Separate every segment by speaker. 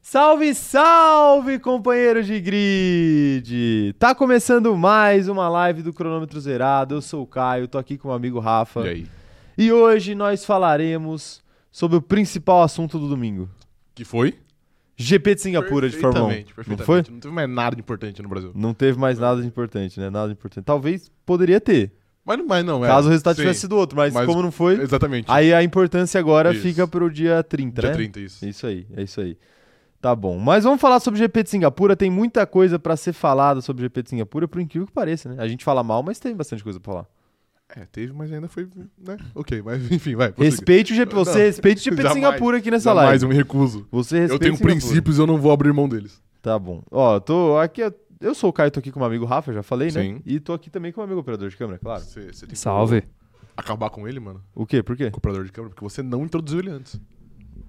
Speaker 1: Salve, salve, companheiros de grid! Tá começando mais uma live do Cronômetro Zerado. Eu sou o Caio, tô aqui com o amigo Rafa.
Speaker 2: E aí?
Speaker 1: E hoje nós falaremos sobre o principal assunto do domingo:
Speaker 2: Que foi?
Speaker 1: GP de
Speaker 2: É
Speaker 1: Singapura de Fórmula 1.
Speaker 2: Perfeitamente,
Speaker 1: Não
Speaker 2: perfeitamente.
Speaker 1: foi?
Speaker 2: Não teve mais nada de importante no Brasil.
Speaker 1: Não teve mais nada de importante, né? Nada de importante. Talvez poderia ter,
Speaker 2: Mas, não- mas não, é.
Speaker 1: caso o resultado
Speaker 2: Sim,
Speaker 1: tivesse sido outro, mas,
Speaker 2: mas-
Speaker 1: como não foi,
Speaker 2: Exatamente.
Speaker 1: aí a importância agora
Speaker 2: Isso.
Speaker 1: fica pro dia 30,
Speaker 2: Dia
Speaker 1: né?
Speaker 2: 30, isso.
Speaker 1: Isso aí, é isso aí. Tá bom. Mas vamos falar sobre o GP de Singapura. Tem muita coisa pra ser falada sobre o GP de Singapura, por incrível que pareça, né? A gente fala mal, mas tem bastante coisa pra falar.
Speaker 2: É, teve, mas ainda foi, né? Ok, mas enfim, vai.
Speaker 1: Respeite o GP,
Speaker 2: Não,
Speaker 1: você respeite o GP de
Speaker 2: jamais,
Speaker 1: Singapura aqui nessa
Speaker 2: Mais
Speaker 1: live.
Speaker 2: um recuso.
Speaker 1: Você respeita
Speaker 2: Eu tenho um
Speaker 1: Singapura.
Speaker 2: princípios e eu não vou abrir mão deles.
Speaker 1: Tá bom. Ó, tô aqui, eu- eu sou o Caio, tô aqui com o meu amigo Rafa, já falei, né?
Speaker 2: Sim.
Speaker 1: E tô aqui também com o meu amigo operador de câmera, claro.
Speaker 2: Você, você tem que
Speaker 3: Salve.
Speaker 2: acabar com ele, mano?
Speaker 1: O quê? Por quê?
Speaker 2: Com o operador de câmera, porque você não introduziu ele antes.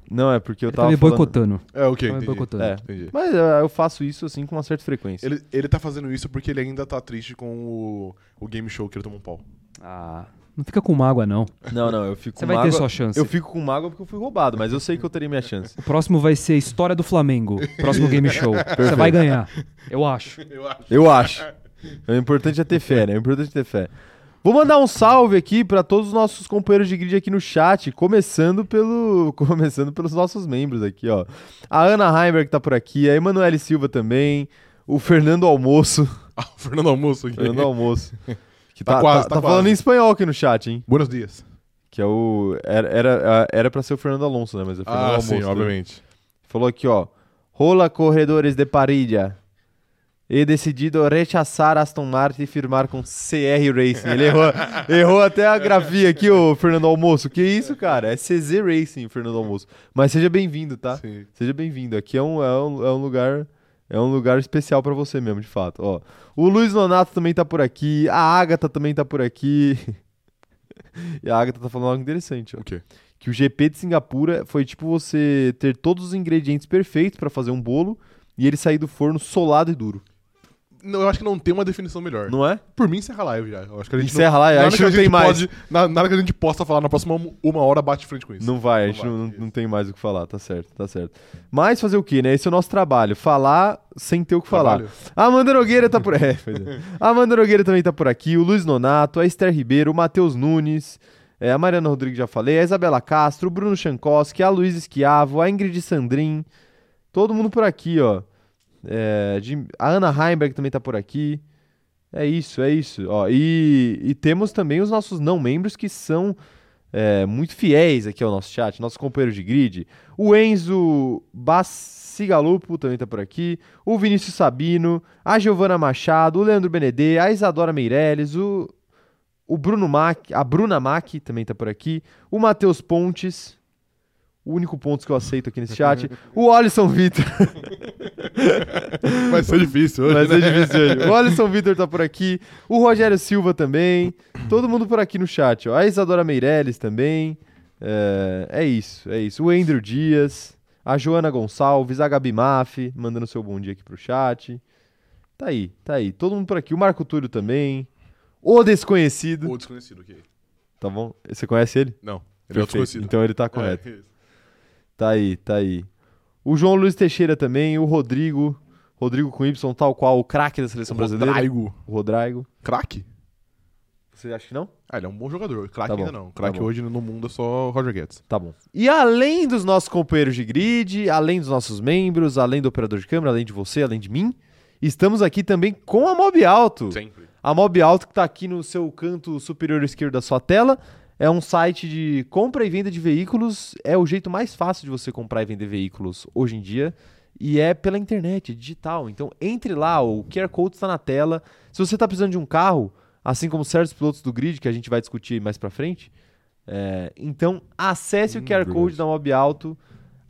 Speaker 1: Não, é porque eu
Speaker 3: Ele tá
Speaker 1: tava
Speaker 3: me
Speaker 1: falando...
Speaker 3: boicotando.
Speaker 2: É, ok,
Speaker 3: Tá me
Speaker 2: entendi.
Speaker 3: boicotando.
Speaker 1: É.
Speaker 2: Entendi.
Speaker 1: Mas ah, eu faço isso assim com uma certa frequência.
Speaker 2: Ele, ele tá fazendo isso porque ele ainda tá triste com o, o game show que ele tomou um pau.
Speaker 3: Ah, não fica com mágoa, não.
Speaker 1: Não, não, eu fico
Speaker 3: Você
Speaker 1: com
Speaker 3: vai ter
Speaker 1: mágoa.
Speaker 3: sua chance.
Speaker 1: Eu fico com mágoa porque eu fui roubado, mas eu sei que eu teria minha chance.
Speaker 3: O próximo vai ser História do Flamengo. Próximo game show. Você vai ganhar. Eu acho.
Speaker 2: Eu acho.
Speaker 1: Eu acho. O importante é ter fé, né? O importante é ter fé. Vou mandar um salve aqui para todos os nossos companheiros de grid aqui no chat, começando pelo começando pelos nossos membros aqui, ó. A Ana Heimberg que tá por aqui, a Emanuele Silva também, o Fernando Almoço,
Speaker 2: Ah, o Fernando Almoço aqui.
Speaker 1: Fernando Almoço, que
Speaker 2: Tá
Speaker 1: tá, tá-
Speaker 2: quase, tá
Speaker 1: tá
Speaker 2: quase.
Speaker 1: falando em espanhol aqui no chat, hein?
Speaker 2: Buenos dias.
Speaker 1: Que é o era era era para ser o Fernando Alonso, né, mas é o Fernando
Speaker 2: Ah,
Speaker 1: Almoço.
Speaker 2: sim,
Speaker 1: né?
Speaker 2: obviamente.
Speaker 1: Falou aqui, ó. Rola corredores de parrilha. E decidido rechaçar Aston Martin e firmar com CR Racing. Ele errou, errou até a grafia aqui, ô Fernando Almoço. Que isso, cara? É CZ Racing, Fernando Almoço. Mas seja bem-vindo, tá?
Speaker 2: Sim.
Speaker 1: Seja bem-vindo. Aqui é um, é um, é um lugar é um lugar especial pra você mesmo, de fato. Ó, o Luiz Nonato também tá por aqui. A Agatha também tá por aqui. e a Agatha tá falando algo interessante. Ó
Speaker 2: O quê?
Speaker 1: que o GP de Singapura foi tipo você ter todos os ingredientes perfeitos pra fazer um bolo e ele sair do forno solado e duro.
Speaker 2: Não, eu acho que não tem uma definição melhor.
Speaker 1: Não é?
Speaker 2: Por mim, encerra a live já. Eu acho que a gente
Speaker 1: Encerra a live,
Speaker 2: nada
Speaker 1: acho que
Speaker 2: a
Speaker 1: não
Speaker 2: gente
Speaker 1: tem mais.
Speaker 2: pode- na- nada que a gente possa falar na próxima um- uma hora bate de frente com isso.
Speaker 1: Não vai, a
Speaker 2: Não
Speaker 1: gente
Speaker 2: vai,
Speaker 1: não,
Speaker 2: isso.
Speaker 1: não tem mais o que falar, tá certo, tá certo. Mas fazer o quê, né? Esse é o nosso trabalho, falar sem ter o que falar.
Speaker 2: Trabalho.
Speaker 1: A Amanda Nogueira tá por é, pois é. A Amanda Nogueira também tá por aqui, o Luiz Nonato, a Esther Ribeiro, o Matheus Nunes, é, a Mariana Rodrigues já falei, a Isabela Castro, o Bruno Chankowski, a Luiz Esquiavo, a Ingrid Sandrin, todo mundo por aqui, ó. É, de- a Ana Heimberg também tá por aqui. É isso, é isso. Ó, e, e temos também os nossos não-membros que são é, muito fiéis aqui ao nosso chat, nossos companheiros de grid. O Enzo Bacigalupo também tá por aqui. O Vinícius Sabino, a Giovana Machado, o Leandro Benedê, a Isadora Meirelles, o, o Bruno Mac, a Bruna Mac também tá por aqui. O Matheus Pontes, o único Pontes que eu aceito aqui nesse chat. o Alisson Vitor.
Speaker 2: Vai ser difícil hoje,
Speaker 1: Vai ser
Speaker 2: né?
Speaker 1: é difícil hoje. O Alisson Vitor tá por aqui. O Rogério Silva também. Todo mundo por aqui no chat. Ó. A Isadora Meirelles também. É, é isso, é isso. O Andrew Dias. A Joana Gonçalves. A Gabi Maff. Mandando seu bom dia aqui pro chat. Tá aí, tá aí. Todo mundo por aqui. O Marco Túlio também. O Desconhecido.
Speaker 2: Ou desconhecido, ok.
Speaker 1: Tá bom? Você conhece ele?
Speaker 2: Não, ele é o
Speaker 1: Perfeito.
Speaker 2: desconhecido.
Speaker 1: Então ele tá
Speaker 2: É,
Speaker 1: correto.
Speaker 2: isso.
Speaker 1: Tá aí, tá aí. O João Luiz Teixeira também. O Rodrigo. Rodrigo com Y, tal qual o craque da seleção brasileira.
Speaker 2: Rodrigo.
Speaker 1: O Rodrigo.
Speaker 2: Craque?
Speaker 1: Você acha que não?
Speaker 2: Ah, ele é um bom jogador. Craque
Speaker 1: Tá bom,
Speaker 2: ainda não. Craque
Speaker 1: tá bom.
Speaker 2: hoje no mundo é só o Roger Guedes.
Speaker 1: Tá bom. E além dos nossos companheiros de grid, além dos nossos membros, além do operador de câmera, além de você, além de mim, estamos aqui também com a Mob Alto.
Speaker 2: Sempre.
Speaker 1: A Mob Alto que tá aqui no seu canto superior esquerdo da sua tela. É um site de compra e venda de veículos. É o jeito mais fácil de você comprar e vender veículos hoje em dia. E é pela internet, é digital. Então entre lá, o QR Code está na tela. Se você está precisando de um carro, assim como certos pilotos do grid, que a gente vai discutir mais pra frente, é, então acesse o QR Code da Mob Alto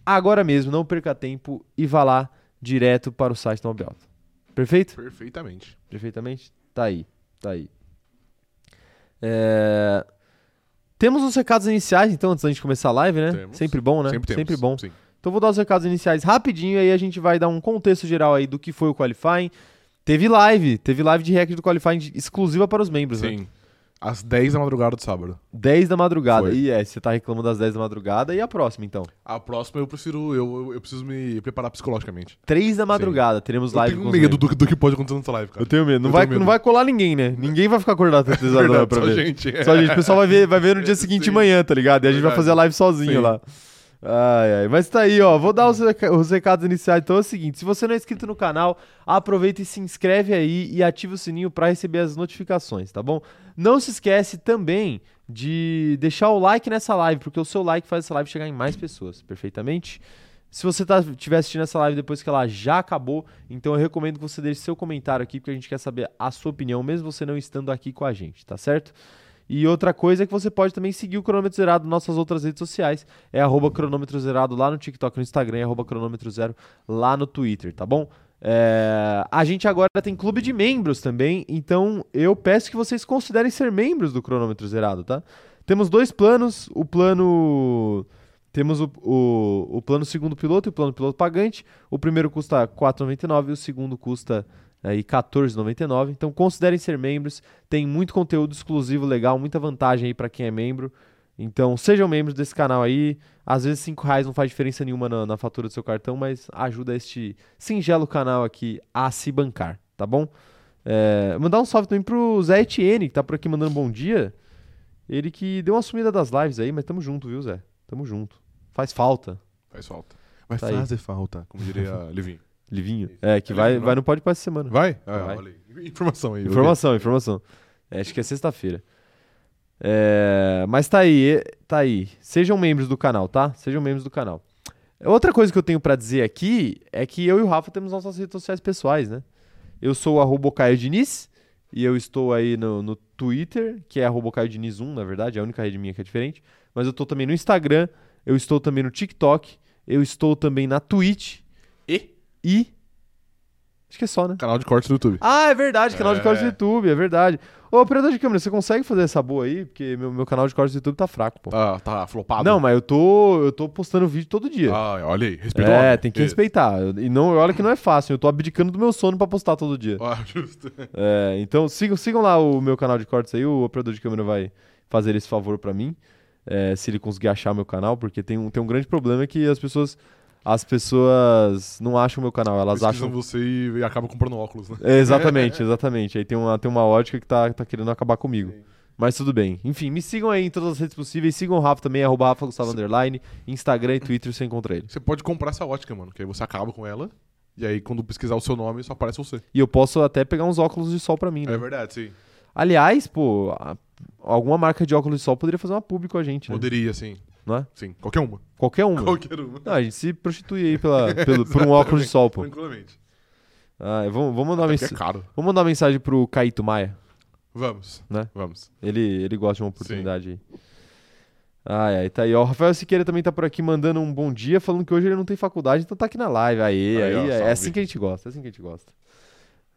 Speaker 1: agora mesmo, não perca tempo e vá lá direto para o site da Mob Alto. Perfeito?
Speaker 2: Perfeitamente.
Speaker 1: Perfeitamente? Tá aí, tá aí. É, Temos uns recados iniciais, então, antes da gente começar a live, né?
Speaker 2: Temos.
Speaker 1: Sempre bom, né?
Speaker 2: Sempre temos.
Speaker 1: bom.
Speaker 2: Sim.
Speaker 1: Então vou dar os recados iniciais rapidinho, aí a gente vai dar um contexto geral aí do que foi o Qualifying. Teve live, teve live de react do Qualifying de- exclusiva para os membros, né?
Speaker 2: Sim. Às 10 da madrugada do sábado.
Speaker 1: 10 da madrugada.
Speaker 2: Foi.
Speaker 1: E é, você tá reclamando das 10 da madrugada. E a próxima, então?
Speaker 2: A próxima eu prefiro. Eu, eu- eu preciso me preparar psicologicamente.
Speaker 1: 3 da madrugada, teremos
Speaker 2: Eu
Speaker 1: live
Speaker 2: tenho um
Speaker 1: com os
Speaker 2: medo
Speaker 1: membros.
Speaker 2: do, do que pode acontecer nessa live, cara.
Speaker 1: Eu tenho medo. Não,
Speaker 2: Eu
Speaker 1: vai,
Speaker 2: tenho medo.
Speaker 1: não vai colar ninguém, né? Ninguém vai ficar acordado até 3 horas da manhã pra
Speaker 2: Verdade, só
Speaker 1: ver.
Speaker 2: gente. é.
Speaker 1: Só a gente, o pessoal vai ver, vai ver no dia seguinte de
Speaker 2: Sim.
Speaker 1: manhã, tá ligado? E a gente vai
Speaker 2: Verdade.
Speaker 1: fazer a live sozinho
Speaker 2: Sim.
Speaker 1: lá. Ai, ai. Mas tá aí, ó. Vou dar os, reca- os recados iniciais. Então é o seguinte: se você não é inscrito no canal, aproveita e se inscreve aí e ativa o sininho pra receber as notificações, tá bom? Não se esquece também de deixar o like nessa live, porque o seu like faz essa live chegar em mais pessoas, perfeitamente? Se você tá, tiver assistindo essa live depois que ela já acabou, então eu recomendo que você deixe seu comentário aqui, porque a gente quer saber a sua opinião, mesmo você não estando aqui com a gente, tá certo? E outra coisa é que você pode também seguir o Cronômetro Zerado nas nossas outras redes sociais. É arroba cronômetro zerado lá no TikTok, no Instagram, e arroba cronômetro zero lá no Twitter, tá bom? É, a gente agora tem clube de membros também, então eu peço que vocês considerem ser membros do Cronômetro Zerado, tá? Temos dois planos, o plano... Temos o, o, o plano segundo piloto e o plano piloto pagante. O primeiro custa R$ 4,99 e o segundo custa aí R$ 14,99. Então considerem ser membros. Tem muito conteúdo exclusivo legal, muita vantagem aí pra quem é membro. Então sejam membros desse canal aí. Às vezes R$ reais não faz diferença nenhuma na, na fatura do seu cartão, mas ajuda este singelo canal aqui a se bancar, tá bom? É, mandar um salve também pro Zé Etienne, que tá por aqui mandando bom dia. Ele que deu uma sumida das lives aí, mas tamo junto, viu, Zé? Tamo junto. Faz falta,
Speaker 2: Faz falta. Vai
Speaker 1: Tá aí.
Speaker 2: fazer falta, como diria Livinho.
Speaker 1: Livinho. É, que
Speaker 2: É
Speaker 1: vai,
Speaker 2: Livinho,
Speaker 1: vai
Speaker 2: não?
Speaker 1: no Pode Paz essa semana.
Speaker 2: Vai? Ah,
Speaker 1: Vai.
Speaker 2: olha aí. Informação aí.
Speaker 1: Informação, informação. É, acho que é sexta-feira. É, mas tá aí, é- tá aí. Sejam membros do canal, tá? Sejam membros do canal. Outra coisa que eu tenho pra dizer aqui é que eu e o Rafa temos nossas redes sociais pessoais, né? Eu sou o arroba Caio Diniz e eu estou aí no, no Twitter, que é arroba Caio Diniz 1, na verdade, é a única rede minha que é diferente. Mas eu tô também no Instagram, eu estou também no TikTok, eu estou também na Twitch
Speaker 2: E?
Speaker 1: e. Acho que é só, né?
Speaker 2: Canal de cortes do YouTube.
Speaker 1: Ah, é verdade, canal de
Speaker 2: É.
Speaker 1: cortes do YouTube, é verdade. Ô, operador de câmera, você consegue fazer essa boa aí? Porque meu, meu canal de cortes do YouTube tá fraco, pô.
Speaker 2: Tá, tá flopado.
Speaker 1: não, mas eu tô, eu tô postando vídeo todo dia.
Speaker 2: Ah, olha aí. Respeita o
Speaker 1: é,
Speaker 2: homem.
Speaker 1: tem que
Speaker 2: Isso.
Speaker 1: respeitar. E não, olha que não é fácil, eu tô abdicando do meu sono pra postar todo dia.
Speaker 2: Ah, justo.
Speaker 1: É, então sigam, sigam lá o meu canal de cortes aí, o operador de câmera vai fazer esse favor pra mim, é, se ele conseguir achar meu canal, porque tem um, tem um grande problema que as pessoas, as pessoas não acham meu canal, elas
Speaker 2: Pesquisam
Speaker 1: acham
Speaker 2: você e, e acaba comprando óculos, né?
Speaker 1: É, exatamente, exatamente. Aí tem uma, tem uma ótica que tá, tá querendo acabar comigo. Mas tudo bem. Enfim, me sigam aí em todas as redes possíveis. Sigam o Rafa também, arroba Rafa Gustavo Underline. Instagram e Twitter você encontra ele.
Speaker 2: Você pode comprar essa ótica, mano, que aí você acaba com ela. E aí, quando pesquisar o seu nome, só aparece você.
Speaker 1: E eu posso até pegar uns óculos de sol pra mim, né?
Speaker 2: É verdade, sim.
Speaker 1: Aliás, pô, a- alguma marca de óculos de sol poderia fazer uma pub com a gente, né?
Speaker 2: Poderia, sim.
Speaker 1: Não é?
Speaker 2: Sim. Qualquer uma.
Speaker 1: Qualquer uma.
Speaker 2: Qualquer uma.
Speaker 1: Não, a gente se prostitui aí pela, pelo, por um óculos de sol, pô.
Speaker 2: Tranquilamente.
Speaker 1: Ah, vamos, vamos, mandar uma
Speaker 2: Porque
Speaker 1: mens...
Speaker 2: é caro.
Speaker 1: vamos mandar uma mensagem pro Caíto Maia.
Speaker 2: Vamos.
Speaker 1: Né?
Speaker 2: Vamos.
Speaker 1: Ele, ele gosta de uma oportunidade aí. Ai, ai, tá aí. ó. O Rafael Siqueira também tá por aqui mandando um bom dia, falando que hoje ele não tem faculdade, então tá aqui na live. Aí, aí,
Speaker 2: Aí, ó,
Speaker 1: é- é
Speaker 2: salve.
Speaker 1: assim que a gente gosta, é assim que a gente gosta.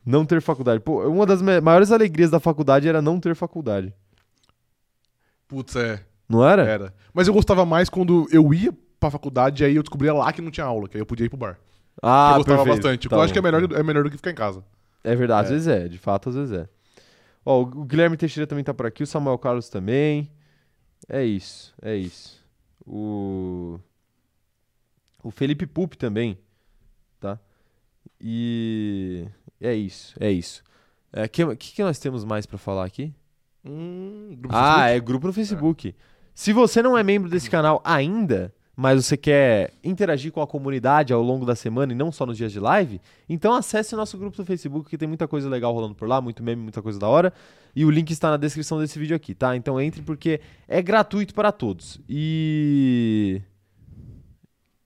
Speaker 1: Não ter faculdade. Pô, uma das me- maiores alegrias da faculdade era não ter faculdade.
Speaker 2: Putz, é.
Speaker 1: Não era?
Speaker 2: Era. Mas eu gostava mais quando eu ia pra faculdade e aí eu descobria lá que não tinha aula, que aí eu podia ir pro bar.
Speaker 1: Ah,
Speaker 2: eu gostava
Speaker 1: perfeito.
Speaker 2: bastante.
Speaker 1: Tá
Speaker 2: eu acho que
Speaker 1: bom.
Speaker 2: é melhor, é melhor do que ficar em casa.
Speaker 1: É verdade, às
Speaker 2: É.
Speaker 1: vezes é, de fato, às vezes é. Ó, o o Guilherme Teixeira também tá por aqui, o Samuel Carlos também. É isso, é isso. O. O Felipe Pup também, tá? E. É isso, é isso. O que, que, que nós temos mais pra falar aqui?
Speaker 2: Hum,
Speaker 1: Ah, é grupo no Facebook. Se você não é membro desse canal ainda, mas você quer interagir com a comunidade ao longo da semana e não só nos dias de live, então acesse o nosso grupo do Facebook que tem muita coisa legal rolando por lá, muito meme, muita coisa da hora. E o link está na descrição desse vídeo aqui, tá? Então entre porque é gratuito para todos. E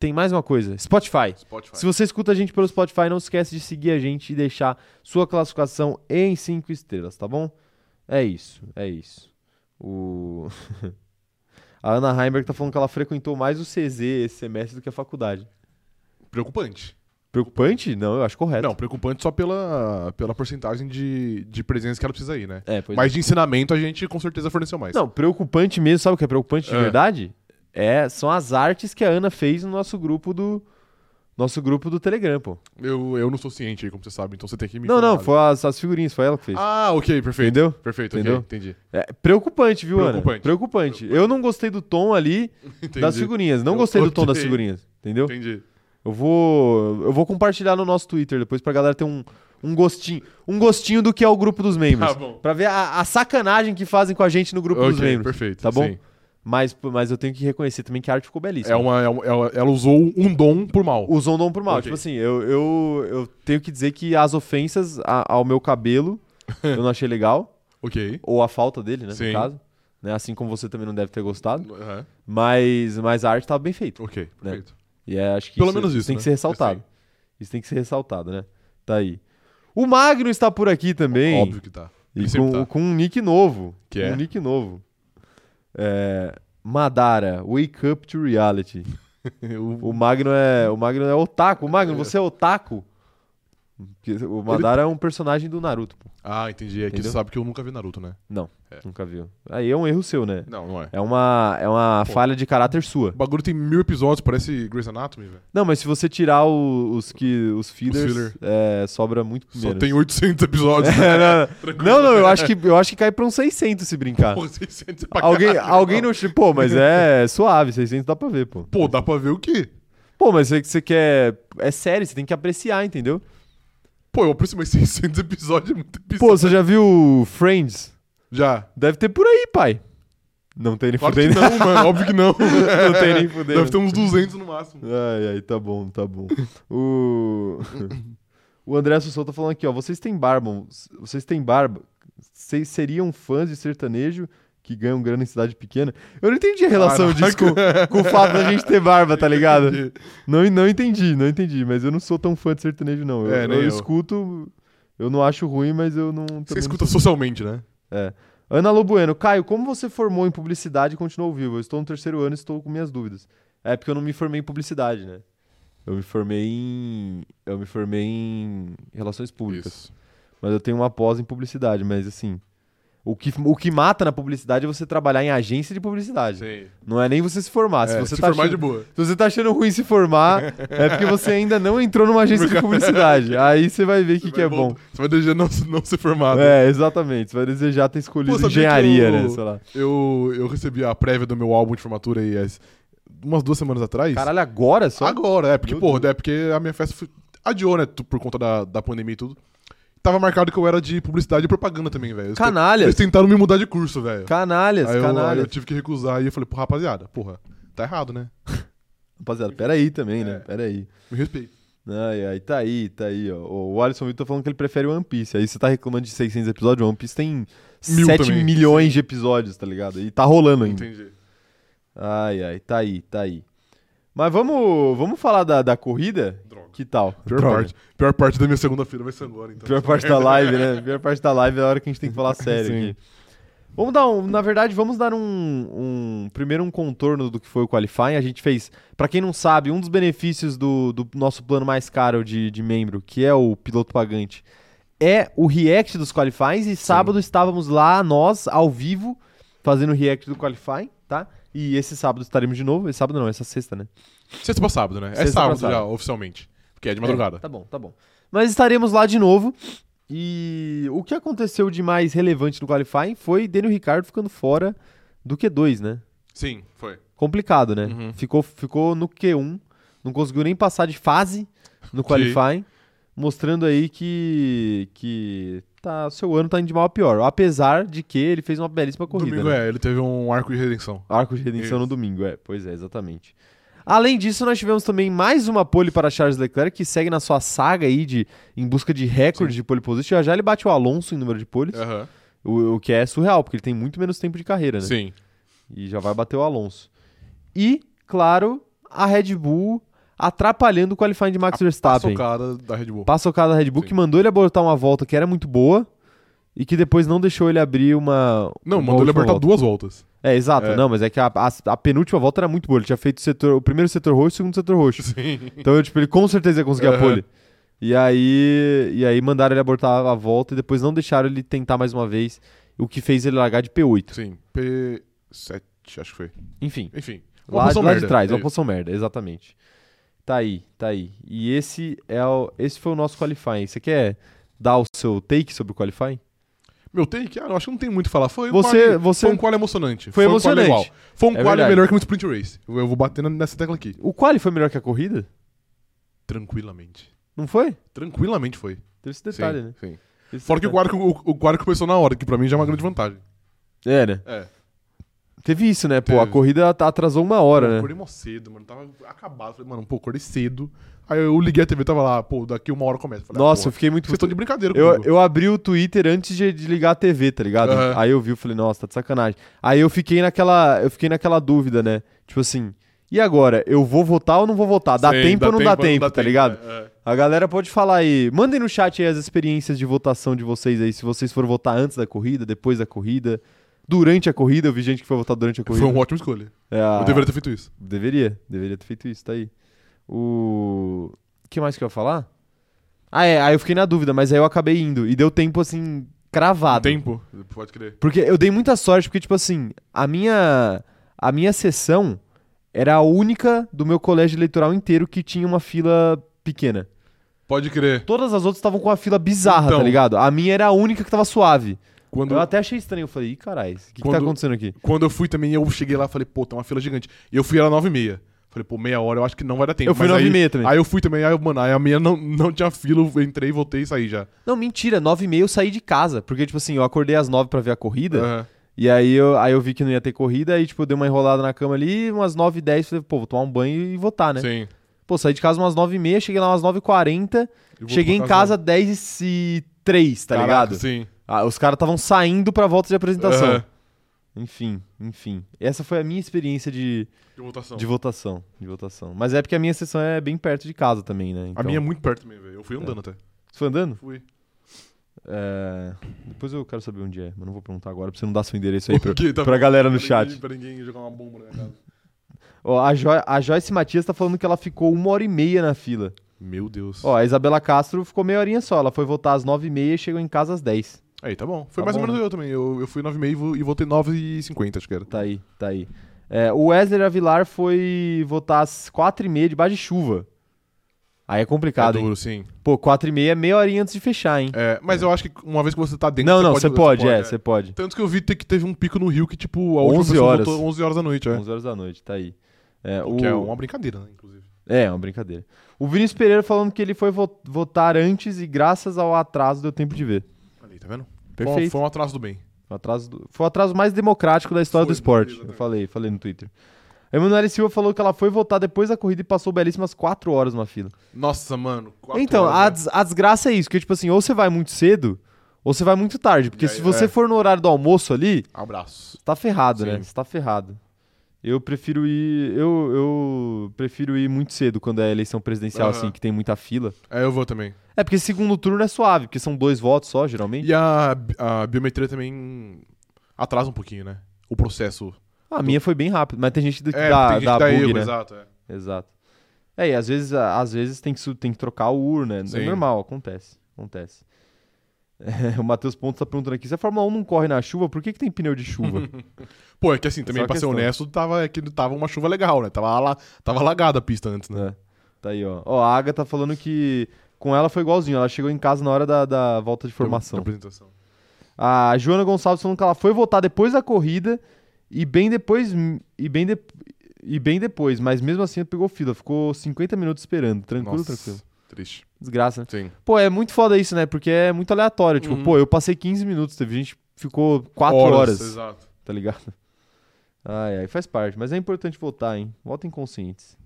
Speaker 1: tem mais uma coisa, Spotify.
Speaker 2: Spotify.
Speaker 1: é. Se você escuta a gente pelo Spotify, não esquece de seguir a gente e deixar sua classificação em 5 estrelas, tá bom? É isso, é isso. O... a Ana Heimberg tá falando que ela frequentou mais o CZ esse semestre do que a faculdade.
Speaker 2: Preocupante.
Speaker 1: Preocupante? Não, eu acho correto.
Speaker 2: Não, preocupante só pela, pela porcentagem de, de presença que ela precisa ir, né?
Speaker 1: É, pois é.
Speaker 2: Mas de ensinamento a gente com certeza forneceu mais.
Speaker 1: Não, preocupante mesmo, sabe o que é preocupante de
Speaker 2: É.
Speaker 1: verdade? É, são as artes que a Ana fez no nosso grupo do, Nosso grupo do Telegram, pô.
Speaker 2: Eu, eu não sou ciente aí, como você sabe, então você tem que me
Speaker 1: não, não,
Speaker 2: informar.
Speaker 1: foi as, as figurinhas, foi ela que fez.
Speaker 2: Ah, ok, perfeito.
Speaker 1: Entendeu?
Speaker 2: Perfeito,
Speaker 1: Entendeu?
Speaker 2: ok, entendi.
Speaker 1: É, preocupante, viu, Ana?
Speaker 2: Preocupante.
Speaker 1: Preocupante. Eu não gostei do tom ali
Speaker 2: Entendi.
Speaker 1: das figurinhas. Não
Speaker 2: Eu
Speaker 1: gostei do tom das
Speaker 2: gostei.
Speaker 1: figurinhas, entendeu?
Speaker 2: Entendi.
Speaker 1: Eu vou eu vou compartilhar no nosso Twitter depois pra galera ter um, um gostinho, um gostinho do que é o grupo dos membros.
Speaker 2: Tá bom.
Speaker 1: Pra ver a, a sacanagem que fazem com a gente no grupo dos
Speaker 2: Ok,
Speaker 1: membros.
Speaker 2: perfeito.
Speaker 1: tá bom?
Speaker 2: sim.
Speaker 1: Mas, pô, mas eu tenho que reconhecer também que a arte ficou belíssima.
Speaker 2: É uma, é uma- ela, ela usou um dom por mal.
Speaker 1: Usou um dom por mal.
Speaker 2: Ok.
Speaker 1: Tipo assim, eu, eu, eu tenho que dizer que as ofensas a- ao meu cabelo eu não achei legal.
Speaker 2: Ok.
Speaker 1: Ou a falta dele, né? No
Speaker 2: Sim.
Speaker 1: caso. Né? Assim como você também não deve ter gostado.
Speaker 2: Aham,
Speaker 1: Mas, mas a arte tava bem feita.
Speaker 2: Ok, perfeito.
Speaker 1: E é, acho que
Speaker 2: Pelo menos isso,
Speaker 1: tem
Speaker 2: né?
Speaker 1: que ser ressaltado. Isso tem que ser ressaltado, né? Tá aí. O Magno está por aqui também.
Speaker 2: Óbvio que tá.
Speaker 1: E
Speaker 2: ele sempre
Speaker 1: com,
Speaker 2: tá.
Speaker 1: com um nick novo.
Speaker 2: Que
Speaker 1: Com
Speaker 2: é?
Speaker 1: Um nick novo. É, Madara, Wake Up to Reality.
Speaker 2: Eu-
Speaker 1: O Magno é. O Magno é otaku. Magno, você é otaku? Porque O Madara é um personagem do Naruto, pô.
Speaker 2: Ah, entendi. É que
Speaker 1: Entendeu?
Speaker 2: você sabe que eu nunca vi Naruto, né?
Speaker 1: Não,
Speaker 2: É.
Speaker 1: nunca viu. Aí é um erro seu, né?
Speaker 2: Não, não é.
Speaker 1: É uma, é uma
Speaker 2: Pô.
Speaker 1: falha de caráter sua.
Speaker 2: O bagulho tem mil episódios, parece Grey's Anatomy, velho.
Speaker 1: Não, mas se você tirar o- os que os feeders,
Speaker 2: filler.
Speaker 1: é, sobra muito
Speaker 2: Só
Speaker 1: menos.
Speaker 2: tem 800 episódios.
Speaker 1: É,
Speaker 2: né?
Speaker 1: não, não.
Speaker 2: Tranquilo.
Speaker 1: não, não, eu acho que eu acho que cai pra uns 600 se brincar.
Speaker 2: Porra, 600 é pra
Speaker 1: Alguém,
Speaker 2: caralho,
Speaker 1: alguém
Speaker 2: irmão.
Speaker 1: não, pô, mas é suave, 600 dá pra ver, pô.
Speaker 2: Pô, dá pra ver o quê?
Speaker 1: Pô, mas você, você quer é série, você tem que apreciar, entendeu?
Speaker 2: Pô, eu aproximei 600 episódios, é muito episódio.
Speaker 1: Pô, você já viu Friends?
Speaker 2: Já.
Speaker 1: Deve ter por aí, pai. Não tem nem
Speaker 2: Claro
Speaker 1: fudendo.
Speaker 2: que não, mano. Óbvio que não.
Speaker 1: Não tem nem fudendo.
Speaker 2: Deve ter uns 200 no máximo.
Speaker 1: Ai, ai, tá bom, tá bom. O O André Sussou tá falando aqui, ó, vocês têm barba, vocês têm barba. Vocês seriam fãs de sertanejo que ganham grana em cidade pequena? Eu não entendi a relação
Speaker 2: Caraca.
Speaker 1: disso com, com o fato da gente ter barba, tá ligado?
Speaker 2: Entendi.
Speaker 1: Não, não entendi, não entendi, mas eu não sou tão fã de sertanejo não. Eu,
Speaker 2: É, nem
Speaker 1: eu
Speaker 2: eu.
Speaker 1: escuto, eu não acho ruim, mas eu não também
Speaker 2: Você
Speaker 1: não
Speaker 2: escuta socialmente, né?
Speaker 1: Ana Lobueno, Caio, como você formou em publicidade e continuou vivo? Eu estou no terceiro ano e estou com minhas dúvidas. É porque eu não me formei em publicidade, né? Eu me formei em. Eu me formei em relações públicas.
Speaker 2: Isso.
Speaker 1: Mas eu tenho uma pós em publicidade, mas assim. O que, o que mata na publicidade é você trabalhar em agência de publicidade.
Speaker 2: Sim.
Speaker 1: Não é nem você se formar. se,
Speaker 2: É,
Speaker 1: você
Speaker 2: se
Speaker 1: tá
Speaker 2: formar de
Speaker 1: achando,
Speaker 2: boa.
Speaker 1: se você tá achando ruim se formar, é porque você ainda não entrou numa agência de publicidade. Aí você vai ver o que,
Speaker 2: Você
Speaker 1: que
Speaker 2: vai
Speaker 1: é bom.
Speaker 2: voltar- Você vai desejar não, não ser formado.
Speaker 1: É, exatamente. Você vai desejar ter escolhido
Speaker 2: Pô, sabia
Speaker 1: engenharia,
Speaker 2: que eu-
Speaker 1: né? Sei lá.
Speaker 2: Eu, eu recebi a prévia do meu álbum de formatura aí as- umas duas semanas atrás.
Speaker 1: Caralho, agora só?
Speaker 2: Agora, é, porque,
Speaker 1: Meu
Speaker 2: porra, é porque a minha festa foi- adiou, né, tu- por conta da, da pandemia e tudo. Tava marcado que eu era de publicidade e propaganda também, velho. Eles te-
Speaker 1: Canalhas.
Speaker 2: Eles tentaram me mudar de curso, velho.
Speaker 1: Canalhas,
Speaker 2: Aí eu, aí
Speaker 1: canalhas.
Speaker 2: eu tive que recusar e eu falei, pô, rapaziada, porra, tá errado, né?
Speaker 1: Rapaziada, peraí também, né?
Speaker 2: É.
Speaker 1: Peraí.
Speaker 2: Me respeita.
Speaker 1: Ai, ai, tá aí, tá aí, ó. O Alisson Vitor tá falando que ele prefere One Piece. Aí você tá reclamando de 600 episódios, One Piece tem
Speaker 2: Mil
Speaker 1: 7
Speaker 2: também.
Speaker 1: milhões de episódios, tá ligado? E tá rolando ainda.
Speaker 2: Entendi.
Speaker 1: Ai, ai, tá aí, tá aí. Mas vamos, vamos falar da, da corrida?
Speaker 2: Droga.
Speaker 1: Que tal?
Speaker 2: Pior
Speaker 1: Droga.
Speaker 2: parte, pior parte da minha segunda-feira vai ser agora, então.
Speaker 1: Pior parte da live, né? Pior parte da live é a hora que a gente tem que falar sério
Speaker 2: Sim.
Speaker 1: aqui. Vamos dar um, na verdade, vamos dar um, um- primeiro um contorno do que foi o qualifying. A gente fez, pra quem não sabe, um dos benefícios do, do nosso plano mais caro de, de membro, que é o piloto pagante, é o react dos qualifyings. E sábado estávamos lá nós ao vivo fazendo o react do qualifying, tá? E esse sábado estaremos de novo. Esse sábado não, essa sexta, né?
Speaker 2: Sexta pra sábado, né?
Speaker 1: Sexta
Speaker 2: é
Speaker 1: pra
Speaker 2: sábado
Speaker 1: sábado.
Speaker 2: já, oficialmente. Porque é de madrugada.
Speaker 1: É, tá bom, tá bom. Mas estaremos lá de novo. E o que aconteceu de mais relevante no qualifying foi Daniel Ricardo ficando fora do Q2, né?
Speaker 2: Sim, foi.
Speaker 1: Complicado, né?
Speaker 2: Uhum.
Speaker 1: Ficou, ficou no Q1, não conseguiu nem passar de fase no qualifying, mostrando aí que que tá seu ano tá indo de mal a pior, apesar de que ele fez uma belíssima corrida.
Speaker 2: Domingo
Speaker 1: né?
Speaker 2: é, ele teve um arco de redenção.
Speaker 1: Arco de redenção
Speaker 2: Isso.
Speaker 1: no domingo, é. Pois é, exatamente. Além disso, nós tivemos também mais uma pole para Charles Leclerc, que segue na sua saga aí de, em busca de recorde de pole position. Já já ele bate o Alonso em número de poles,
Speaker 2: Aham.
Speaker 1: o, o que é surreal, porque ele tem muito menos tempo de carreira, né?
Speaker 2: Sim.
Speaker 1: E já vai bater o Alonso. E, claro, a Red Bull atrapalhando o qualifying de Max Verstappen.
Speaker 2: Socada da Red Bull.
Speaker 1: Passou o cara da Red Bull,
Speaker 2: Sim.
Speaker 1: que mandou ele abortar uma volta que era muito boa e que depois não deixou ele abrir uma.
Speaker 2: Não,
Speaker 1: uma
Speaker 2: mandou ele
Speaker 1: última
Speaker 2: abortar
Speaker 1: volta.
Speaker 2: duas voltas.
Speaker 1: É, exato.
Speaker 2: É.
Speaker 1: Não, mas é que a, a- a penúltima volta era muito boa. Ele tinha feito o, setor, o primeiro setor roxo e o segundo setor roxo.
Speaker 2: Sim.
Speaker 1: Então, eu, tipo, ele com certeza ia conseguir a
Speaker 2: Aham.
Speaker 1: pole. E aí, e aí mandaram ele abortar a volta e depois não deixaram ele tentar mais uma vez, o que fez ele largar de P8.
Speaker 2: Sim. P7, acho que foi.
Speaker 1: Enfim,
Speaker 2: Enfim.
Speaker 1: lá, lá de trás,
Speaker 2: é
Speaker 1: uma posição merda, exatamente. Tá aí, tá aí. E esse, é o, esse foi o nosso qualifying. Você quer dar o seu take sobre o qualifying?
Speaker 2: Meu take, ah, eu acho que não tem muito o que falar. Foi um
Speaker 1: Você-
Speaker 2: quali-
Speaker 1: você-
Speaker 2: foi um quali emocionante.
Speaker 1: Foi
Speaker 2: um quali
Speaker 1: emocionante.
Speaker 2: igual. Foi um
Speaker 1: É
Speaker 2: quali
Speaker 1: verdade.
Speaker 2: melhor que um sprint race. Eu, eu vou batendo nessa tecla aqui.
Speaker 1: O quali foi melhor que a corrida?
Speaker 2: Tranquilamente.
Speaker 1: Não foi?
Speaker 2: Tranquilamente foi.
Speaker 1: Teve esse detalhe,
Speaker 2: sim,
Speaker 1: né?
Speaker 2: sim.
Speaker 1: Teve esse
Speaker 2: Fora que o
Speaker 1: detalhe.
Speaker 2: quali, o, o quali começou na hora, que pra mim já é uma grande vantagem.
Speaker 1: É, né?
Speaker 2: É.
Speaker 1: Teve isso, né? Pô, a
Speaker 2: Teve.
Speaker 1: corrida tá- atrasou uma hora,
Speaker 2: Eu
Speaker 1: né?
Speaker 2: acordei mó cedo, mano. Tava acabado. Falei, mano, pô, acordei cedo. Aí eu liguei a TV, tava lá, pô, daqui uma hora começa. Falei, ah,
Speaker 1: Nossa,
Speaker 2: pô,
Speaker 1: eu fiquei muito.
Speaker 2: vocês estão de brincadeira
Speaker 1: Eu,
Speaker 2: comigo.
Speaker 1: eu abri o Twitter antes de, de ligar a TV, tá ligado?
Speaker 2: Aham.
Speaker 1: Aí eu vi, eu falei, nossa, tá de sacanagem. Aí eu fiquei naquela, eu fiquei naquela dúvida, né? Tipo assim, e agora? Eu vou votar ou não vou votar? Dá
Speaker 2: Sim,
Speaker 1: tempo ou não dá tempo, tá ligado?
Speaker 2: É, é.
Speaker 1: A galera pode falar aí. Mandem no chat aí as experiências de votação de vocês aí. Se vocês foram votar antes da corrida, depois da corrida, durante a corrida. Eu vi gente que foi votar durante a corrida.
Speaker 2: Foi uma ótima escolha.
Speaker 1: É, a-
Speaker 2: Eu deveria ter feito isso.
Speaker 1: Deveria, deveria ter feito isso, tá aí. O. que mais que eu ia falar? Ah, é, aí eu fiquei na dúvida, mas aí eu acabei indo. E deu tempo, assim, cravado.
Speaker 2: Tempo, pode crer.
Speaker 1: Porque eu dei muita sorte, porque, tipo assim, a minha. A minha sessão era a única do meu colégio eleitoral inteiro que tinha uma fila pequena.
Speaker 2: Pode crer.
Speaker 1: Todas as outras estavam com uma fila bizarra,
Speaker 2: Então.
Speaker 1: tá ligado? A minha era a única que tava suave.
Speaker 2: Quando,
Speaker 1: Eu até achei estranho. Eu falei, ih, caralho, o que, que tá
Speaker 2: Quando-
Speaker 1: acontecendo aqui?
Speaker 2: quando eu fui também, eu cheguei lá e falei, pô, tá uma fila gigante. E eu fui era 9 e meia. Falei, pô, meia hora, eu acho que não vai dar tempo.
Speaker 1: Eu fui
Speaker 2: Mas aí-
Speaker 1: 9h30 também.
Speaker 2: Aí eu fui também, aí, eu- mano, aí a meia não, não tinha fila, eu entrei, voltei e saí já.
Speaker 1: Não, mentira, nove e meia eu saí de casa. Porque, tipo assim, eu acordei às nove pra ver a corrida.
Speaker 2: Aham.
Speaker 1: E aí eu, aí eu vi que não ia ter corrida, aí, tipo, eu dei uma enrolada na cama ali, umas 9 e 10, falei, pô, vou tomar um banho e votar, né?
Speaker 2: Sim.
Speaker 1: Pô, saí de casa umas 9 e meia, cheguei lá umas 9 e 40,
Speaker 2: Eu vou
Speaker 1: cheguei em
Speaker 2: pra
Speaker 1: casa 10 e 3, tá
Speaker 2: Caraca,
Speaker 1: ligado?
Speaker 2: Sim.
Speaker 1: Ah, os caras estavam saindo pra volta de apresentação.
Speaker 2: Aham.
Speaker 1: Enfim, enfim. Essa foi a minha experiência de,
Speaker 2: De votação.
Speaker 1: de votação, de votação. Mas é porque a minha sessão é bem perto de casa também, né?
Speaker 2: A
Speaker 1: Então-
Speaker 2: minha é muito perto também, velho. Eu fui
Speaker 1: É.
Speaker 2: andando até.
Speaker 1: Você foi andando?
Speaker 2: Fui.
Speaker 1: É, Depois eu quero saber onde é, mas não vou perguntar agora pra você não dar seu endereço aí pra,
Speaker 2: Porque tá-
Speaker 1: pra galera no
Speaker 2: pra
Speaker 1: chat.
Speaker 2: ninguém- Pra ninguém jogar uma bomba na minha casa.
Speaker 1: Ó, a, Jo- a Joyce Matias tá falando que ela ficou uma hora e meia na fila.
Speaker 2: Meu Deus.
Speaker 1: Ó, a Isabela Castro ficou meia horinha só. Ela foi votar às nove e meia e chegou em casa às dez.
Speaker 2: Aí, tá bom. Foi
Speaker 1: Tá
Speaker 2: mais
Speaker 1: bom,
Speaker 2: ou menos eu também. Eu, eu fui 9,5 e vo- e voltei 9,50, acho que era.
Speaker 1: Tá aí, tá aí. É, o Wesley Avilar foi votar às quatro e meia debaixo de chuva. Aí é complicado,
Speaker 2: é
Speaker 1: hein?
Speaker 2: duro, sim.
Speaker 1: Pô, quatro e meia é meia horinha antes de fechar, hein?
Speaker 2: É, mas eu acho que uma vez que você tá dentro,
Speaker 1: não, não, você pode, é, você pode.
Speaker 2: Tanto que eu vi te- que teve um pico no Rio que, tipo, a última
Speaker 1: 11
Speaker 2: pessoa
Speaker 1: horas.
Speaker 2: voltou 11 horas da noite, é.
Speaker 1: Onze horas da noite, tá aí. É,
Speaker 2: O que é uma brincadeira, né, inclusive.
Speaker 1: É, é uma brincadeira. O Vinícius Pereira falando que ele foi vo- votar antes e graças ao atraso deu tempo de ver.
Speaker 2: Ali, tá vendo? Foi um-
Speaker 1: Perfeito.
Speaker 2: Foi um atraso do bem.
Speaker 1: O atraso do- Foi o atraso mais democrático da história
Speaker 2: Foi,
Speaker 1: do esporte. Eu
Speaker 2: exatamente.
Speaker 1: falei, falei no Twitter. A Emanuele Silva falou que ela foi votar depois da corrida e passou belíssimas quatro horas na fila.
Speaker 2: Nossa, mano. quatro
Speaker 1: então,
Speaker 2: horas,
Speaker 1: a,
Speaker 2: né?
Speaker 1: des- a desgraça é isso, que tipo assim, ou você vai muito cedo, ou você vai muito tarde. Porque
Speaker 2: E
Speaker 1: se
Speaker 2: aí,
Speaker 1: você
Speaker 2: é.
Speaker 1: for no horário do almoço ali,
Speaker 2: Abraço.
Speaker 1: você tá ferrado, né?
Speaker 2: Sim.
Speaker 1: Você tá ferrado. Eu prefiro ir. Eu, eu prefiro ir muito cedo quando é eleição presidencial,
Speaker 2: Aham.
Speaker 1: assim, que tem muita fila.
Speaker 2: É, eu vou também.
Speaker 1: É porque segundo turno é suave, porque são dois votos só, geralmente.
Speaker 2: E a, bi- a biometria também atrasa um pouquinho, né? O processo.
Speaker 1: A minha foi bem rápida, mas tem gente que
Speaker 2: É,
Speaker 1: dá,
Speaker 2: tem gente
Speaker 1: dá
Speaker 2: que dá
Speaker 1: bug,
Speaker 2: erro,
Speaker 1: né?
Speaker 2: exato. É.
Speaker 1: Exato. É, e às vezes, a- às vezes tem, que, su- tem que trocar o urna. É
Speaker 2: Sim.
Speaker 1: normal, acontece. Acontece. É, o Matheus Pontes tá perguntando aqui: se a Fórmula 1 não corre na chuva, por que, que tem pneu de chuva?
Speaker 2: Pô, é que assim, também,
Speaker 1: Só
Speaker 2: pra ser
Speaker 1: questão.
Speaker 2: honesto, tava, é que tava uma chuva legal, né? Tava, ala, tava alagada a pista antes, né?
Speaker 1: né? Tá aí, ó. Ó, a Aga tá falando que com ela foi igualzinho. Ela chegou em casa na hora da, da volta de
Speaker 2: Da
Speaker 1: formação.
Speaker 2: apresentação.
Speaker 1: A Joana Gonçalves falando que ela foi votar depois da corrida e bem depois. E bem, de- e bem depois, mas mesmo assim pegou fila. Ficou 50 minutos esperando. Tranquilo,
Speaker 2: Nossa,
Speaker 1: tranquilo.
Speaker 2: Triste.
Speaker 1: Desgraça, né?
Speaker 2: Sim.
Speaker 1: Pô, é muito foda isso, né? Porque é muito aleatório. Tipo,
Speaker 2: Uhum.
Speaker 1: pô, eu passei 15 minutos, teve gente que ficou 4 horas,
Speaker 2: Exato.
Speaker 1: tá ligado? Ai, ai, faz parte. Mas é importante votar, hein? Votem conscientes.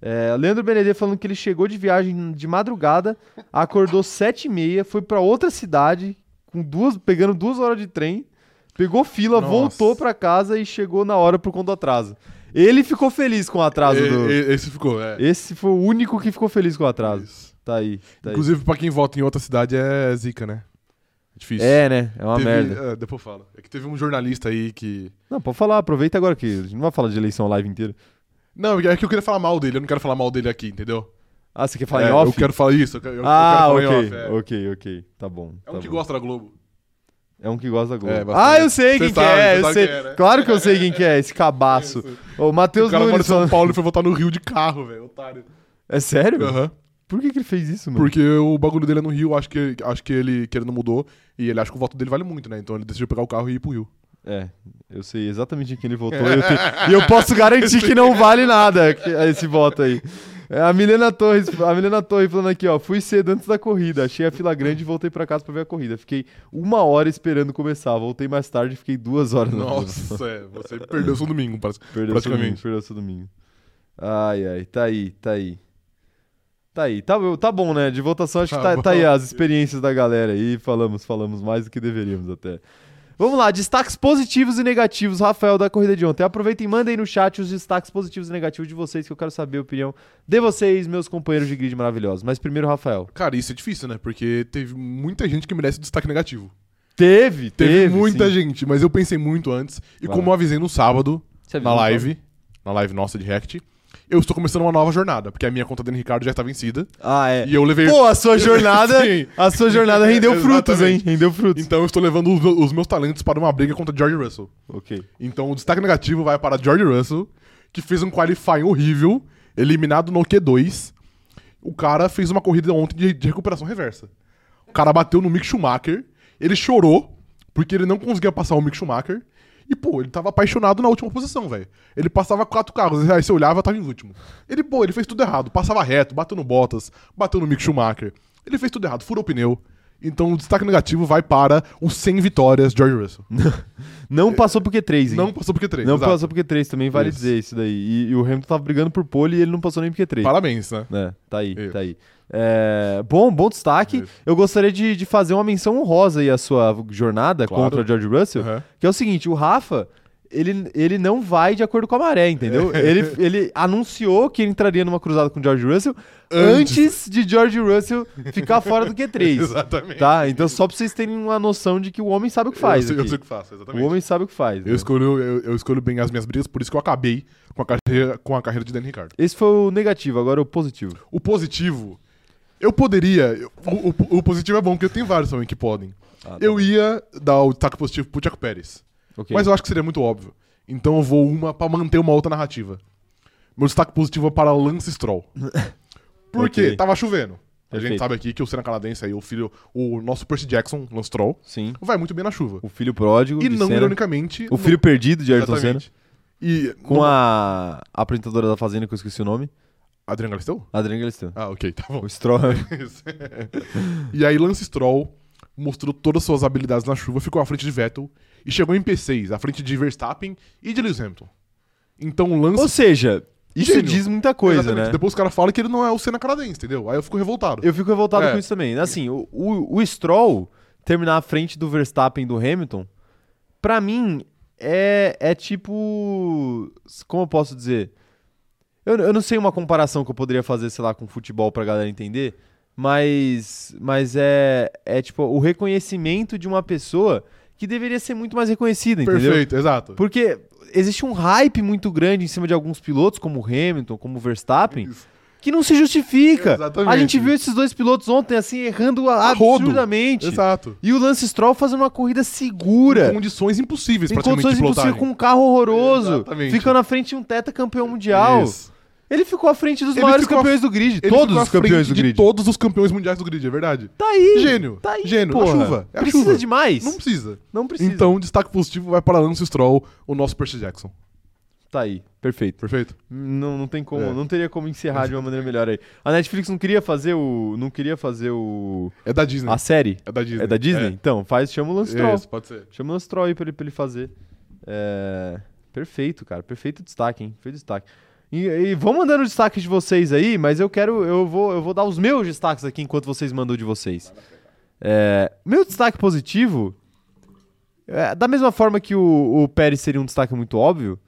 Speaker 1: É, Leandro Benedê falando que ele chegou de viagem de madrugada, acordou 7 e meia, foi pra outra cidade, com duas, pegando duas horas de trem, pegou fila,
Speaker 2: Nossa.
Speaker 1: voltou pra casa e chegou na hora por conta do atraso. Ele ficou feliz com o atraso.
Speaker 2: E-
Speaker 1: do...
Speaker 2: e- Esse ficou, é.
Speaker 1: Esse foi o único que ficou feliz com o atraso.
Speaker 2: Isso.
Speaker 1: Tá aí, tá aí.
Speaker 2: Inclusive, pra quem vota em outra cidade, é zica, né? É difícil.
Speaker 1: É, né? É uma
Speaker 2: Teve-
Speaker 1: merda.
Speaker 2: é, depois eu falo. É que teve um jornalista aí que...
Speaker 1: Não, pode falar, aproveita agora que a gente não vai falar de eleição a live inteira.
Speaker 2: Não, é que eu queria falar mal dele, eu não quero falar mal dele aqui, entendeu?
Speaker 1: Ah, você quer falar
Speaker 2: É,
Speaker 1: em off?
Speaker 2: Eu quero falar isso, eu quero, eu
Speaker 1: ah,
Speaker 2: quero falar
Speaker 1: ok,
Speaker 2: em off. É,
Speaker 1: ok, ok. Tá bom.
Speaker 2: é
Speaker 1: tá
Speaker 2: um que
Speaker 1: bom.
Speaker 2: gosta da Globo.
Speaker 1: É um que gosta da Globo.
Speaker 2: É, bastante.
Speaker 1: ah, eu sei
Speaker 2: Você
Speaker 1: quem que
Speaker 2: sabe,
Speaker 1: é,
Speaker 2: você
Speaker 1: eu
Speaker 2: sabe
Speaker 1: sei.
Speaker 2: quem é, né?
Speaker 1: Claro que eu sei quem que é, esse cabaço.
Speaker 2: Isso.
Speaker 1: Ô,
Speaker 2: O
Speaker 1: Matheus
Speaker 2: cara mora em
Speaker 1: Nunes né?
Speaker 2: São
Speaker 1: falando...
Speaker 2: Paulo e foi votar no Rio de carro, velho, otário.
Speaker 1: É sério?
Speaker 2: Aham.
Speaker 1: Por que, que ele fez isso, mano?
Speaker 2: Porque o bagulho dele é no Rio, acho que, acho que ele querendo mudou. E ele acha que o voto dele vale muito, né? Então ele decidiu pegar o carro e ir pro Rio.
Speaker 1: É, eu sei exatamente em quem ele votou. eu te- E eu posso garantir que não vale nada que- esse voto aí. É, A Milena Torres, a Milena Torres falando aqui, ó, fui cedo antes da corrida, achei a fila grande e voltei pra casa pra ver a corrida. Fiquei uma hora esperando começar, voltei mais tarde, fiquei duas horas. na fila.
Speaker 2: Nossa, é, você perdeu seu domingo, parece.
Speaker 1: Perdeu seu
Speaker 2: Praticamente.
Speaker 1: domingo, perdeu seu domingo. Ai, ai, tá aí, tá aí. Tá aí, tá, bom- tá bom, né? De votação acho
Speaker 2: Tá
Speaker 1: que tá,
Speaker 2: bom.
Speaker 1: tá aí as experiências da galera aí. Falamos, falamos mais do que deveríamos até. Vamos lá, destaques positivos e negativos, Rafael, da corrida de ontem. Aproveitem e mandem no chat os destaques positivos e negativos de vocês, que eu quero saber a opinião de vocês, meus companheiros de grid maravilhosos. Mas primeiro, Rafael.
Speaker 2: Cara, isso é difícil, né? Porque teve muita gente que merece destaque negativo.
Speaker 1: Teve, teve.
Speaker 2: Teve, muita
Speaker 1: sim.
Speaker 2: gente, mas eu pensei muito antes. E
Speaker 1: Vai.
Speaker 2: como eu avisei no sábado,
Speaker 3: Você
Speaker 2: na
Speaker 3: viu?
Speaker 2: live, na live nossa de React, eu estou começando uma nova jornada, porque a minha conta dele Ricardo já está vencida.
Speaker 1: Ah, é.
Speaker 2: E eu levei.
Speaker 1: Pô, a sua jornada,
Speaker 2: Sim.
Speaker 1: a sua jornada rendeu frutos, hein?
Speaker 2: Exatamente.
Speaker 1: Rendeu frutos.
Speaker 2: Então eu estou levando os meus- os meus talentos para uma briga contra George Russell.
Speaker 1: Ok.
Speaker 2: Então o destaque negativo vai para George Russell, que fez um qualifying horrível, eliminado no Q2. O cara fez uma corrida ontem de, de recuperação reversa. O cara bateu no Mick Schumacher, ele chorou, porque ele não conseguia passar o Mick Schumacher. E, pô, ele tava apaixonado na última posição, velho. Ele passava quatro carros, aí você olhava, tava em último. Ele, pô, ele fez tudo errado. Passava reto, bateu no Bottas, bateu no Mick Schumacher. Ele fez tudo errado, furou o pneu. Então o destaque negativo vai para os 100 vitórias George Russell.
Speaker 1: Não passou pro Q3, hein?
Speaker 2: Não passou porque três.
Speaker 1: Não
Speaker 2: exato.
Speaker 1: passou pro Q3 também, vale
Speaker 2: Isso.
Speaker 1: dizer isso daí. E, e o Hamilton tava brigando por pole e ele não passou nem pro Q3.
Speaker 2: Parabéns, né?
Speaker 1: É, tá aí,
Speaker 2: Isso.
Speaker 1: tá aí. É, bom, bom destaque.
Speaker 2: Isso.
Speaker 1: Eu gostaria de, de fazer uma menção honrosa aí à sua jornada
Speaker 2: Claro.
Speaker 1: contra o George Russell,
Speaker 2: Aham.
Speaker 1: que é o seguinte, o Rafa, ele, ele não vai de acordo com a maré, entendeu? ele, ele anunciou que ele entraria numa cruzada com o George Russell antes,
Speaker 2: Antes.
Speaker 1: de George Russell ficar fora do Q3,
Speaker 2: Exatamente.
Speaker 1: tá? Então só pra vocês terem uma noção de que o homem sabe o que faz
Speaker 2: Eu sei, eu
Speaker 1: aqui.
Speaker 2: sei o que faço,
Speaker 1: O
Speaker 2: exatamente.
Speaker 1: homem sabe o que faz.
Speaker 2: Eu
Speaker 1: né?
Speaker 2: escolho, eu, eu escolho bem as minhas brigas, por isso que eu acabei com a carreira, com a carreira de Daniel Ricardo.
Speaker 1: Esse foi o negativo, agora é o positivo.
Speaker 2: O positivo, eu poderia. eu- O, o- o positivo é bom, porque eu tenho vários também que podem.
Speaker 1: Ah, tá
Speaker 2: eu ia dar o destaque positivo pro Tiago Pérez.
Speaker 1: Ok.
Speaker 2: Mas eu acho que seria muito óbvio. Então eu vou uma pra manter uma outra narrativa. Meu destaque positivo é para Lance Stroll. Por
Speaker 1: Ok.
Speaker 2: quê? Tava chovendo. A
Speaker 1: Perfeito.
Speaker 2: gente sabe aqui que o Senna canadense aí, o filho, o nosso Percy Jackson, Lance Stroll,
Speaker 1: Sim.
Speaker 2: vai muito bem na chuva.
Speaker 1: O filho pródigo
Speaker 2: E
Speaker 1: de
Speaker 2: não,
Speaker 1: Senna.
Speaker 2: ironicamente.
Speaker 1: O filho perdido de
Speaker 2: não-
Speaker 1: Ayrton Senna.
Speaker 2: Exatamente. E
Speaker 1: Com a a apresentadora da Fazenda, que eu esqueci o nome.
Speaker 2: Adriano Galisteu?
Speaker 1: Adriana Galisteu.
Speaker 2: Ah, ok, tá bom.
Speaker 1: O Stroll.
Speaker 2: e aí Lance Stroll mostrou todas as suas habilidades na chuva, ficou à frente de Vettel e chegou em P6, à frente de Verstappen e de Lewis Hamilton. Então o Lance...
Speaker 1: Ou seja, isso
Speaker 2: Gênio.
Speaker 1: diz muita coisa,
Speaker 2: Exatamente,
Speaker 1: né?
Speaker 2: Depois os caras falam que ele não é o Senna canadense, entendeu? Aí eu fico revoltado.
Speaker 1: Eu fico revoltado
Speaker 2: É.
Speaker 1: com isso também. Assim, o, o, o Stroll terminar à frente do Verstappen e do Hamilton, pra mim, é, é tipo. Como eu posso dizer? Eu, eu não sei uma comparação que eu poderia fazer, sei lá, com futebol pra galera entender, mas, mas é, é tipo o reconhecimento de uma pessoa que deveria ser muito mais reconhecida, entendeu?
Speaker 2: Perfeito, exato.
Speaker 1: Porque existe um hype muito grande em cima de alguns pilotos, como o Hamilton, como o Verstappen,
Speaker 2: Isso.
Speaker 1: que não se justifica.
Speaker 2: Exatamente.
Speaker 1: A gente viu esses dois pilotos ontem, assim, errando
Speaker 2: A rodo.
Speaker 1: absurdamente.
Speaker 2: Exato.
Speaker 1: E o Lance Stroll fazendo uma corrida segura.
Speaker 2: Em condições impossíveis,
Speaker 1: Em
Speaker 2: praticamente,
Speaker 1: condições
Speaker 2: de pilotagem.
Speaker 1: impossíveis, com um carro horroroso,
Speaker 2: Exatamente.
Speaker 1: ficando à frente de um tetracampeão mundial.
Speaker 2: Isso.
Speaker 1: Ele ficou à frente dos
Speaker 2: Ele
Speaker 1: maiores
Speaker 2: ficou à-
Speaker 1: campeões do grid,
Speaker 2: Ele
Speaker 1: todos
Speaker 2: ficou à
Speaker 1: os campeões
Speaker 2: frente
Speaker 1: do
Speaker 2: de
Speaker 1: grid.
Speaker 2: todos os campeões mundiais do grid, é verdade.
Speaker 1: Tá aí.
Speaker 2: Gênio.
Speaker 1: Tá aí.
Speaker 2: Gênio.
Speaker 1: porra.
Speaker 2: A chuva. É a
Speaker 1: precisa
Speaker 2: chuva.
Speaker 1: demais.
Speaker 2: Não precisa.
Speaker 1: Não precisa.
Speaker 2: Então, destaque positivo vai para Lance Stroll, o nosso Percy Jackson.
Speaker 1: Tá aí. Perfeito.
Speaker 2: Perfeito?
Speaker 1: Não, não tem como,
Speaker 2: É.
Speaker 1: não teria como encerrar de uma maneira melhor aí. A Netflix não queria fazer o, não queria fazer o
Speaker 2: É da Disney.
Speaker 1: a série.
Speaker 2: É da Disney.
Speaker 1: É da Disney? Então, faz, chama o Lance Stroll.
Speaker 2: Isso, pode ser.
Speaker 1: Chama o Lance Stroll um aí pra ele, pra ele fazer. É, perfeito, cara. Perfeito destaque, hein? Perfeito destaque. E, e vão mandando os destaques de vocês aí, mas eu quero, eu vou, eu vou dar os meus destaques aqui enquanto vocês mandam de vocês. É, meu destaque positivo, é, da mesma forma que o, o Pérez seria um destaque muito óbvio,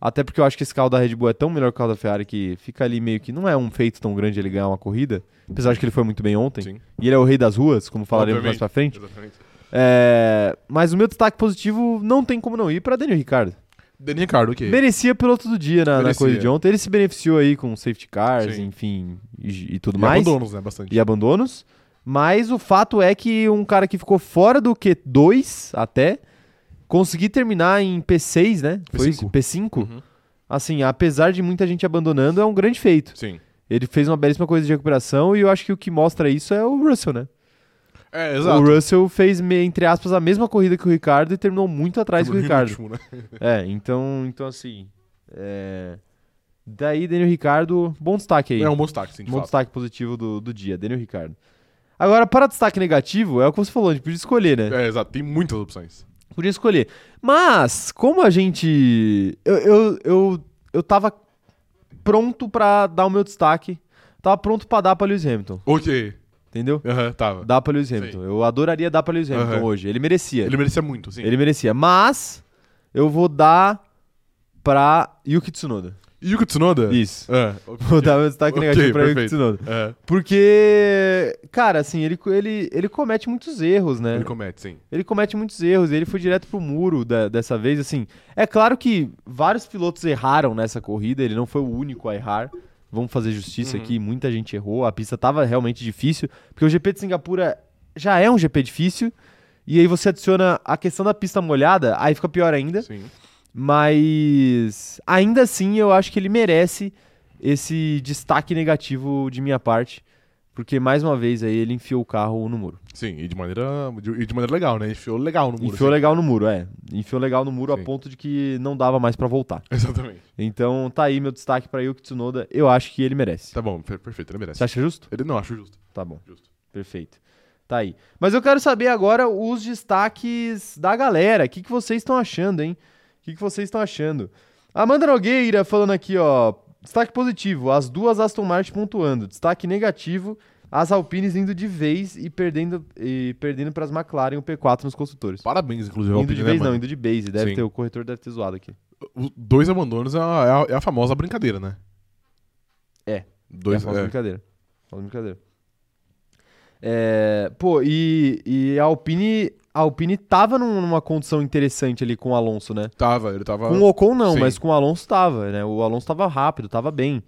Speaker 1: até porque eu acho que esse carro da Red Bull é tão melhor que o carro da Ferrari que fica ali meio que não é um feito tão grande ele ganhar uma corrida, apesar de que ele foi muito bem ontem.
Speaker 2: Sim.
Speaker 1: E ele é o rei das ruas, como falaremos mais
Speaker 2: Obviamente.
Speaker 1: pra frente.
Speaker 2: Exatamente.
Speaker 1: É, mas o meu destaque positivo não tem como não ir pra Daniel Ricardo.
Speaker 2: Daniel Ricardo, ok.
Speaker 1: Merecia piloto do dia na, na
Speaker 2: Merecia.
Speaker 1: corrida de ontem. Ele se beneficiou aí com safety cars,
Speaker 2: Sim.
Speaker 1: enfim, e, e tudo
Speaker 2: E
Speaker 1: mais.
Speaker 2: abandonos, né? Bastante.
Speaker 1: E abandonos. Mas o fato é que um cara que ficou fora do Q2 até conseguir terminar em P6, né? Foi
Speaker 2: P5.
Speaker 1: isso?
Speaker 2: Uhum.
Speaker 1: P5. Assim, apesar de muita gente abandonando, é um grande feito.
Speaker 2: Sim.
Speaker 1: Ele fez uma belíssima coisa de recuperação e eu acho que o que mostra isso é o Russell, né?
Speaker 2: É, exato.
Speaker 1: O Russell fez, me- entre aspas, a mesma corrida que o Ricardo e terminou muito atrás do
Speaker 2: Terminou em
Speaker 1: Ricardo.
Speaker 2: último, né?
Speaker 1: É, então, então assim. é, Daí, Daniel Ricardo, bom destaque aí.
Speaker 2: É um bom destaque, sim, de
Speaker 1: bom
Speaker 2: fato.
Speaker 1: destaque positivo do, do dia, Daniel Ricardo. Agora, para destaque negativo, é o que você falou, a gente podia escolher, né?
Speaker 2: É, exato. Tem muitas opções.
Speaker 1: Podia escolher. Mas, como a gente. Eu, eu, eu, eu tava pronto pra dar o meu destaque. Tava pronto pra dar pra Lewis Hamilton,
Speaker 2: Ok.
Speaker 1: entendeu?
Speaker 2: Aham, tava.
Speaker 1: Dar pra Lewis Hamilton. Eu adoraria dar pra Lewis Hamilton
Speaker 2: Aham.
Speaker 1: hoje. Ele merecia.
Speaker 2: Ele merecia muito, sim.
Speaker 1: Ele merecia. Mas, eu vou dar pra Yuki Tsunoda.
Speaker 2: Yuki Tsunoda?
Speaker 1: Isso.
Speaker 2: É.
Speaker 1: Vou dar meu destaque
Speaker 2: Ok,
Speaker 1: negativo pra Yuki
Speaker 2: perfeito.
Speaker 1: Tsunoda.
Speaker 2: É,
Speaker 1: Porque, cara, assim, ele, ele, ele comete muitos erros, né?
Speaker 2: ele comete, sim.
Speaker 1: Ele comete muitos erros, ele foi direto pro muro da- dessa vez, assim. É claro que vários pilotos erraram nessa corrida, ele não foi o único a errar. Vamos fazer
Speaker 2: Uhum.
Speaker 1: justiça aqui, muita gente errou, a pista tava realmente difícil, porque o GP de Singapura já é um GP difícil, e aí você adiciona a questão da pista molhada, aí fica pior ainda.
Speaker 2: Sim.
Speaker 1: Mas ainda assim eu acho que ele merece esse destaque negativo de minha parte. Porque mais uma vez aí ele enfiou o carro no muro.
Speaker 2: Sim, e de maneira, de, e de maneira legal, né? Enfiou legal no muro.
Speaker 1: enfiou
Speaker 2: assim.
Speaker 1: legal no muro, é. Enfiou legal no muro a
Speaker 2: Sim.
Speaker 1: ponto de que não dava mais pra voltar.
Speaker 2: Exatamente.
Speaker 1: Então tá aí meu destaque pra Yuki Tsunoda. Eu acho que ele merece.
Speaker 2: Tá bom, per- perfeito, ele merece.
Speaker 1: Você acha justo?
Speaker 2: Ele não, acho justo.
Speaker 1: Tá bom.
Speaker 2: Justo.
Speaker 1: Perfeito. Tá aí. Mas eu quero saber agora os destaques da galera. O que, que vocês estão achando, hein? O que, que vocês estão achando? Amanda Nogueira falando aqui, ó. Destaque positivo, as duas Aston Martin pontuando. Destaque negativo, as Alpines indo de vez e perdendo e perdendo para as McLaren o P4 nos consultores.
Speaker 2: Parabéns, inclusive, ao
Speaker 1: Indo de
Speaker 2: Alpine,
Speaker 1: vez
Speaker 2: né,
Speaker 1: não,
Speaker 2: mano?
Speaker 1: indo de base. Deve
Speaker 2: Sim.
Speaker 1: ter, o corretor deve ter zoado aqui.
Speaker 2: O- Dois abandonos é a, é a- é a famosa brincadeira, né?
Speaker 1: É.
Speaker 2: Dois,
Speaker 1: é, é.
Speaker 2: é,
Speaker 1: brincadeira. Fala brincadeira. É, pô, e, e a Alpine, a Alpine tava num- numa condição interessante ali com o Alonso, né?
Speaker 2: Tava, ele tava...
Speaker 1: Com o Ocon não,
Speaker 2: sim.
Speaker 1: mas com o Alonso tava, né? O Alonso tava rápido, tava bem.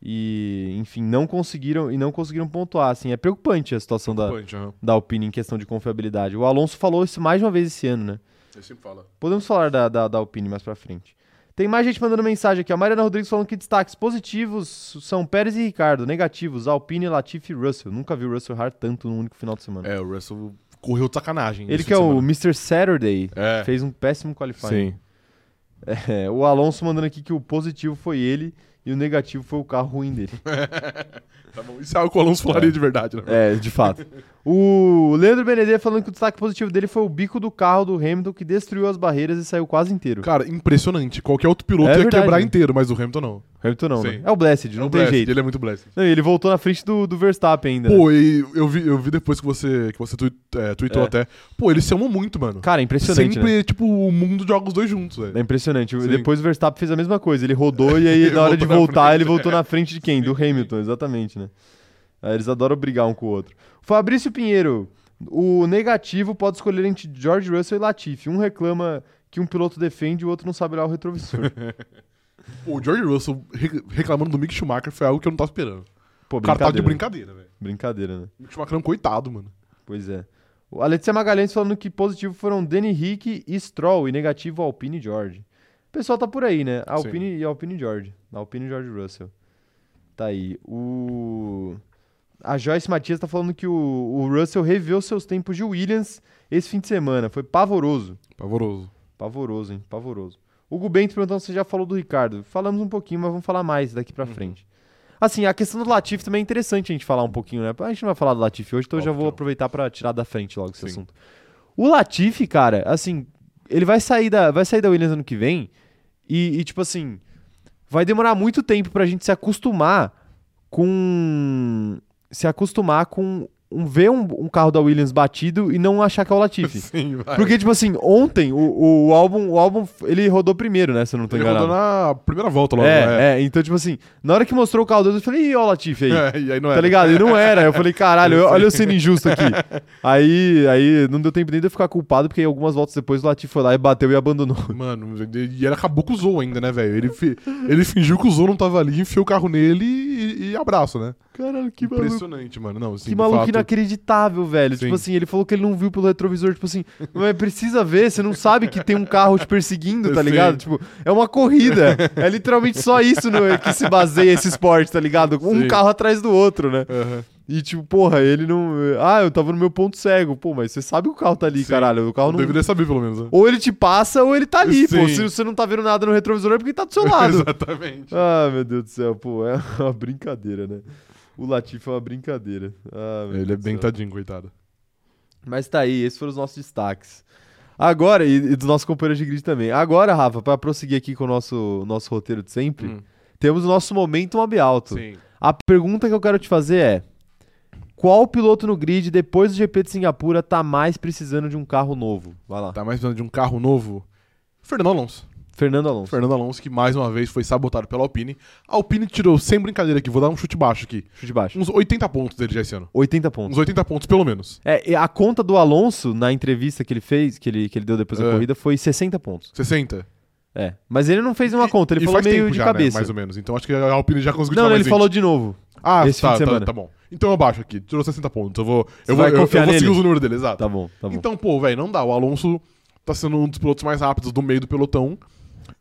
Speaker 1: E, enfim, não conseguiram e não conseguiram pontuar, assim, é preocupante a situação da,
Speaker 2: Punch, aham.
Speaker 1: da Alpine em questão de confiabilidade. O Alonso falou isso mais uma vez esse ano, né?
Speaker 2: Ele sempre fala.
Speaker 1: Podemos falar da, da, da Alpine mais pra frente. Tem mais gente mandando mensagem aqui. A Mariana Rodrigues falando que destaques positivos são Pérez e Ricardo. Negativos, Alpine, Latifi e Russell. Nunca vi o Russell errar tanto num único final de semana.
Speaker 2: É, o Russell correu de sacanagem.
Speaker 1: Ele
Speaker 2: esse
Speaker 1: que é
Speaker 2: fim
Speaker 1: o
Speaker 2: de semana.
Speaker 1: Mr. Saturday.
Speaker 2: É,
Speaker 1: Fez um péssimo qualifying.
Speaker 2: sim.
Speaker 1: É, o Alonso mandando aqui que o positivo foi ele e o negativo foi o carro ruim dele.
Speaker 2: Tá bom, isso é algo que o Alonso falaria de verdade, né?
Speaker 1: É, de fato. O Leandro Benedetti falando que o destaque positivo dele foi o bico do carro do Hamilton que destruiu as barreiras e saiu quase inteiro.
Speaker 2: Cara, impressionante. Qualquer outro piloto
Speaker 1: É
Speaker 2: ia
Speaker 1: verdade,
Speaker 2: quebrar
Speaker 1: né?
Speaker 2: inteiro, mas o Hamilton não.
Speaker 1: Hamilton não,
Speaker 2: Sim.
Speaker 1: né? É o Blessed, não
Speaker 2: É um
Speaker 1: tem
Speaker 2: blessed,
Speaker 1: jeito.
Speaker 2: Ele é muito blessed.
Speaker 1: Não, e ele voltou na frente do, do Verstappen ainda. né?
Speaker 2: Pô, e eu vi, eu vi depois que você, que você tweet, é, tweetou
Speaker 1: É.
Speaker 2: até. Pô, eles se amam muito, mano.
Speaker 1: Cara, é impressionante, né?
Speaker 2: Sempre, tipo, o mundo joga os dois juntos, velho.
Speaker 1: É impressionante.
Speaker 2: Sim.
Speaker 1: Depois o Verstappen fez a mesma coisa. Ele rodou e aí,
Speaker 2: Ele
Speaker 1: na hora de
Speaker 2: voltou na
Speaker 1: voltar,
Speaker 2: frente.
Speaker 1: ele voltou na frente de quem? Do Hamilton, exatamente, né? Aí eles adoram brigar um com o outro. Fabrício Pinheiro. O negativo pode escolher entre George Russell e Latifi. Um reclama que um piloto defende e o outro não sabe olhar o retrovisor.
Speaker 2: Pô, o George Russell re- reclamando do Mick Schumacher foi algo que eu não tava esperando.
Speaker 1: Pô,
Speaker 2: O cara tá de
Speaker 1: brincadeira. né?
Speaker 2: brincadeira,
Speaker 1: Brincadeira,
Speaker 2: velho.
Speaker 1: né?
Speaker 2: O Mick Schumacher é um coitado, mano.
Speaker 1: Pois é. O Letícia Magalhães falando que positivo foram Danny Rick e Stroll, e negativo Alpine e George. O pessoal tá por aí, né? Alpine e Alpine e George. Alpine e George Russell. Tá aí. O... A Joyce Matias tá falando que o, o Russell reveu seus tempos de Williams esse fim de semana. Foi pavoroso.
Speaker 2: Pavoroso.
Speaker 1: Pavoroso, hein? Pavoroso. O Gubento perguntando se você já falou do Ricardo. Falamos um pouquinho, mas vamos falar mais daqui
Speaker 2: Uhum.
Speaker 1: pra frente. Assim, a questão do Latifi também é interessante a gente falar um pouquinho, né? A gente não vai falar do Latifi hoje, então eu já
Speaker 2: Óbvio
Speaker 1: vou
Speaker 2: que não.
Speaker 1: aproveitar pra tirar da frente logo esse
Speaker 2: Sim.
Speaker 1: assunto. O Latifi, cara, assim, ele vai sair da, vai sair da Williams ano que vem e, e, tipo assim, vai demorar muito tempo pra gente se acostumar com... se acostumar com um, ver um, um carro da Williams batido e não achar que é o Latifi.
Speaker 2: Sim, vai.
Speaker 1: Porque, tipo assim, ontem o, o álbum, o álbum, ele rodou primeiro, né? Se eu não tô
Speaker 2: ele
Speaker 1: enganado.
Speaker 2: rodou na primeira volta logo, né?
Speaker 1: é, é, então, tipo assim, na hora que mostrou o carro dele, eu falei, ih, ó, o Latifi aí.
Speaker 2: É, e aí não
Speaker 1: Tá
Speaker 2: era.
Speaker 1: ligado? E não era. Eu falei, caralho, eu- olha eu sendo injusto aqui. Aí, aí não deu tempo nem de eu ficar culpado, porque aí algumas voltas depois o Latifi foi lá e bateu e abandonou.
Speaker 2: Mano, e ele acabou que usou ainda, né, velho? Ele, fi- ele fingiu que o Zou não tava ali, enfiou o carro nele e e, e abraço, né?
Speaker 1: Caralho, que maluco.
Speaker 2: Impressionante, mano. Não, assim,
Speaker 1: que
Speaker 2: de
Speaker 1: maluco
Speaker 2: fato,
Speaker 1: inacreditável, velho.
Speaker 2: Sim.
Speaker 1: Tipo assim, ele falou que ele não viu pelo retrovisor. Tipo assim, mas precisa ver, você não sabe que tem um carro te perseguindo, tá
Speaker 2: Sim.
Speaker 1: ligado? Tipo, é uma corrida. É literalmente só isso no- que se baseia esse esporte, tá ligado? Um
Speaker 2: Sim.
Speaker 1: carro atrás do outro, né?
Speaker 2: aham.
Speaker 1: E tipo, porra, ele não. Ah, eu tava no meu ponto cego. Pô, mas você sabe que o carro tá ali,
Speaker 2: Sim.
Speaker 1: caralho. O carro não.
Speaker 2: Deveria saber, pelo menos. Né?
Speaker 1: Ou ele te passa ou ele tá ali, pô.
Speaker 2: Sim.
Speaker 1: Se você não tá vendo nada no retrovisor é porque tá do seu lado.
Speaker 2: Exatamente.
Speaker 1: ah, meu Deus do céu, pô, é uma brincadeira, né? O Latif é uma brincadeira. Ah, meu
Speaker 2: Ele é
Speaker 1: Deus do
Speaker 2: bem
Speaker 1: céu.
Speaker 2: tadinho, coitado.
Speaker 1: Mas tá aí, esses foram os nossos destaques. Agora, e, e dos nossos companheiros de grid também. Agora, Rafa, pra prosseguir aqui com o nosso, nosso roteiro de sempre,
Speaker 2: Hum.
Speaker 1: temos o nosso momento mob alto.
Speaker 2: Sim.
Speaker 1: A pergunta que eu quero te fazer é: qual piloto no grid, depois do GP de Singapura, tá mais precisando de um carro novo? Vai lá.
Speaker 2: Tá mais precisando de um carro novo? Fernando Alonso.
Speaker 1: Fernando Alonso.
Speaker 2: Fernando Alonso, que mais uma vez foi sabotado pela Alpine. A Alpine tirou, sem brincadeira aqui, vou dar um chute baixo aqui.
Speaker 1: Chute baixo.
Speaker 2: Uns 80 pontos dele já esse ano.
Speaker 1: 80 pontos.
Speaker 2: Uns 80 pontos, pelo menos.
Speaker 1: É, e a conta do Alonso, na entrevista que ele fez, que ele, que ele deu depois da
Speaker 2: É.
Speaker 1: corrida, foi 60 pontos.
Speaker 2: 60.
Speaker 1: É. Mas ele não fez uma conta, ele
Speaker 2: E
Speaker 1: falou
Speaker 2: faz
Speaker 1: meio
Speaker 2: tempo
Speaker 1: de
Speaker 2: já, né,
Speaker 1: cabeça.
Speaker 2: mais ou menos. Então acho que a Alpine já conseguiu
Speaker 1: Não, não,
Speaker 2: tirar
Speaker 1: ele
Speaker 2: mais 20.
Speaker 1: falou de novo.
Speaker 2: Ah,
Speaker 1: esse
Speaker 2: tá,
Speaker 1: fim de
Speaker 2: tá,
Speaker 1: semana.
Speaker 2: tá bom. Então eu baixo aqui. Tirou 60 pontos. Eu vou, eu vou,
Speaker 1: vai
Speaker 2: eu, eu
Speaker 1: confiar
Speaker 2: vou seguir
Speaker 1: nele?
Speaker 2: os números dele, exato.
Speaker 1: Tá bom, tá bom.
Speaker 2: Então, pô, velho, não dá. O Alonso tá sendo um dos pilotos mais rápidos do meio do pelotão.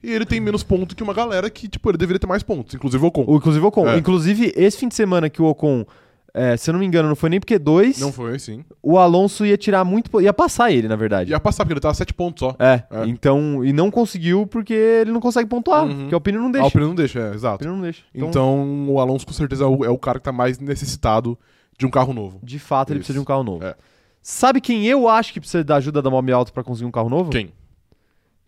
Speaker 2: E ele tem menos ponto que uma galera que, tipo, ele deveria ter mais pontos. Inclusive o Ocon.
Speaker 1: O- inclusive o Ocon.
Speaker 2: É.
Speaker 1: Inclusive, esse fim de semana que o Ocon, é, se eu não me engano, não foi nem porque dois,
Speaker 2: Não foi, sim.
Speaker 1: o Alonso ia tirar muito. po- ia passar ele, na verdade.
Speaker 2: Ia passar, porque ele tava 7 pontos só.
Speaker 1: É,
Speaker 2: É.
Speaker 1: Então, e não conseguiu porque ele não consegue pontuar,
Speaker 2: Uhum.
Speaker 1: que a Alpine não
Speaker 2: A
Speaker 1: deixa.
Speaker 2: Alpine não deixa, é,
Speaker 1: A
Speaker 2: exato.
Speaker 1: Alpine não deixa. Então,
Speaker 2: Então, o Alonso com certeza é o, é o cara que tá mais necessitado de um carro novo.
Speaker 1: de fato, ele
Speaker 2: Isso.
Speaker 1: precisa de um carro novo.
Speaker 2: É.
Speaker 1: Sabe quem eu acho que precisa da ajuda da Mob Alto pra conseguir um carro novo?
Speaker 2: Quem?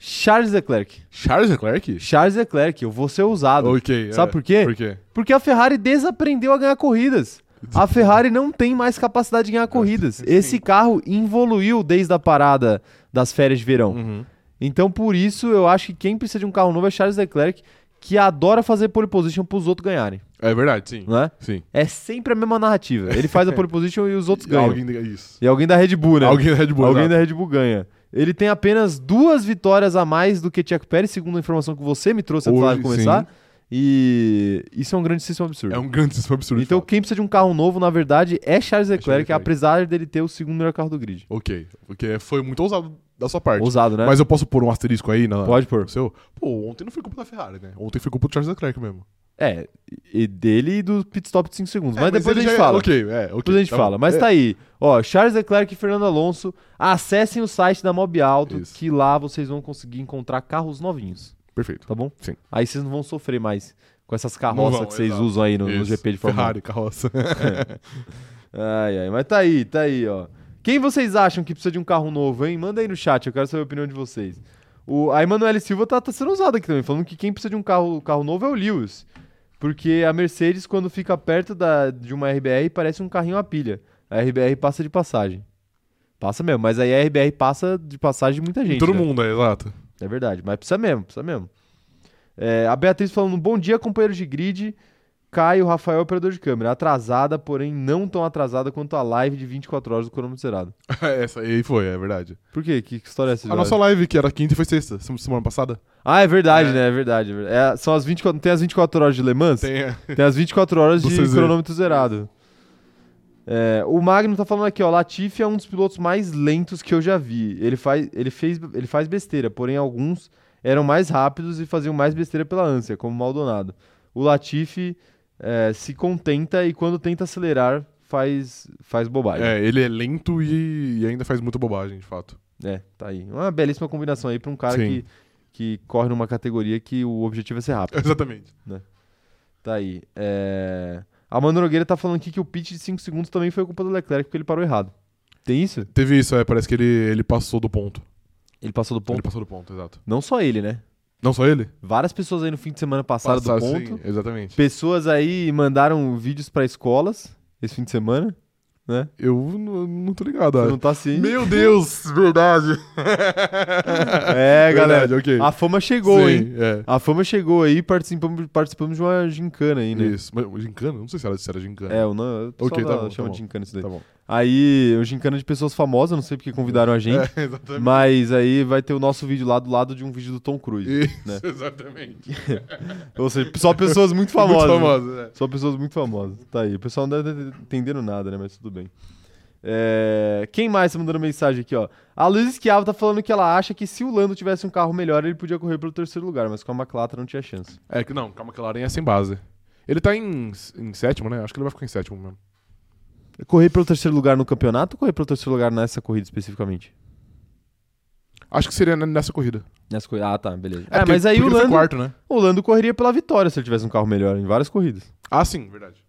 Speaker 1: Charles Leclerc.
Speaker 2: Charles Leclerc?
Speaker 1: Charles Leclerc, eu vou ser usado.
Speaker 2: Ok.
Speaker 1: Sabe
Speaker 2: é.
Speaker 1: por quê?
Speaker 2: Por quê?
Speaker 1: Porque a Ferrari desaprendeu a ganhar corridas. A Ferrari não tem mais capacidade de
Speaker 2: É,
Speaker 1: ganhar corridas. Esse carro evoluiu desde a parada das férias de verão.
Speaker 2: Uhum.
Speaker 1: Então, por isso, eu acho que quem precisa de um carro novo é Charles Leclerc, que adora fazer pole position pros outros ganharem,
Speaker 2: É verdade, sim.
Speaker 1: não é?
Speaker 2: Sim.
Speaker 1: É sempre a mesma narrativa. Ele faz a pole position e os outros ganham.
Speaker 2: Alguém, isso.
Speaker 1: E alguém da Red Bull, né?
Speaker 2: Alguém da Red Bull.
Speaker 1: Alguém
Speaker 2: exato.
Speaker 1: da Red Bull ganha. Ele tem apenas duas vitórias a mais do que Tiago Pérez, segundo a informação que você me trouxe antes da
Speaker 2: Hoje,
Speaker 1: live começar. E isso é um grandíssimo absurdo.
Speaker 2: É um grandíssimo absurdo. de
Speaker 1: Então
Speaker 2: fato.
Speaker 1: quem precisa de um carro novo, na verdade, é Charles Leclerc,
Speaker 2: Leclerc.
Speaker 1: apesar dele ter o segundo melhor carro do grid.
Speaker 2: Ok. Porque foi muito ousado da sua parte.
Speaker 1: Ousado, né? Ah.
Speaker 2: Mas eu posso pôr um asterisco aí na.
Speaker 1: Pode pôr.
Speaker 2: no Seu? Pô, ontem não foi culpa da Ferrari, né? Ontem foi culpa do Charles Leclerc mesmo.
Speaker 1: É, e dele e do pit stop de 5 segundos.
Speaker 2: É,
Speaker 1: mas, depois a
Speaker 2: ele
Speaker 1: gente
Speaker 2: já-
Speaker 1: fala.
Speaker 2: Ok, é, ok.
Speaker 1: Depois a gente
Speaker 2: tá bom.
Speaker 1: fala. Mas
Speaker 2: É,
Speaker 1: tá aí. Ó, Charles Leclerc e Fernando Alonso, acessem o site da Mob Alto,
Speaker 2: Isso.
Speaker 1: que lá vocês vão conseguir encontrar carros novinhos,
Speaker 2: É, Perfeito.
Speaker 1: tá bom?
Speaker 2: Sim.
Speaker 1: Aí vocês não vão sofrer mais com essas
Speaker 2: Não
Speaker 1: carroças
Speaker 2: vão,
Speaker 1: que vocês
Speaker 2: exato.
Speaker 1: usam aí no, no
Speaker 2: Isso.
Speaker 1: GP de Fórmula 1.
Speaker 2: Ferrari, carroça.
Speaker 1: Ai, ai, mas tá aí, tá aí, ó. Quem vocês acham que precisa de um carro novo, hein? Manda aí no chat, eu quero saber a opinião de vocês. O, a Emanuele Silva tá, tá sendo usada aqui também, falando que quem precisa de um carro, carro novo é o Lewis. Porque a Mercedes, quando fica perto da, de uma RBR, parece um carrinho a pilha. A RBR passa de passagem. Passa mesmo, mas aí a RBR passa de passagem de muita gente.
Speaker 2: Todo
Speaker 1: né?
Speaker 2: mundo, é, exato.
Speaker 1: É verdade, mas precisa mesmo, precisa mesmo. É, a Beatriz falando, bom dia, companheiros de grid. Caio, Rafael, operador de câmera. Atrasada, porém não tão atrasada quanto a live de 24 horas do cronômetro zerado.
Speaker 2: Essa aí foi, é verdade.
Speaker 1: Por quê? Que, que história é essa?
Speaker 2: A
Speaker 1: Eduardo?
Speaker 2: nossa live, que era quinta e foi sexta, sem- semana passada.
Speaker 1: Ah, é verdade,
Speaker 2: É.
Speaker 1: né? É verdade. é verdade. É, são as 24, tem as 24 horas de Le Mans?
Speaker 2: Tem, é.
Speaker 1: Tem as 24 horas
Speaker 2: Do
Speaker 1: de
Speaker 2: CZ.
Speaker 1: cronômetro zerado. É, o Magno tá falando aqui, ó. Latifi é um dos pilotos mais lentos que eu já vi. Ele faz, ele fez, ele faz besteira, porém alguns eram mais rápidos e faziam mais besteira pela ânsia, como o Maldonado. O Latifi é, se contenta e quando tenta acelerar, faz, faz bobagem. É.
Speaker 2: É, ele é lento e, e ainda faz muita bobagem, de fato.
Speaker 1: tá aí. Uma belíssima combinação aí pra um cara
Speaker 2: Sim.
Speaker 1: que, que corre numa categoria que o objetivo é ser rápido.
Speaker 2: Exatamente.
Speaker 1: Tá aí. É... A Mano Nogueira tá falando aqui que o pitch de 5 segundos também foi culpa do Leclerc, porque ele parou errado. Tem isso?
Speaker 2: Teve isso, é, parece que ele, ele passou do ponto.
Speaker 1: Ele passou do ponto.
Speaker 2: Ele passou do ponto, exato.
Speaker 1: Não só ele, né?
Speaker 2: Não só ele?
Speaker 1: Várias pessoas aí no fim de semana passaram
Speaker 2: Passar,
Speaker 1: do ponto.
Speaker 2: sim, exatamente.
Speaker 1: Pessoas aí mandaram vídeos pra escolas esse fim de semana, né?
Speaker 2: Eu n- não tô ligado.
Speaker 1: Você
Speaker 2: ah.
Speaker 1: não tá ciente.
Speaker 2: Meu Deus, verdade.
Speaker 1: É, galera.
Speaker 2: Verdade, ok.
Speaker 1: A fama chegou,
Speaker 2: Sim,
Speaker 1: hein?
Speaker 2: É.
Speaker 1: A fama chegou aí, participamos, participamos de uma gincana aí, né?
Speaker 2: Isso. Mas gincana? Não sei se era, se era gincana.
Speaker 1: É, o nome.
Speaker 2: Ok,
Speaker 1: Ok,
Speaker 2: tá bom,
Speaker 1: Chama
Speaker 2: tá
Speaker 1: de
Speaker 2: bom.
Speaker 1: gincana isso daí.
Speaker 2: Tá bom.
Speaker 1: Aí, o Gincana de pessoas famosas, não sei porque convidaram a gente.
Speaker 2: É, exatamente.
Speaker 1: Mas aí vai ter o nosso vídeo lá do lado de um vídeo do Tom Cruise.
Speaker 2: Isso,
Speaker 1: né?
Speaker 2: exatamente.
Speaker 1: Ou seja, só pessoas muito famosas.
Speaker 2: Muito famoso, é.
Speaker 1: Só pessoas muito famosas. Tá aí. O pessoal não deve ter entendendo nada, né? Mas tudo bem. É, Quem mais tá mandando mensagem aqui, ó? A Luiz Esquiava tá falando que ela acha que se o Lando tivesse um carro melhor, ele podia correr pelo terceiro lugar, mas com a McLaren não tinha chance.
Speaker 2: É que não, calma que a Lauren é sem base. Ele tá em, em sétimo, né? Acho que ele vai ficar em sétimo mesmo.
Speaker 1: Correr pelo terceiro lugar no campeonato ou correr pelo terceiro lugar nessa corrida especificamente?
Speaker 2: Acho que seria nessa corrida.
Speaker 1: Nessa corrida. Ah, tá, beleza.
Speaker 2: É,
Speaker 1: ah,
Speaker 2: porque-
Speaker 1: mas aí
Speaker 2: porque
Speaker 1: o
Speaker 2: ele foi
Speaker 1: Lando,
Speaker 2: quarto, né?
Speaker 1: o Lando correria pela vitória se ele tivesse um carro melhor em várias corridas.
Speaker 2: Ah, sim, verdade.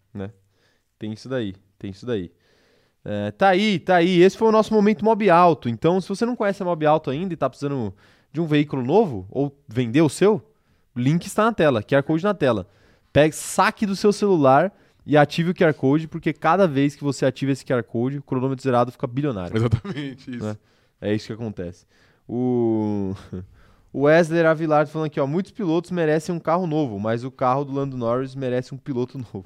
Speaker 1: Tem isso daí, tem isso daí. É, tá aí, tá aí. Esse foi o nosso momento Mob Alto. Então, se você não conhece a Mob Alto ainda e tá precisando de um veículo novo, ou vender o seu, o link está na tela, QR Code na tela. Pegue, saque do seu celular e ative o QR Code, porque cada vez que você ativa esse QR Code, o cronômetro zerado fica bilionário.
Speaker 2: Exatamente isso.
Speaker 1: Né? É isso que acontece. O, o Wesley Avilar falando aqui, ó, muitos pilotos merecem um carro novo, mas o carro do Lando Norris merece um piloto novo.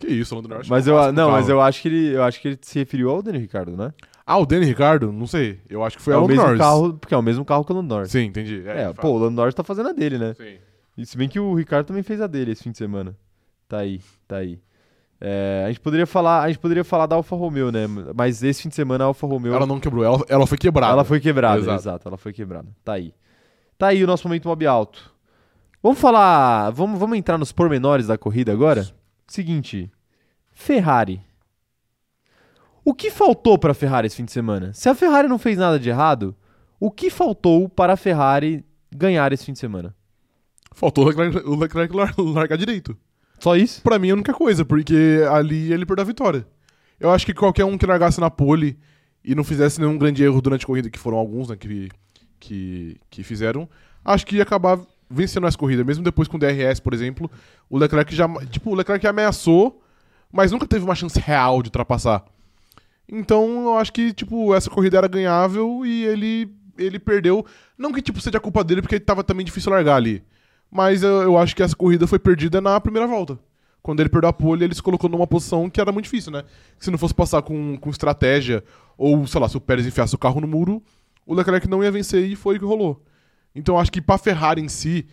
Speaker 2: Que isso, Lando Norris.
Speaker 1: Mas
Speaker 2: tá
Speaker 1: eu,
Speaker 2: fácil pro
Speaker 1: não,
Speaker 2: carro.
Speaker 1: mas eu acho que ele, eu acho que ele se referiu ao Daniel Ricardo, né?
Speaker 2: Ah, o Danny Ricardo? Não sei. Eu acho que foi
Speaker 1: é
Speaker 2: a
Speaker 1: o
Speaker 2: Lando
Speaker 1: mesmo
Speaker 2: Norris.
Speaker 1: carro, porque é o mesmo carro que o Lando Norris.
Speaker 2: Sim, entendi.
Speaker 1: É, pô,
Speaker 2: de fato.
Speaker 1: o Lando Norris tá fazendo a dele, né?
Speaker 2: Sim.
Speaker 1: E se bem que o Ricardo também fez a dele esse fim de semana. Tá aí, tá aí. É, a gente poderia falar, a gente poderia falar da Alfa Romeo, né? Mas esse fim de semana a Alfa Romeo
Speaker 2: Ela não quebrou, ela, ela foi quebrada.
Speaker 1: ela foi quebrada, exato.
Speaker 2: Exato.
Speaker 1: ela foi quebrada. Tá aí. Tá aí o nosso momento mob alto. Vamos falar, vamos, vamos entrar nos pormenores da corrida agora? Seguinte, Ferrari. O que faltou para a Ferrari esse fim de semana? Se a Ferrari não fez nada de errado, o que faltou para a Ferrari ganhar esse fim de semana?
Speaker 2: Faltou o Leclerc, o Leclerc lar- largar direito.
Speaker 1: Só isso?
Speaker 2: Pra mim é a única coisa, porque ali ele perdeu a vitória. Eu acho que qualquer um que largasse na pole e não fizesse nenhum grande erro durante a corrida, que foram alguns né, que, que, que fizeram, acho que ia acabar vencendo essa corrida. Mesmo depois com o DRS, por exemplo, o Leclerc já. Tipo, o Leclerc ameaçou, mas nunca teve uma chance real de ultrapassar. Então eu acho que, tipo, essa corrida era ganhável e ele, ele perdeu. Não que, tipo, seja a culpa dele, porque tava também difícil largar ali. Mas eu, eu acho que essa corrida foi perdida na primeira volta. Quando ele perdeu a pole, ele se colocou numa posição que era muito difícil, né? Se não fosse passar com, com estratégia, ou, sei lá, se o Pérez enfiasse o carro no muro, o Leclerc não ia vencer e foi o que rolou. Então eu acho que pra Ferrari em si,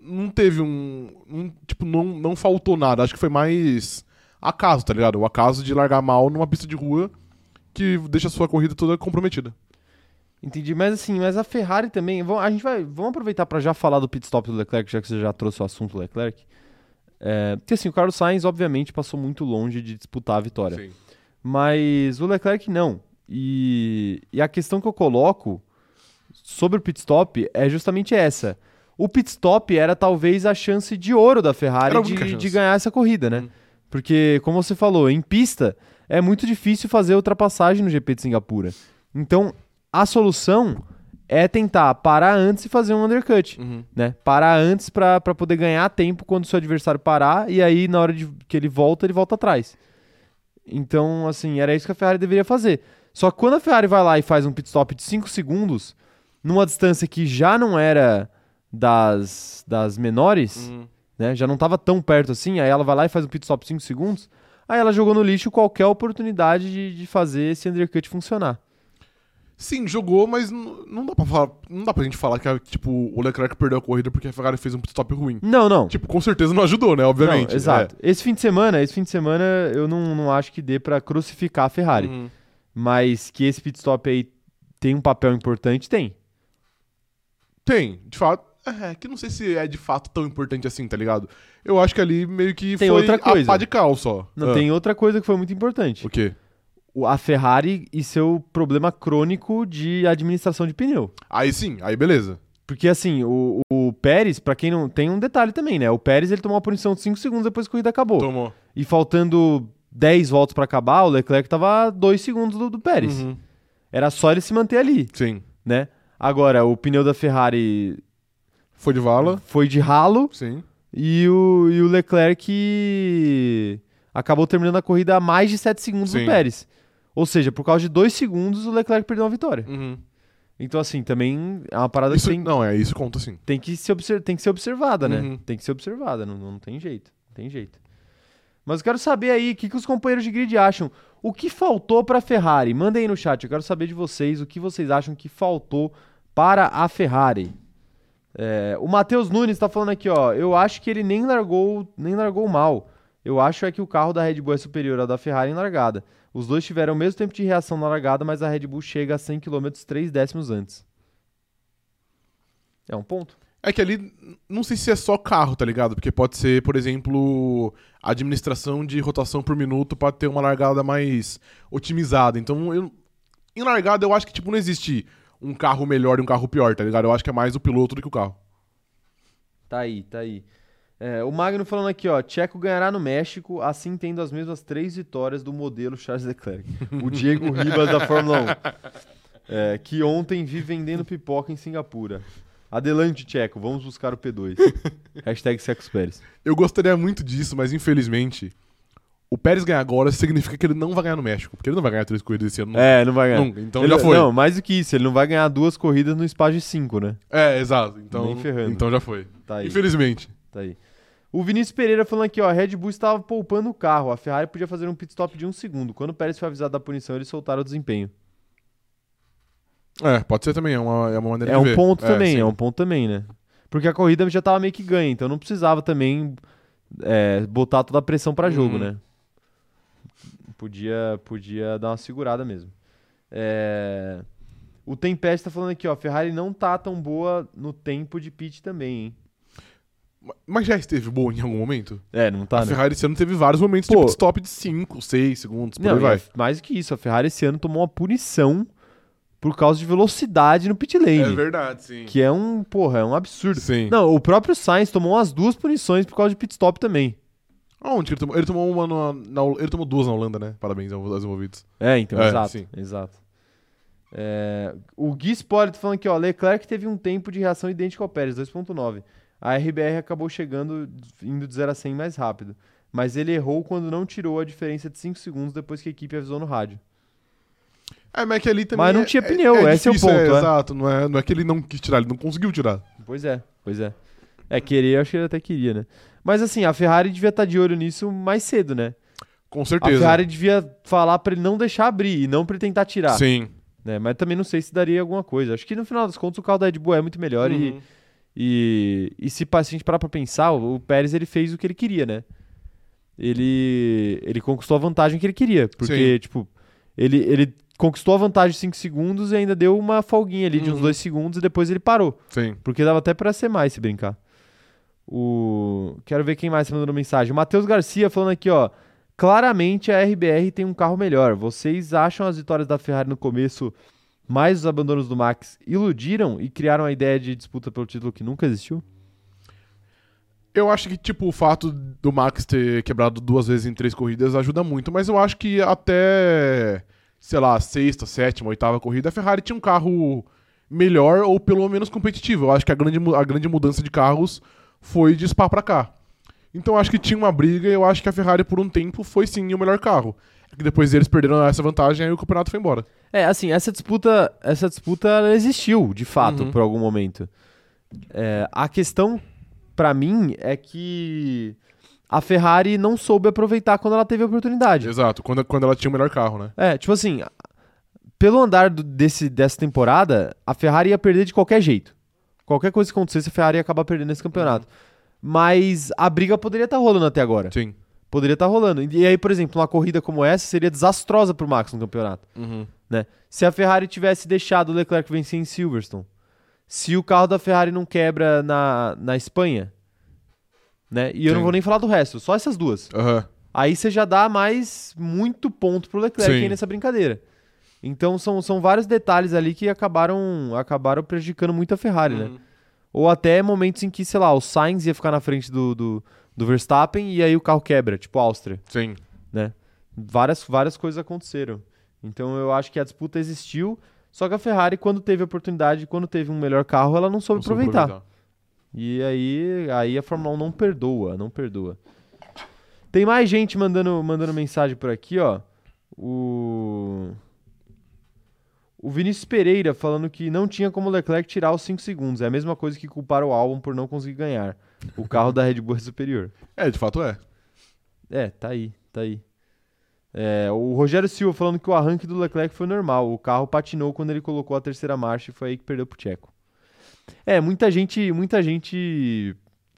Speaker 2: não teve um. um- tipo, não, não faltou nada. Acho que foi mais acaso, tá ligado? O acaso de largar mal numa pista de rua que deixa a sua corrida toda comprometida.
Speaker 1: Entendi, mas assim, mas a Ferrari também. vamos- a gente vai, vamos aproveitar para já falar do pit stop do Leclerc, já que você já trouxe o assunto do Leclerc. É, porque assim, o Carlos Sainz obviamente passou muito longe de disputar a vitória.
Speaker 2: Sim.
Speaker 1: Mas o Leclerc não. E, e a questão que eu coloco sobre o pit stop é justamente essa. O pit stop era talvez a chance de ouro da Ferrari
Speaker 2: Era a única
Speaker 1: de, de
Speaker 2: chance.
Speaker 1: ganhar essa corrida, né?
Speaker 2: Hum.
Speaker 1: Porque, como você falou, em pista é muito difícil fazer ultrapassagem no GP de Singapura. Então, a solução é tentar parar antes e fazer um undercut
Speaker 2: Uhum.
Speaker 1: né? Parar antes pra pra poder ganhar tempo quando seu adversário parar e aí na hora de, que ele volta, ele volta atrás. Então, assim, era isso que a Ferrari deveria fazer. Só que quando a Ferrari vai lá e faz um pit stop de 5 segundos, numa distância que já não era das, das menores, né? Já não tava tão perto assim, aí ela vai lá e faz um pit stop de 5 segundos, aí ela jogou no lixo qualquer oportunidade de, de fazer esse undercut funcionar.
Speaker 2: Sim, jogou, mas n- não dá pra falar, não dá pra gente falar que tipo o Leclerc perdeu a corrida porque a Ferrari fez um pit stop ruim.
Speaker 1: Não, não.
Speaker 2: Tipo, com certeza não ajudou, né, obviamente.
Speaker 1: Não, exato. Esse fim de semana, esse fim de semana eu não, não acho que dê pra crucificar a
Speaker 2: É.
Speaker 1: Ferrari,
Speaker 2: Uhum.
Speaker 1: mas que esse pit stop aí tem um papel importante, tem.
Speaker 2: Tem, de fato. É, que não sei se é de fato tão importante assim, tá ligado? Eu acho que ali meio que
Speaker 1: Tem
Speaker 2: foi
Speaker 1: outra coisa.
Speaker 2: a pá de cal só.
Speaker 1: Não
Speaker 2: Ah,
Speaker 1: tem outra coisa que foi muito importante.
Speaker 2: O quê?
Speaker 1: O- A Ferrari e seu problema crônico de administração de pneu.
Speaker 2: Aí sim, aí beleza.
Speaker 1: Porque assim, o, o Pérez, pra quem não tem um detalhe também, né? O Pérez ele tomou uma punição de 5 segundos depois que a corrida acabou.
Speaker 2: Tomou.
Speaker 1: E faltando 10 voltas pra acabar, o Leclerc tava 2 segundos do, do Pérez.
Speaker 2: Uhum.
Speaker 1: Era só ele se manter ali,
Speaker 2: Sim.
Speaker 1: né? Agora, o pneu da Ferrari
Speaker 2: Foi de vala.
Speaker 1: foi de ralo
Speaker 2: Sim.
Speaker 1: e o, e o Leclerc acabou terminando a corrida a mais de 7 segundos do
Speaker 2: Sim.
Speaker 1: Pérez. Ou seja, por causa de 2 segundos, o Leclerc perdeu a vitória.
Speaker 2: Uhum.
Speaker 1: Então, assim, também é uma parada
Speaker 2: Isso,
Speaker 1: que tem,
Speaker 2: Não, é, isso conta sim.
Speaker 1: tem que, se obser- tem que ser observada, né?
Speaker 2: Uhum.
Speaker 1: Tem que ser observada, não, não tem jeito. Não tem jeito. Mas eu quero saber aí o que, que os companheiros de grid acham. O que faltou para a Ferrari? Mandem aí no chat, eu quero saber de vocês o que vocês acham que faltou para a Ferrari. É, o Matheus Nunes tá falando aqui, ó. Eu acho que ele nem largou, nem largou mal. Eu acho é que o carro da Red Bull é superior ao da Ferrari em largada. Os dois tiveram o mesmo tempo de reação na largada, mas a Red Bull chega a 100 km 3 décimos antes. É um ponto.
Speaker 2: É que ali, não sei se é só carro, tá ligado? Porque pode ser, por exemplo, administração de rotação por minuto pra ter uma largada mais otimizada. Então, eu- em largada, eu acho que tipo, não existe um carro melhor e um carro pior, tá ligado? Eu acho que é mais o piloto do que o carro.
Speaker 1: Tá aí, tá aí. É, o Magno falando aqui, ó. Tcheco ganhará no México, assim tendo as mesmas três vitórias do modelo Charles Leclerc. O Diego Ribas da Fórmula 1. É, que ontem vi vendendo pipoca em Singapura. Adelante, Tcheco. Vamos buscar o P2. Hashtag Secos Pérez.
Speaker 2: Eu gostaria muito disso, mas infelizmente, o Pérez ganhar agora significa que ele não vai ganhar no México, porque ele não vai ganhar três corridas esse ano.
Speaker 1: É, não vai ganhar.
Speaker 2: Nunca, então já foi.
Speaker 1: Não, mais do que isso. Ele não vai ganhar duas corridas no espaço de cinco, né?
Speaker 2: É, exato. Então,
Speaker 1: Nem ferrando.
Speaker 2: então já foi.
Speaker 1: Tá aí.
Speaker 2: Infelizmente.
Speaker 1: Tá aí. O Vinícius Pereira falando aqui, ó, a Red Bull estava poupando o carro, a Ferrari podia fazer um pit stop de um segundo. Quando o Pérez foi avisado da punição, eles soltaram o desempenho.
Speaker 2: É, pode ser também, é uma, é uma maneira
Speaker 1: é
Speaker 2: de
Speaker 1: um
Speaker 2: ver.
Speaker 1: ponto também,
Speaker 2: sim.
Speaker 1: é um ponto também, né? Porque a corrida já tava meio que ganha, então não precisava também é, botar toda a pressão pra jogo,
Speaker 2: Uhum.
Speaker 1: né? Podia, podia dar uma segurada mesmo. É, O Tempest tá falando aqui, ó, a Ferrari não tá tão boa no tempo de pit também, hein?
Speaker 2: Mas já esteve boa em algum momento?
Speaker 1: É, não tá,
Speaker 2: a
Speaker 1: né?
Speaker 2: Ferrari esse ano teve vários momentos
Speaker 1: Pô.
Speaker 2: de pit stop de 5, 6 segundos, por
Speaker 1: Não,
Speaker 2: aí
Speaker 1: e é
Speaker 2: vai.
Speaker 1: a- mais do que isso, a Ferrari esse ano tomou uma punição por causa de velocidade no pit lane.
Speaker 2: É verdade, sim.
Speaker 1: que é um, porra, é um absurdo.
Speaker 2: Sim.
Speaker 1: Não, o próprio Sainz tomou umas duas punições por causa de pit stop também.
Speaker 2: Onde ele tomou? Ele tomou uma na, na Hol- Ele tomou duas na Holanda, né? Parabéns aos aos envolvidos.
Speaker 1: É, então,
Speaker 2: É,
Speaker 1: exato.
Speaker 2: sim.
Speaker 1: Exato. É, o Gui Sport falando aqui, ó, Leclerc teve um tempo de reação idêntico ao Pérez, 2.9. A RBR acabou chegando, indo de 0 a 100 mais rápido. Mas ele errou quando não tirou a diferença de 5 segundos depois que a equipe avisou no rádio.
Speaker 2: É, mas que ali também.
Speaker 1: Mas não
Speaker 2: é-
Speaker 1: tinha
Speaker 2: é-
Speaker 1: pneu, esse é o ponto, é.
Speaker 2: Exato, não é, não é que ele não quis tirar, ele não conseguiu tirar.
Speaker 1: Pois é, pois é. É, querer, eu acho que ele até queria, né? Mas assim, a Ferrari devia estar de olho nisso mais cedo, né?
Speaker 2: Com
Speaker 1: A
Speaker 2: certeza.
Speaker 1: Ferrari devia falar pra ele não deixar abrir e não pra ele tentar tirar.
Speaker 2: Sim.
Speaker 1: Né? Mas também não sei se daria alguma coisa. Acho que no final das contas o carro da Red Bull é muito melhor e-
Speaker 2: Uhum.
Speaker 1: e, e se pa- se a gente parar pra pensar, o o Pérez ele fez o que ele queria, né? Ele, ele conquistou a vantagem que ele queria, porque, tipo, ele, ele conquistou a vantagem de 5 segundos e ainda deu uma folguinha ali de uns
Speaker 2: Uhum.
Speaker 1: 2 segundos e depois ele parou.
Speaker 2: Sim.
Speaker 1: Porque dava até pra ser mais se brincar. O... Quero ver quem mais mandou mensagem. Matheus Garcia falando aqui, ó. Claramente a RBR tem um carro melhor. Vocês acham as vitórias da Ferrari no começo, mais os abandonos do Max, iludiram e criaram a ideia de disputa pelo título que nunca existiu?
Speaker 2: Eu acho que, tipo, o fato do Max ter quebrado duas vezes em três corridas ajuda muito, mas eu acho que até, sei lá, sexta, sétima, oitava corrida, a Ferrari tinha um carro melhor ou pelo menos competitivo. Eu acho que a grande, mu- a grande mudança de carros foi de Spa pra cá. Então eu acho que tinha uma briga e eu acho que a Ferrari, por um tempo, foi sim o melhor carro. É que depois eles perderam essa vantagem e o campeonato foi embora.
Speaker 1: É, assim, essa disputa, essa disputa ela existiu, de fato,
Speaker 2: Uhum.
Speaker 1: por algum momento. É, a questão, pra mim, é que a Ferrari não soube aproveitar quando ela teve a oportunidade.
Speaker 2: Exato, quando, quando ela tinha o melhor carro, né?
Speaker 1: É, tipo assim, pelo andar do- desse, dessa temporada, a Ferrari ia perder de qualquer jeito. Qualquer coisa que acontecesse, a Ferrari ia acabar perdendo esse campeonato. Mas a briga poderia estar rolando até agora.
Speaker 2: Sim.
Speaker 1: Poderia estar rolando. E aí, por exemplo, uma corrida como essa seria desastrosa pro Max no campeonato, né? Se a Ferrari tivesse deixado o Leclerc vencer em Silverstone, se o carro da Ferrari não quebra na, na Espanha, né? E eu não
Speaker 2: Sim.
Speaker 1: vou nem falar do resto, só essas duas.
Speaker 2: Aham.
Speaker 1: Aí você já dá mais muito ponto pro Leclerc
Speaker 2: Sim.
Speaker 1: aí nessa brincadeira. Então são, são vários detalhes ali que acabaram acabaram prejudicando muito a Ferrari,
Speaker 2: Uhum.
Speaker 1: né? Ou até momentos em que, sei lá, o Sainz ia ficar na frente do, do, do Verstappen e aí o carro quebra, tipo a Áustria,
Speaker 2: Sim.
Speaker 1: né? Várias, várias coisas aconteceram. Então eu acho que a disputa existiu, só que a Ferrari, quando teve oportunidade, quando teve um melhor carro, ela não soube
Speaker 2: Não soube
Speaker 1: aproveitar. E aí, aí a Fórmula 1 não perdoa, não perdoa. Tem mais gente mandando, mandando mensagem por aqui, ó. O. O Vinícius Pereira falando que não tinha como o Leclerc tirar os 5 segundos. É a mesma coisa que culpar o álbum por não conseguir ganhar. O carro da Red Bull é superior.
Speaker 2: É, de fato é.
Speaker 1: É, tá aí, tá aí. É, o Rogério Silva falando que o arranque do Leclerc foi normal. O carro patinou quando ele colocou a terceira marcha e foi aí que perdeu pro Tcheco. É, muita gente, muita gente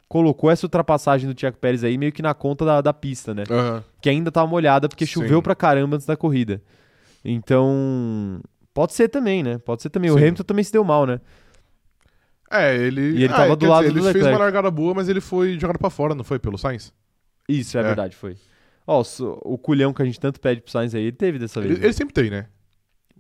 Speaker 1: colocou essa ultrapassagem do Tcheco Pérez aí meio que na conta da, da pista, né?
Speaker 2: Aham.
Speaker 1: Que ainda tava molhada porque
Speaker 2: Sim.
Speaker 1: choveu pra caramba antes da corrida. Então, pode ser também, né? Pode ser também. O
Speaker 2: Sim.
Speaker 1: Hamilton também se deu mal, né?
Speaker 2: É, ele.
Speaker 1: E ele
Speaker 2: ah,
Speaker 1: tava do
Speaker 2: quer
Speaker 1: lado
Speaker 2: dizer,
Speaker 1: do
Speaker 2: Ele fez
Speaker 1: Leclerc.
Speaker 2: uma largada boa, mas ele foi jogado pra fora, não foi? Pelo Sainz?
Speaker 1: Isso, é,
Speaker 2: É.
Speaker 1: verdade, foi. Ó, o so- o culhão que a gente tanto pede pro Sainz aí, ele teve dessa
Speaker 2: Ele,
Speaker 1: vez. né?
Speaker 2: ele sempre tem, né?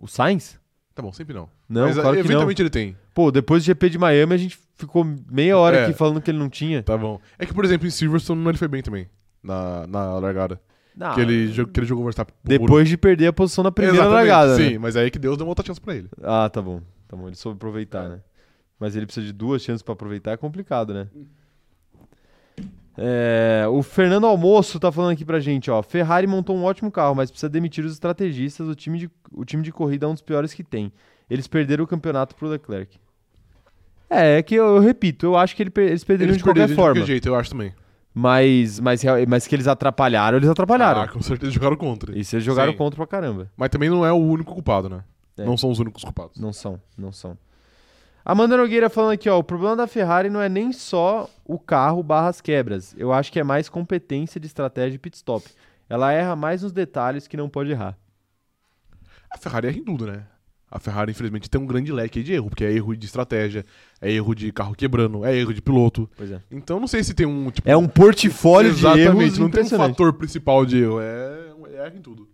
Speaker 1: O Sainz?
Speaker 2: Tá bom, sempre não.
Speaker 1: Não,
Speaker 2: mas
Speaker 1: claro que não.
Speaker 2: eventualmente ele tem.
Speaker 1: Pô, depois do GP de Miami a gente ficou meia hora
Speaker 2: É.
Speaker 1: aqui falando que ele não tinha.
Speaker 2: Tá bom. É que, por exemplo, em Silverstone não ele foi bem também. Na, na largada.
Speaker 1: Não,
Speaker 2: que, ele, jo- que ele jogou o Verstappen. pro
Speaker 1: Depois
Speaker 2: muro.
Speaker 1: de perder a posição na primeira
Speaker 2: Exatamente,
Speaker 1: largada,
Speaker 2: Sim,
Speaker 1: né?
Speaker 2: mas aí que Deus deu uma outra chance pra ele.
Speaker 1: Ah, tá bom. Tá bom, ele soube
Speaker 2: É.
Speaker 1: aproveitar, né? Mas ele precisa de duas chances pra aproveitar, é complicado, né?
Speaker 2: Hum.
Speaker 1: É, o Fernando Almoço tá falando aqui pra gente, ó. Ferrari montou um ótimo carro, mas precisa demitir os estrategistas. O time de, o time de corrida é um dos piores que tem. Eles perderam o campeonato pro Leclerc. É, é que eu, eu repito, eu acho que ele per- eles perderiam de qualquer
Speaker 2: perderam
Speaker 1: forma.
Speaker 2: jeito, eu acho também.
Speaker 1: Mas, mas, real- mas que eles atrapalharam, eles atrapalharam.
Speaker 2: Ah, com certeza jogaram contra.
Speaker 1: e vocês jogaram
Speaker 2: Sim.
Speaker 1: contra pra caramba.
Speaker 2: Mas também não é o único culpado, né?
Speaker 1: É.
Speaker 2: Não são os únicos culpados.
Speaker 1: Não são, não são. Amanda Nogueira falando aqui, ó, o problema da Ferrari não é nem só o carro barra as quebras. Eu acho que é mais competência de estratégia e pit stop. Ela erra mais nos detalhes que não pode errar.
Speaker 2: A Ferrari erra em tudo, né? A Ferrari, infelizmente, tem um grande leque aí de erro, porque é erro de estratégia, é erro de carro quebrando, é erro de piloto.
Speaker 1: Pois é.
Speaker 2: Então não sei se tem um, tipo...
Speaker 1: É um portfólio
Speaker 2: Exatamente,
Speaker 1: de erros
Speaker 2: não tem um
Speaker 1: impressionante.
Speaker 2: fator principal de erro, é... é erra em tudo.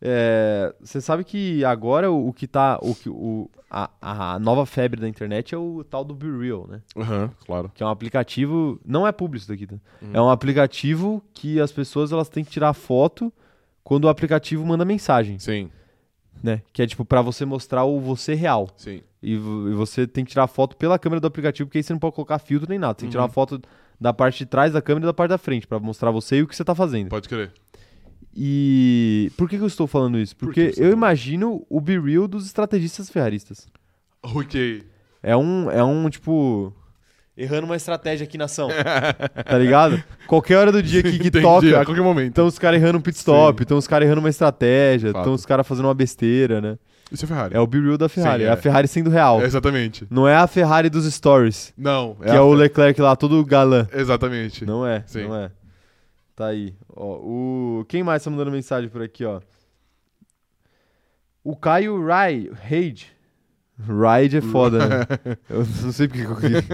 Speaker 1: É, Você sabe que agora o, o que tá. O, que- o, a, a nova febre da internet é o tal do Be Real, né?
Speaker 2: Aham, claro.
Speaker 1: Que é um aplicativo. Não é público isso daqui, tá?
Speaker 2: Uhum.
Speaker 1: É um aplicativo que as pessoas elas têm que tirar foto quando o aplicativo manda mensagem,
Speaker 2: Sim,
Speaker 1: né? Que é tipo pra você mostrar o você real.
Speaker 2: sim.
Speaker 1: E, vo- e você tem que tirar foto pela câmera do aplicativo, porque aí você não pode colocar filtro nem nada. Você tem que tirar
Speaker 2: Uhum.
Speaker 1: uma foto da parte de trás da câmera e da parte da frente, pra mostrar você e o que você tá fazendo.
Speaker 2: Pode crer.
Speaker 1: E por que, que eu estou falando isso?
Speaker 2: Por
Speaker 1: Porque
Speaker 2: que você tá
Speaker 1: eu
Speaker 2: falando?
Speaker 1: imagino o Be Real dos estrategistas ferraristas.
Speaker 2: Ok.
Speaker 1: É um, é um tipo. Errando uma estratégia aqui na ação. tá ligado? Qualquer hora do dia que, que
Speaker 2: Entendi,
Speaker 1: toca.
Speaker 2: a qualquer momento.
Speaker 1: Então os caras errando um pit stop, então os caras errando uma estratégia,
Speaker 2: Fato.
Speaker 1: então os caras fazendo uma besteira, né?
Speaker 2: Isso é Ferrari.
Speaker 1: É o Be Real da Ferrari,
Speaker 2: Sim,
Speaker 1: é. a
Speaker 2: é.
Speaker 1: Ferrari sendo real.
Speaker 2: É, Exatamente.
Speaker 1: Não é a Ferrari dos stories,
Speaker 2: Não.
Speaker 1: que é,
Speaker 2: a
Speaker 1: o
Speaker 2: Fer-
Speaker 1: Leclerc lá, todo galã.
Speaker 2: Exatamente.
Speaker 1: Não é,
Speaker 2: Sim.
Speaker 1: não é. Tá aí. Ó, o... Quem mais tá mandando mensagem por aqui, ó? O Caio Rai, Raid. Raid é
Speaker 2: Hum.
Speaker 1: foda, né? Eu não sei porque que eu quis.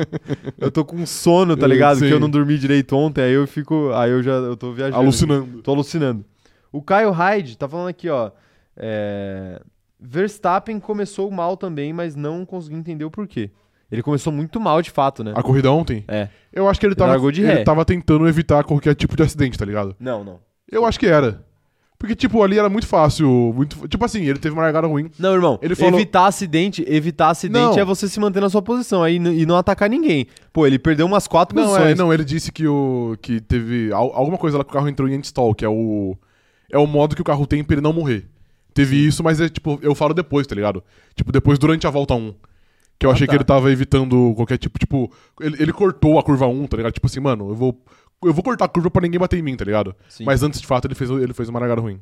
Speaker 1: Eu tô com sono, tá
Speaker 2: Eu-
Speaker 1: ligado? Que eu
Speaker 2: sim.
Speaker 1: não dormi direito ontem, aí eu fico. Aí eu já eu tô viajando.
Speaker 2: Alucinando.
Speaker 1: Tô alucinando. O Caio Hyde tá falando aqui, ó. é, Verstappen começou mal também, mas não consegui entender o porquê. Ele começou muito mal, de fato, né?
Speaker 2: A corrida ontem?
Speaker 1: É.
Speaker 2: Eu acho que ele
Speaker 1: Ele
Speaker 2: tava,
Speaker 1: largou de ré.
Speaker 2: ele tava tentando evitar qualquer tipo de acidente, tá ligado?
Speaker 1: Não, não.
Speaker 2: Eu acho que era. Porque, tipo, ali era muito fácil. Muito... Tipo assim, ele teve uma largada ruim.
Speaker 1: Não, irmão.
Speaker 2: Ele falou-
Speaker 1: Evitar acidente, evitar acidente
Speaker 2: Não.
Speaker 1: é você se manter na sua posição aí n- e não atacar ninguém. Pô, ele perdeu umas quatro
Speaker 2: Não, é,
Speaker 1: posições.
Speaker 2: não, ele disse que o. que teve. al- alguma coisa lá que o carro entrou em anti-stall, que é o. É o modo que o carro tem pra ele não morrer. Teve isso, mas é tipo, eu falo depois, tá ligado? Tipo, depois durante a volta 1. Que eu achei
Speaker 1: tá.
Speaker 2: que ele tava evitando qualquer tipo, tipo, ele, ele cortou a curva 1, tá ligado? Tipo assim, mano, eu vou. Eu vou cortar a curva pra ninguém bater em mim, tá ligado?
Speaker 1: Sim.
Speaker 2: Mas antes, de fato, ele fez, ele fez uma largada ruim.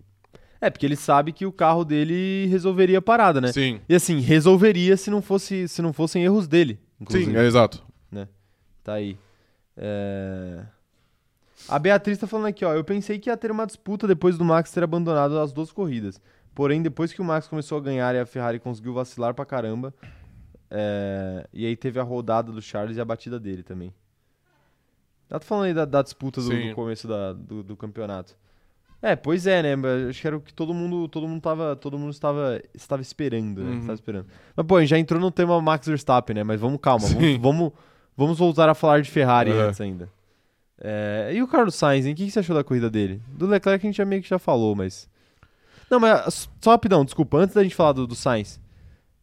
Speaker 1: É, porque ele sabe que o carro dele resolveria a parada, né?
Speaker 2: Sim.
Speaker 1: E assim, resolveria se não, fosse, se não fossem erros dele. inclusive.
Speaker 2: Sim, é exato.
Speaker 1: Tá aí. É... A Beatriz tá falando aqui, ó. Eu pensei que ia ter uma disputa depois do Max ter abandonado as duas corridas. Porém, depois que o Max começou a ganhar e a Ferrari conseguiu vacilar pra caramba. é, E aí teve a rodada do Charles e a batida dele também. Tá falando aí da, da disputa do,
Speaker 2: Sim.
Speaker 1: do começo da- do, do campeonato. É, pois é, né? mas Acho que era o que todo mundo, todo mundo tava, todo mundo estava, estava esperando, né?
Speaker 2: Uhum.
Speaker 1: Estava esperando. Mas pô, a gente já entrou no tema Max Verstappen, né? Mas vamos calma, vamos,
Speaker 2: Sim.
Speaker 1: vamos Vamos voltar a falar de Ferrari
Speaker 2: É.
Speaker 1: antes ainda. É, e o Carlos Sainz, hein? O que que você achou da corrida dele? Do Leclerc a gente já meio que já falou, mas. Não, mas ah, só rapidão, desculpa, antes da gente falar do, do Sainz.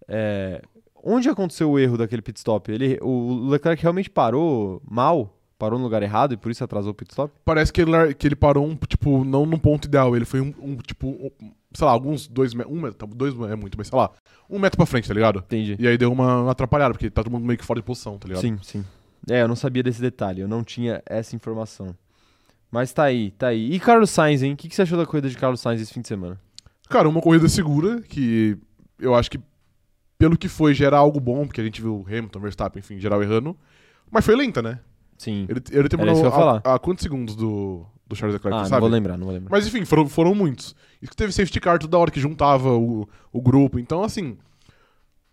Speaker 1: é, onde aconteceu o erro daquele pit stop? Ele, o Leclerc realmente parou mal? Parou no lugar errado e por isso atrasou o pit stop?
Speaker 2: Parece que ele, lar- que ele parou, um, tipo, não num ponto ideal. Ele foi um, um, tipo, um- sei lá, alguns dois metros. Um metro, tá, dois é muito, mas sei lá. Um metro pra frente, tá ligado?
Speaker 1: Entendi.
Speaker 2: E aí deu uma atrapalhada, porque tá todo mundo meio que fora de posição, tá ligado?
Speaker 1: Sim, sim. É, eu não sabia desse detalhe, eu não tinha essa informação. Mas tá aí, tá aí. E Carlos Sainz, hein? O que, que você achou da corrida de Carlos Sainz esse fim de semana?
Speaker 2: Cara, uma corrida segura, que eu acho que, pelo que foi, gera algo bom, porque a gente viu Hamilton, Verstappen, enfim, geral errando. Mas foi lenta, né?
Speaker 1: Sim.
Speaker 2: Ele, ele
Speaker 1: isso
Speaker 2: terminou
Speaker 1: que eu ia falar.
Speaker 2: a, a quantos segundos do, do Charles Leclerc,
Speaker 1: Ah,
Speaker 2: você
Speaker 1: não
Speaker 2: sabe?
Speaker 1: vou lembrar, não vou lembrar.
Speaker 2: Mas enfim, foram, foram muitos. Isso que teve safety car toda hora que juntava o, o grupo. Então, assim,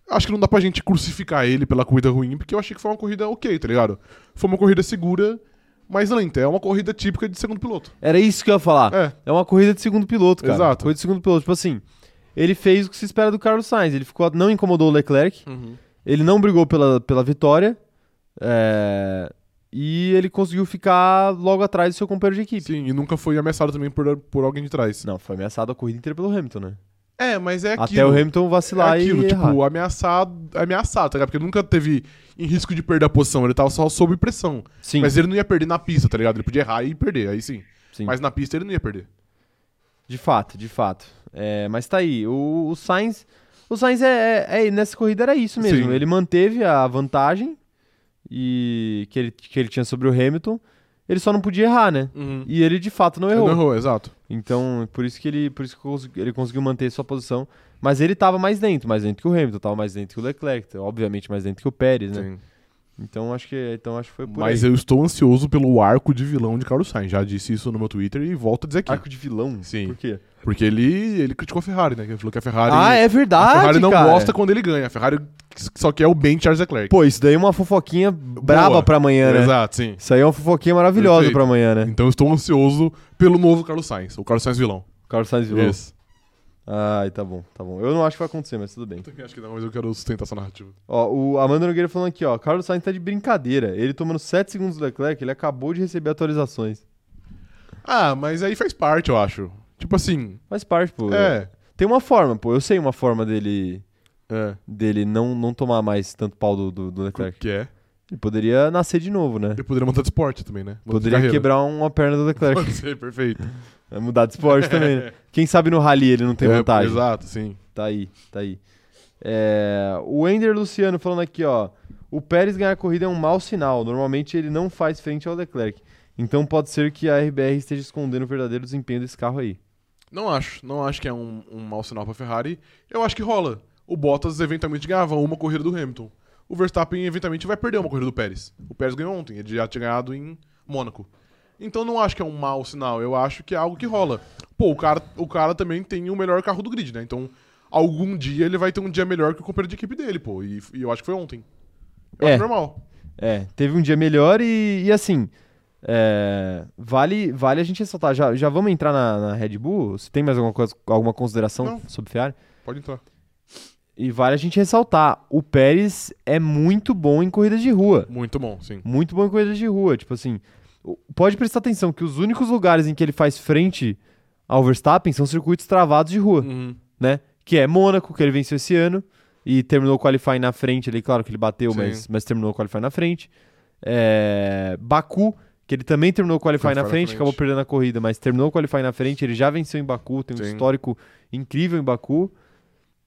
Speaker 2: acho que não dá pra gente crucificar ele pela corrida ruim, porque eu achei que foi uma corrida ok, tá ligado? Foi uma corrida segura, mas lenta. É uma corrida típica de segundo piloto.
Speaker 1: Era isso que eu ia falar.
Speaker 2: É.
Speaker 1: É uma corrida de segundo piloto, cara.
Speaker 2: Exato.
Speaker 1: Corrida de segundo piloto. Tipo assim, ele fez o que se espera do Carlos Sainz. Ele ficou, não incomodou o Leclerc, ele não brigou pela, pela vitória é, e ele conseguiu ficar logo atrás do seu companheiro de equipe.
Speaker 2: Sim, e nunca foi ameaçado também por, por alguém de trás.
Speaker 1: Não, foi ameaçado a corrida inteira pelo Hamilton, né?
Speaker 2: É, mas é
Speaker 1: Até o Hamilton vacilar
Speaker 2: é aquilo,
Speaker 1: e
Speaker 2: tipo,
Speaker 1: errar.
Speaker 2: ameaçado, ameaçado, tá ligado? Porque ele nunca teve em risco de perder a posição, ele tava só sob pressão.
Speaker 1: Sim,
Speaker 2: Mas ele não ia perder na pista, tá ligado? Ele podia errar e perder, aí sim.
Speaker 1: sim.
Speaker 2: Mas na pista ele não ia perder.
Speaker 1: De fato, de fato. É, mas tá aí, o, o Sainz. O Sainz é, é- é- nessa corrida era isso mesmo.
Speaker 2: Sim.
Speaker 1: Ele manteve a vantagem e que ele, que ele tinha sobre o Hamilton. Ele só não podia errar, né? E ele de fato não
Speaker 2: Ele
Speaker 1: errou.
Speaker 2: não É errou, exato.
Speaker 1: Então, por isso que ele, por isso que cons- ele conseguiu manter sua posição. Mas ele tava mais dentro, mais dentro que o Hamilton, tava mais dentro que o Leclerc, então, obviamente mais dentro que o Pérez, né?
Speaker 2: Sim.
Speaker 1: Então acho que então acho que foi por
Speaker 2: Mas
Speaker 1: aí.
Speaker 2: eu estou ansioso pelo arco de vilão de Carlos Sainz. Já disse isso no meu Twitter e volto a dizer aqui.
Speaker 1: Arco de vilão?
Speaker 2: Sim.
Speaker 1: Por quê?
Speaker 2: Porque ele, ele criticou a Ferrari, né? Ele falou que a Ferrari.
Speaker 1: ah, é
Speaker 2: a
Speaker 1: verdade,
Speaker 2: Ferrari não
Speaker 1: cara.
Speaker 2: gosta quando ele ganha. A Ferrari só quer o bem de Charles Leclerc.
Speaker 1: Pô, isso daí é uma fofoquinha braba pra amanhã, né?
Speaker 2: Exato, sim.
Speaker 1: Isso aí é uma fofoquinha maravilhosa
Speaker 2: Perfeito.
Speaker 1: pra amanhã, né?
Speaker 2: Então eu estou ansioso pelo novo Carlos Sainz, o Carlos Sainz vilão.
Speaker 1: Carlos Sainz vilão.
Speaker 2: Isso.
Speaker 1: Ai, tá bom, tá bom. Eu não acho que vai acontecer, mas tudo bem.
Speaker 2: Eu também acho que não, mas eu quero sustentar essa narrativa.
Speaker 1: Ó, o Amanda Nogueira falando aqui, ó. Carlos Sainz tá de brincadeira. Ele tomando 7 segundos do Leclerc, ele acabou de receber atualizações.
Speaker 2: Ah, mas aí faz parte, eu acho. Tipo assim.
Speaker 1: Faz parte, pô.
Speaker 2: É.
Speaker 1: Tem uma forma, pô. Eu sei uma forma dele
Speaker 2: É.
Speaker 1: dele não, não tomar mais tanto pau do, do, do Leclerc.
Speaker 2: Que é.
Speaker 1: Ele poderia nascer de novo, né?
Speaker 2: Ele poderia montar de esporte também, né? Montar de
Speaker 1: Poderia
Speaker 2: carreira.
Speaker 1: quebrar uma perna do Leclerc.
Speaker 2: Pode ser, perfeito.
Speaker 1: É mudar de esporte também, né? Quem sabe no rally ele não tem
Speaker 2: É,
Speaker 1: vantagem.
Speaker 2: Exato, sim.
Speaker 1: Tá aí, tá aí. É, o Ender Luciano falando aqui, ó. O Pérez ganhar a corrida é um mau sinal. Normalmente ele não faz frente ao Leclerc. Então pode ser que a RBR esteja escondendo o verdadeiro desempenho desse carro aí.
Speaker 2: Não acho. Não acho que é um, um mau sinal pra Ferrari. Eu acho que rola. O Bottas eventualmente ganhava uma corrida do Hamilton. O Verstappen eventualmente vai perder uma corrida do Pérez. O Pérez ganhou ontem, ele já tinha ganhado em Mônaco. Então não acho que é um mau sinal, eu acho que é algo que rola. Pô, o cara, o cara também tem o melhor carro do grid, né? Então algum dia ele vai ter um dia melhor que o companheiro de equipe dele, pô. E, e eu acho que foi ontem. Eu
Speaker 1: É.
Speaker 2: acho normal.
Speaker 1: É, teve um dia melhor e, e assim. é, vale, vale a gente ressaltar. Já, já vamos entrar na, na Red Bull? Se tem mais alguma, coisa, alguma consideração
Speaker 2: Não.
Speaker 1: sobre Ferrari?
Speaker 2: Pode entrar.
Speaker 1: E vale a gente ressaltar: o Pérez é muito bom em corridas de rua.
Speaker 2: Muito bom, sim.
Speaker 1: Muito bom em corrida de rua. Tipo assim, o- pode prestar atenção que os únicos lugares em que ele faz frente ao Verstappen são circuitos travados de rua,
Speaker 2: Uhum.
Speaker 1: né? Que é Mônaco, que ele venceu esse ano e terminou o qualifying na frente ali. Claro que ele bateu,
Speaker 2: Sim.
Speaker 1: mas, mas terminou o qualifying na frente. É, Baku, que ele também terminou o qualifying na
Speaker 2: Qualify na
Speaker 1: frente,
Speaker 2: frente.
Speaker 1: acabou perdendo a corrida, mas terminou o qualifying na frente. Ele já venceu em Baku, tem um
Speaker 2: Sim.
Speaker 1: histórico incrível em Baku.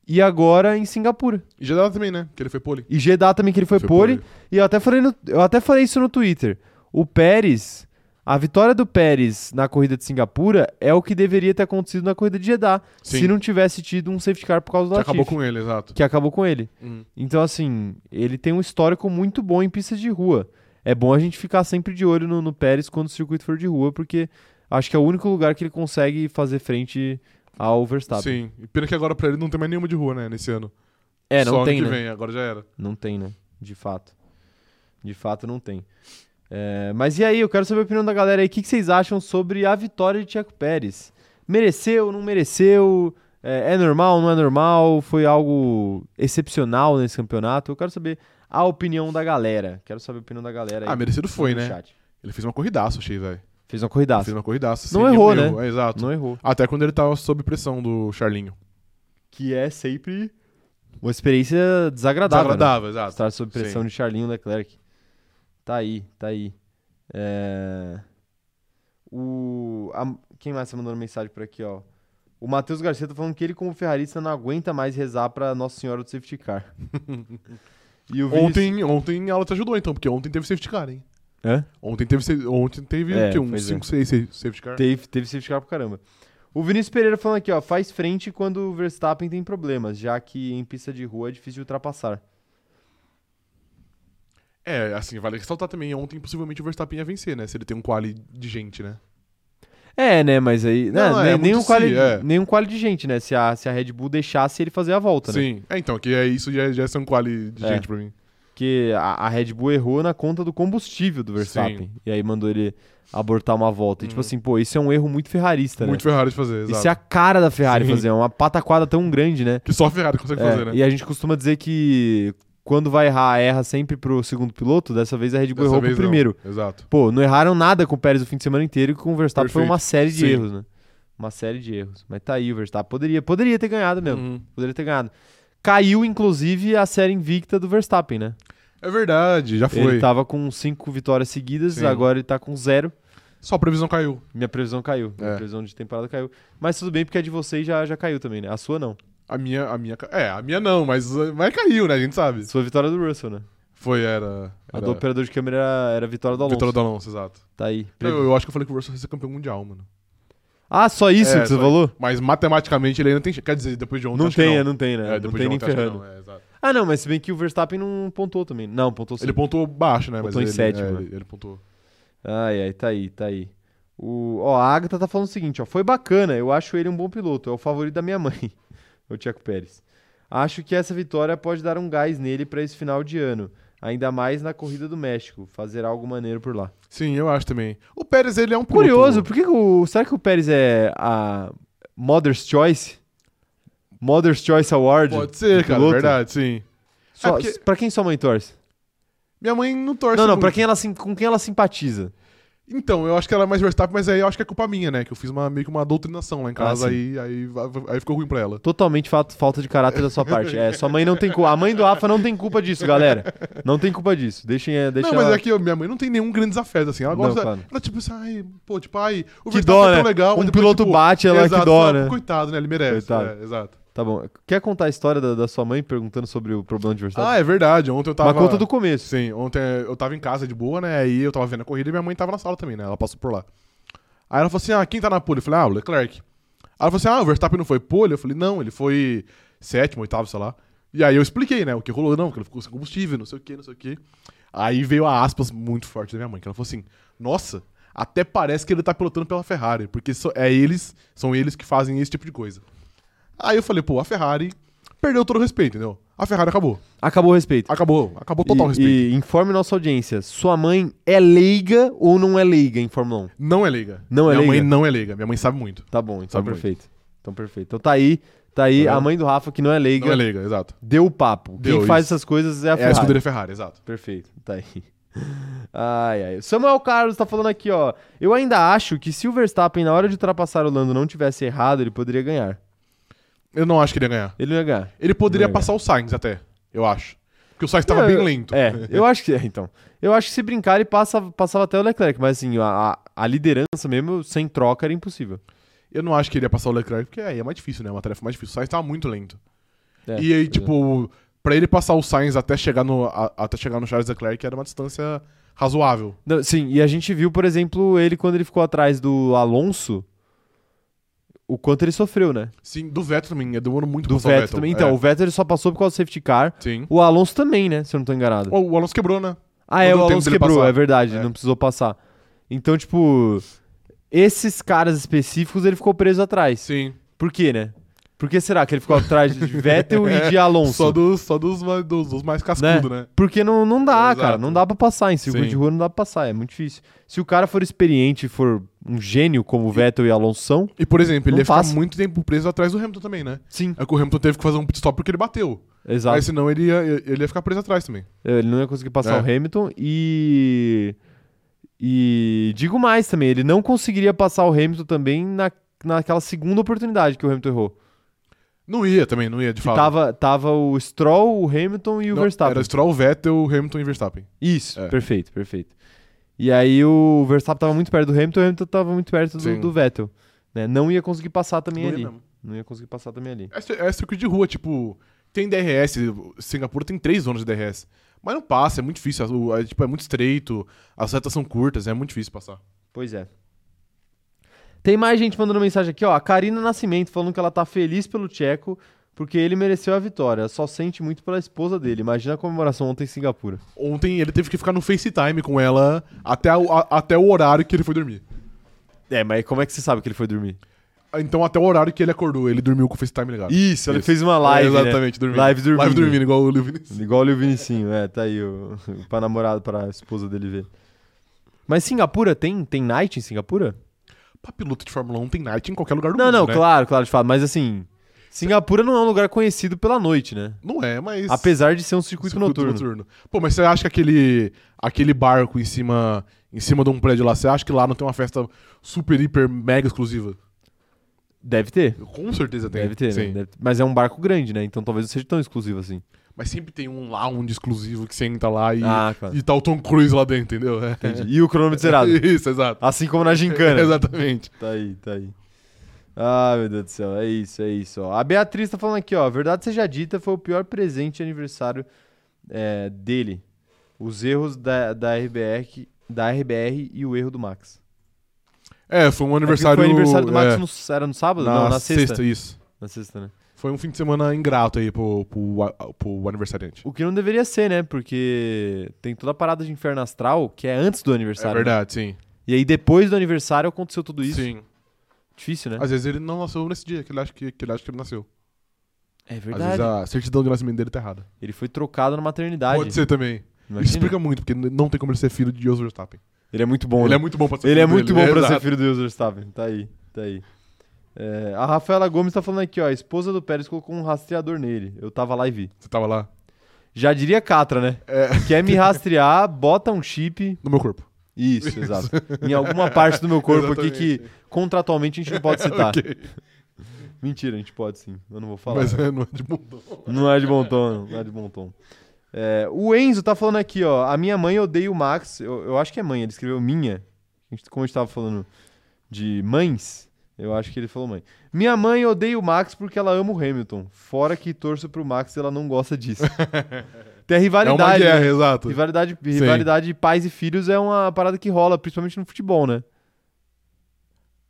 Speaker 1: E agora em Singapura.
Speaker 2: E já dá também, né? Que ele foi pole.
Speaker 1: E Jeddah também, que ele foi,
Speaker 2: Foi
Speaker 1: pole.
Speaker 2: pole.
Speaker 1: E eu até, falei no- eu até falei isso no Twitter. O Pérez, a vitória do Pérez na corrida de Singapura é o que deveria ter acontecido na corrida de Jeddah.
Speaker 2: Sim.
Speaker 1: Se não tivesse tido um safety car por causa do
Speaker 2: Que
Speaker 1: Latifi.
Speaker 2: acabou com ele, exato.
Speaker 1: Que acabou com ele.
Speaker 2: Uhum.
Speaker 1: Então, assim, ele tem um histórico muito bom em pistas de rua. É bom a gente ficar sempre de olho no, no Pérez quando o circuito for de rua, porque acho que é o único lugar que ele consegue fazer frente ao Verstappen.
Speaker 2: Sim. E pena que agora pra ele não tem mais nenhuma de rua, né? Nesse ano.
Speaker 1: É, não
Speaker 2: Só ano
Speaker 1: tem,
Speaker 2: que
Speaker 1: né?
Speaker 2: vem, agora já era.
Speaker 1: Não tem, né? De fato. De fato, não tem. É, mas e aí, eu quero saber a opinião da galera aí. O que, que vocês acham sobre a vitória de Tcheco Pérez? Mereceu, não mereceu? É, é normal, não é normal? Foi algo excepcional nesse campeonato? Eu quero saber a opinião da galera. Quero saber a opinião da galera aí.
Speaker 2: Ah, merecido foi,
Speaker 1: no
Speaker 2: né?
Speaker 1: chat.
Speaker 2: Ele fez uma corridaça, achei, velho.
Speaker 1: Fez uma corridaça.
Speaker 2: Fez uma corridaça.
Speaker 1: Não
Speaker 2: sem
Speaker 1: errou,
Speaker 2: nenhum
Speaker 1: né?
Speaker 2: erro, É, exato.
Speaker 1: Não errou.
Speaker 2: Até quando ele tava sob pressão do Charlinho.
Speaker 1: Que é sempre uma experiência desagradável. né?
Speaker 2: Desagradável, exato.
Speaker 1: Estar sob pressão de Charlinho Leclerc. Tá aí, tá aí. É... O... a- Quem mais tá mandando mensagem por aqui, ó? O Matheus Garcia tá falando que ele, como ferrarista, não aguenta mais rezar pra Nossa Senhora do Safety Car. e o Vinícius-
Speaker 2: Ontem, ontem ela te ajudou, então, porque ontem teve safety car, hein?
Speaker 1: Hã?
Speaker 2: Ontem teve, sa- ontem teve
Speaker 1: É,
Speaker 2: o quê? Um uns
Speaker 1: pois é.
Speaker 2: 5, 6 safety car.
Speaker 1: Teve, teve safety car pra caramba. O Vinícius Pereira falando aqui, ó, faz frente quando o Verstappen tem problemas, já que em pista de rua é difícil de ultrapassar.
Speaker 2: É, assim, vale ressaltar também, ontem possivelmente o Verstappen ia vencer, né? Se ele tem um quali de gente, né?
Speaker 1: É, né, mas aí...
Speaker 2: Não,
Speaker 1: né,
Speaker 2: é,
Speaker 1: nem-
Speaker 2: é muito
Speaker 1: nenhum,
Speaker 2: se,
Speaker 1: quali,
Speaker 2: é.
Speaker 1: nenhum quali de gente, né, se a, se a Red Bull deixasse ele fazer a volta, né?
Speaker 2: Sim. É, então, que é isso já, já é ser um quali de
Speaker 1: É.
Speaker 2: gente pra mim.
Speaker 1: Porque a, a Red Bull errou na conta do combustível do Verstappen. E aí mandou ele abortar uma volta. E tipo assim, pô, isso é um erro muito ferrarista,
Speaker 2: Uhum. Muito
Speaker 1: né?
Speaker 2: Ferrari de fazer, exato.
Speaker 1: Isso é a cara da Ferrari
Speaker 2: Sim.
Speaker 1: fazer, é uma pataquada tão grande, né?
Speaker 2: Que só a Ferrari consegue
Speaker 1: É,
Speaker 2: fazer, né?
Speaker 1: E a gente costuma dizer que quando vai errar, erra sempre pro segundo piloto. Dessa vez a Red Bull
Speaker 2: Dessa
Speaker 1: errou
Speaker 2: vez
Speaker 1: pro
Speaker 2: não.
Speaker 1: Tipo, primeiro.
Speaker 2: Exato.
Speaker 1: Pô, não erraram nada com o Pérez o fim de semana inteiro e com o Verstappen foi uma série de
Speaker 2: Sim.
Speaker 1: erros, né? Uma série de erros. Mas tá aí, o Verstappen poderia, poderia ter ganhado mesmo.
Speaker 2: Uhum.
Speaker 1: Poderia ter ganhado. Caiu, inclusive, a série invicta do Verstappen, né?
Speaker 2: É verdade, já foi.
Speaker 1: Ele tá- tava com cinco vitórias seguidas,
Speaker 2: Sim.
Speaker 1: agora ele tá com zero.
Speaker 2: Só a previsão caiu.
Speaker 1: Minha previsão caiu. Minha
Speaker 2: É.
Speaker 1: previsão de temporada caiu. Mas tudo bem, porque a de vocês já, já caiu também, né? A sua não.
Speaker 2: A minha, a minha. ca- É, a minha não, mas, mas caiu, né? A gente sabe.
Speaker 1: Sua vitória do Russell, né?
Speaker 2: Foi, era.
Speaker 1: A
Speaker 2: era
Speaker 1: do operador de câmera era, era a vitória do Alonso.
Speaker 2: É. Vitória do Alonso, exato.
Speaker 1: Tá aí.
Speaker 2: Eu, eu acho que eu falei que o Russell ia ser campeão mundial, mano.
Speaker 1: Ah, só isso
Speaker 2: É,
Speaker 1: que você
Speaker 2: só
Speaker 1: falou?
Speaker 2: Mas matematicamente ele ainda tem chance. Quer dizer, depois de ontem.
Speaker 1: Não
Speaker 2: acho que
Speaker 1: tem, é, não tem, né?
Speaker 2: É,
Speaker 1: não
Speaker 2: depois
Speaker 1: tem
Speaker 2: de
Speaker 1: nem
Speaker 2: ontem, acho que
Speaker 1: ferrando.
Speaker 2: não, é, exato.
Speaker 1: Ah, não, mas se bem que o Verstappen não pontuou também. Não, pontuou sim.
Speaker 2: Ele pontuou baixo, né?
Speaker 1: Pontuou em
Speaker 2: mas ele,
Speaker 1: sétimo,
Speaker 2: é,
Speaker 1: né?
Speaker 2: ele, ele pontuou.
Speaker 1: Ai, ai, tá aí, tá aí. O, ó, a Agatha tá falando o seguinte, ó. Foi bacana, eu acho ele um bom piloto. É o favorito da minha mãe, o Tcheco Pérez. Acho que essa vitória pode dar um gás nele pra esse final de ano. Ainda mais na corrida do México. Fazer algo maneiro por lá.
Speaker 2: Sim, eu acho também. O Pérez, ele é um piloto-
Speaker 1: Curioso, por que que o, será que o Pérez é a Mother's Choice? Mother's Choice Award?
Speaker 2: Pode ser,
Speaker 1: de
Speaker 2: cara,
Speaker 1: é piloto?
Speaker 2: verdade, sim.
Speaker 1: Só,
Speaker 2: É porque-
Speaker 1: Pra quem sua mãe torce?
Speaker 2: Minha mãe não torce.
Speaker 1: Não, não,
Speaker 2: muito.
Speaker 1: pra quem ela, sim- com quem ela simpatiza.
Speaker 2: Então, eu acho que ela é mais Verstappen, mas aí eu acho que é culpa minha, né? Que eu fiz uma, meio que uma doutrinação lá em casa,
Speaker 1: Ah,
Speaker 2: aí, aí, aí ficou ruim pra ela.
Speaker 1: Totalmente fa- falta de caráter da sua parte. É, sua mãe não tem culpa. A mãe do Rafa não tem culpa disso, galera. Não tem culpa disso. Deixem, é, deixa
Speaker 2: não, mas
Speaker 1: ela-
Speaker 2: é que ó, minha mãe não tem nenhum grande desafeto, assim. Ela
Speaker 1: Não,
Speaker 2: gosta.
Speaker 1: claro.
Speaker 2: Ela, tipo, assim, ai, pô, tipo, ai, o
Speaker 1: Que
Speaker 2: Verstappen
Speaker 1: dó,
Speaker 2: é
Speaker 1: né?
Speaker 2: tão legal.
Speaker 1: um
Speaker 2: mas depois,
Speaker 1: piloto
Speaker 2: tipo,
Speaker 1: bate, ela
Speaker 2: exato,
Speaker 1: que dó,
Speaker 2: fala,
Speaker 1: né?
Speaker 2: Coitado, né? Ele merece.
Speaker 1: Coitado.
Speaker 2: é, exato.
Speaker 1: Tá bom. Quer contar a história da, da sua mãe perguntando sobre o problema de Verstappen?
Speaker 2: Ah, é verdade. Ontem eu tava.
Speaker 1: Mas conta do começo.
Speaker 2: Sim, ontem eu tava em casa de boa, né? Aí eu tava vendo a corrida e minha mãe tava na sala também, né? Ela passou por lá. Aí ela falou assim: ah, quem tá na pole? Eu falei, ah, o Leclerc. Aí ela falou assim: ah, o Verstappen não foi pole? Eu falei, não, ele foi sétimo, oitavo, sei lá. E aí eu expliquei, né? O que rolou, não, que ele ficou sem combustível, não sei o que, não sei o que. Aí veio a aspas muito forte da minha mãe, que ela falou assim: nossa, até parece que ele tá pilotando pela Ferrari, porque so- é eles, são eles que fazem esse tipo de coisa. Aí eu falei, pô, a Ferrari perdeu todo o respeito, entendeu? A Ferrari acabou.
Speaker 1: Acabou o respeito.
Speaker 2: Acabou, acabou Ah, total
Speaker 1: e,
Speaker 2: o respeito.
Speaker 1: e informe nossa audiência. Sua mãe é leiga ou não é leiga em Fórmula 1?
Speaker 2: Não é leiga.
Speaker 1: Não é
Speaker 2: Minha mãe
Speaker 1: leiga?
Speaker 2: não é leiga. Minha mãe sabe muito.
Speaker 1: Tá bom, então
Speaker 2: Sabe muito.
Speaker 1: perfeito. Então perfeito. Então tá aí, tá aí
Speaker 2: Tá
Speaker 1: a
Speaker 2: vendo?
Speaker 1: mãe do Rafa que não é leiga.
Speaker 2: Não é leiga, exato.
Speaker 1: Deu o papo.
Speaker 2: Deu,
Speaker 1: Quem faz
Speaker 2: isso.
Speaker 1: essas coisas é a
Speaker 2: É a
Speaker 1: Ferrari.
Speaker 2: escuderia Ferrari, exato.
Speaker 1: Perfeito, tá aí. Ai, ai. Samuel Carlos tá falando aqui, ó. Eu ainda acho que se o Verstappen, na hora de ultrapassar o Lando, não tivesse errado, ele poderia ganhar.
Speaker 2: Eu não acho que ele ia ganhar.
Speaker 1: Ele não ia ganhar.
Speaker 2: Ele poderia
Speaker 1: Não ia
Speaker 2: passar o Sainz até, eu acho. Porque o Sainz tava bem
Speaker 1: Eu-
Speaker 2: lento.
Speaker 1: É, eu acho que. É, então. Eu acho que se brincar, ele passa, passava até o Leclerc, mas assim, a, a- a liderança mesmo, sem troca, era impossível.
Speaker 2: Eu não acho que ele ia passar o Leclerc, porque aí é mais difícil, né? É uma tarefa mais difícil. O Sainz tava muito lento.
Speaker 1: É,
Speaker 2: e aí,
Speaker 1: pois é.
Speaker 2: tipo, pra ele passar o Sainz até chegar no, a- até chegar no Charles Leclerc era uma distância razoável.
Speaker 1: Não, sim, e a gente viu, por exemplo, ele quando ele ficou atrás do Alonso, o quanto ele sofreu, né?
Speaker 2: Sim, do Vettel também. Demorou muito
Speaker 1: Do
Speaker 2: pra passar
Speaker 1: Vettel também. Então,
Speaker 2: É.
Speaker 1: o Vettel ele só passou por causa do safety car.
Speaker 2: Sim.
Speaker 1: O Alonso também, né? Se eu não tô enganado.
Speaker 2: O, o Alonso quebrou, né?
Speaker 1: Ah, é, o
Speaker 2: Não deu tempo
Speaker 1: Alonso
Speaker 2: dele
Speaker 1: quebrou,
Speaker 2: passar.
Speaker 1: é verdade,
Speaker 2: É.
Speaker 1: não precisou passar. Então, tipo, esses caras específicos ele ficou preso atrás.
Speaker 2: Sim.
Speaker 1: Por quê, né? Por que será que ele ficou atrás de Vettel e de Alonso?
Speaker 2: Só, dos, só dos, ma- dos, dos mais cascudos, né?
Speaker 1: Porque não, não dá,
Speaker 2: Exato.
Speaker 1: cara, não dá pra passar em circuito
Speaker 2: Sim.
Speaker 1: de rua, não dá pra passar, é muito difícil. Se o cara for experiente e for um gênio como o Vettel e Alonso são,
Speaker 2: E, por exemplo, ele
Speaker 1: Não
Speaker 2: ia ficar
Speaker 1: passa.
Speaker 2: muito tempo preso atrás do Hamilton também, né?
Speaker 1: sim,
Speaker 2: É que o Hamilton teve que fazer um pit stop porque ele bateu.
Speaker 1: exato.
Speaker 2: Mas senão ele ia, ele ia ficar preso atrás também.
Speaker 1: Ele não ia conseguir passar
Speaker 2: É.
Speaker 1: o Hamilton e. E digo mais também, ele não conseguiria passar o Hamilton também na, naquela segunda oportunidade que o Hamilton errou.
Speaker 2: Não ia também, não ia, de
Speaker 1: Que
Speaker 2: fato.
Speaker 1: tava, tava o Stroll, o Hamilton e o
Speaker 2: Não,
Speaker 1: Verstappen.
Speaker 2: Era Stroll, Vettel, Hamilton e Verstappen.
Speaker 1: Isso,
Speaker 2: É.
Speaker 1: perfeito, perfeito. E aí o Verstappen tava muito perto do Hamilton, o Hamilton tava muito perto do,
Speaker 2: Sim.
Speaker 1: do Vettel. né? Não ia conseguir passar também
Speaker 2: Não ia
Speaker 1: ali.
Speaker 2: mesmo.
Speaker 1: Não ia conseguir passar também ali.
Speaker 2: É, cir- é circuito de rua, tipo... Tem DRS, Singapura tem três zonas de DRS. Mas não passa, é muito difícil. as- o- é, tipo, é muito estreito, as retas são curtas, é muito difícil passar.
Speaker 1: Pois é. Tem mais gente mandando mensagem aqui, ó. A Karina Nascimento falando que ela tá feliz pelo Tcheco, porque ele mereceu a vitória. Só sente muito pela esposa dele. Imagina a comemoração ontem em Singapura.
Speaker 2: Ontem ele teve que ficar no FaceTime com ela até, o- a- até o horário que ele foi dormir.
Speaker 1: É, mas como é que você sabe que ele foi dormir?
Speaker 2: Então, até o horário que ele acordou, ele dormiu com o FaceTime ligado.
Speaker 1: Isso, ele
Speaker 2: Isso.
Speaker 1: fez uma live. né?
Speaker 2: Exatamente, dormindo.
Speaker 1: Live dormindo.
Speaker 2: Live dormindo, igual o Lil Vinicius.
Speaker 1: Igual o Lil Vinicinho, é, tá aí o, pra namorado, pra esposa dele ver. Mas Singapura tem, tem night em Singapura?
Speaker 2: Pra piloto de Fórmula 1 tem night em qualquer lugar do
Speaker 1: Não,
Speaker 2: mundo.
Speaker 1: não,
Speaker 2: né?
Speaker 1: claro, claro, de fato. Mas assim, Singapura não é um lugar conhecido pela noite, né?
Speaker 2: Não é, mas. é
Speaker 1: Apesar de ser um circuito, noturno.
Speaker 2: Pô, mas você acha que aquele, aquele barco em cima, em cima de um prédio lá, você acha que lá não tem uma festa super, hiper, mega exclusiva?
Speaker 1: Deve ter.
Speaker 2: Com certeza tem.
Speaker 1: Deve ter, né?
Speaker 2: Sim.
Speaker 1: Deve- Mas é um barco grande, né? Então talvez não seja tão exclusivo assim.
Speaker 2: Mas sempre tem um lounge exclusivo que você entra lá e,
Speaker 1: Ah, claro.
Speaker 2: e tá o Tom Cruise lá dentro, entendeu? É.
Speaker 1: Entendi. E o cronômetro zerado.
Speaker 2: Isso, exato.
Speaker 1: Assim como na gincana.
Speaker 2: Exatamente.
Speaker 1: tá aí, tá aí. Ah, meu Deus do céu. É isso, é isso. ó. A Beatriz tá falando aqui, ó. Verdade seja dita, foi o pior presente de aniversário é, dele. Os erros da, da, RBR, que- da RBR e o erro do Max.
Speaker 2: É, foi um
Speaker 1: É porque
Speaker 2: aniversário.
Speaker 1: foi o aniversário do Max
Speaker 2: é,
Speaker 1: no- era no sábado?
Speaker 2: na,
Speaker 1: não, na
Speaker 2: sexta.
Speaker 1: sexta.
Speaker 2: isso.
Speaker 1: Na sexta, né?
Speaker 2: Foi um fim de semana ingrato aí pro, pro, pro aniversariante.
Speaker 1: O que não deveria ser, né? Porque tem toda a parada de inferno astral que é antes do aniversário.
Speaker 2: É
Speaker 1: né?
Speaker 2: verdade, sim.
Speaker 1: E aí depois do aniversário aconteceu tudo isso.
Speaker 2: Sim.
Speaker 1: Difícil, né?
Speaker 2: Às vezes ele não nasceu nesse dia, que ele acha que, que ele, acha que ele nasceu.
Speaker 1: É
Speaker 2: Às
Speaker 1: verdade.
Speaker 2: vezes a certidão de nascimento dele tá errada.
Speaker 1: Ele foi trocado na maternidade.
Speaker 2: Pode ser também.
Speaker 1: Imagina.
Speaker 2: Isso explica muito, porque n- não tem como ele ser filho de Jos Verstappen.
Speaker 1: Ele é muito bom,
Speaker 2: Ele
Speaker 1: né?
Speaker 2: é muito bom pra ser
Speaker 1: Ele
Speaker 2: filho
Speaker 1: é muito
Speaker 2: dele,
Speaker 1: bom pra
Speaker 2: exato.
Speaker 1: ser filho do Jos Verstappen. Tá aí, tá aí. É, a Rafaela Gomes tá falando aqui, ó. A esposa do Pérez colocou um rastreador nele. Eu tava lá e vi.
Speaker 2: Você tava lá
Speaker 1: Já diria Catra, né?
Speaker 2: É.
Speaker 1: Quer me rastrear, bota um chip.
Speaker 2: no meu corpo.
Speaker 1: Isso, exato. Em alguma parte do meu corpo aqui
Speaker 2: Exatamente.
Speaker 1: que contratualmente a gente não pode citar.
Speaker 2: Ok.
Speaker 1: Mentira, a gente pode sim. Eu não vou falar.
Speaker 2: Mas é, não é de bundão.
Speaker 1: Não é de bom tom, não, não é de bom tom. É, o Enzo tá falando aqui, ó. A minha mãe odeia o Max. Eu, eu acho que é mãe, ele escreveu minha. A gente- Como a gente tava falando de mães, eu acho que ele falou mãe. Minha mãe odeia o Max porque ela ama o Hamilton. Fora que torço pro Max e ela não gosta disso. Tem a
Speaker 2: É uma
Speaker 1: rivalidade. né?
Speaker 2: guerra, exato.
Speaker 1: Rivalidade, rivalidade de pais e filhos é uma parada que rola, principalmente no futebol, né?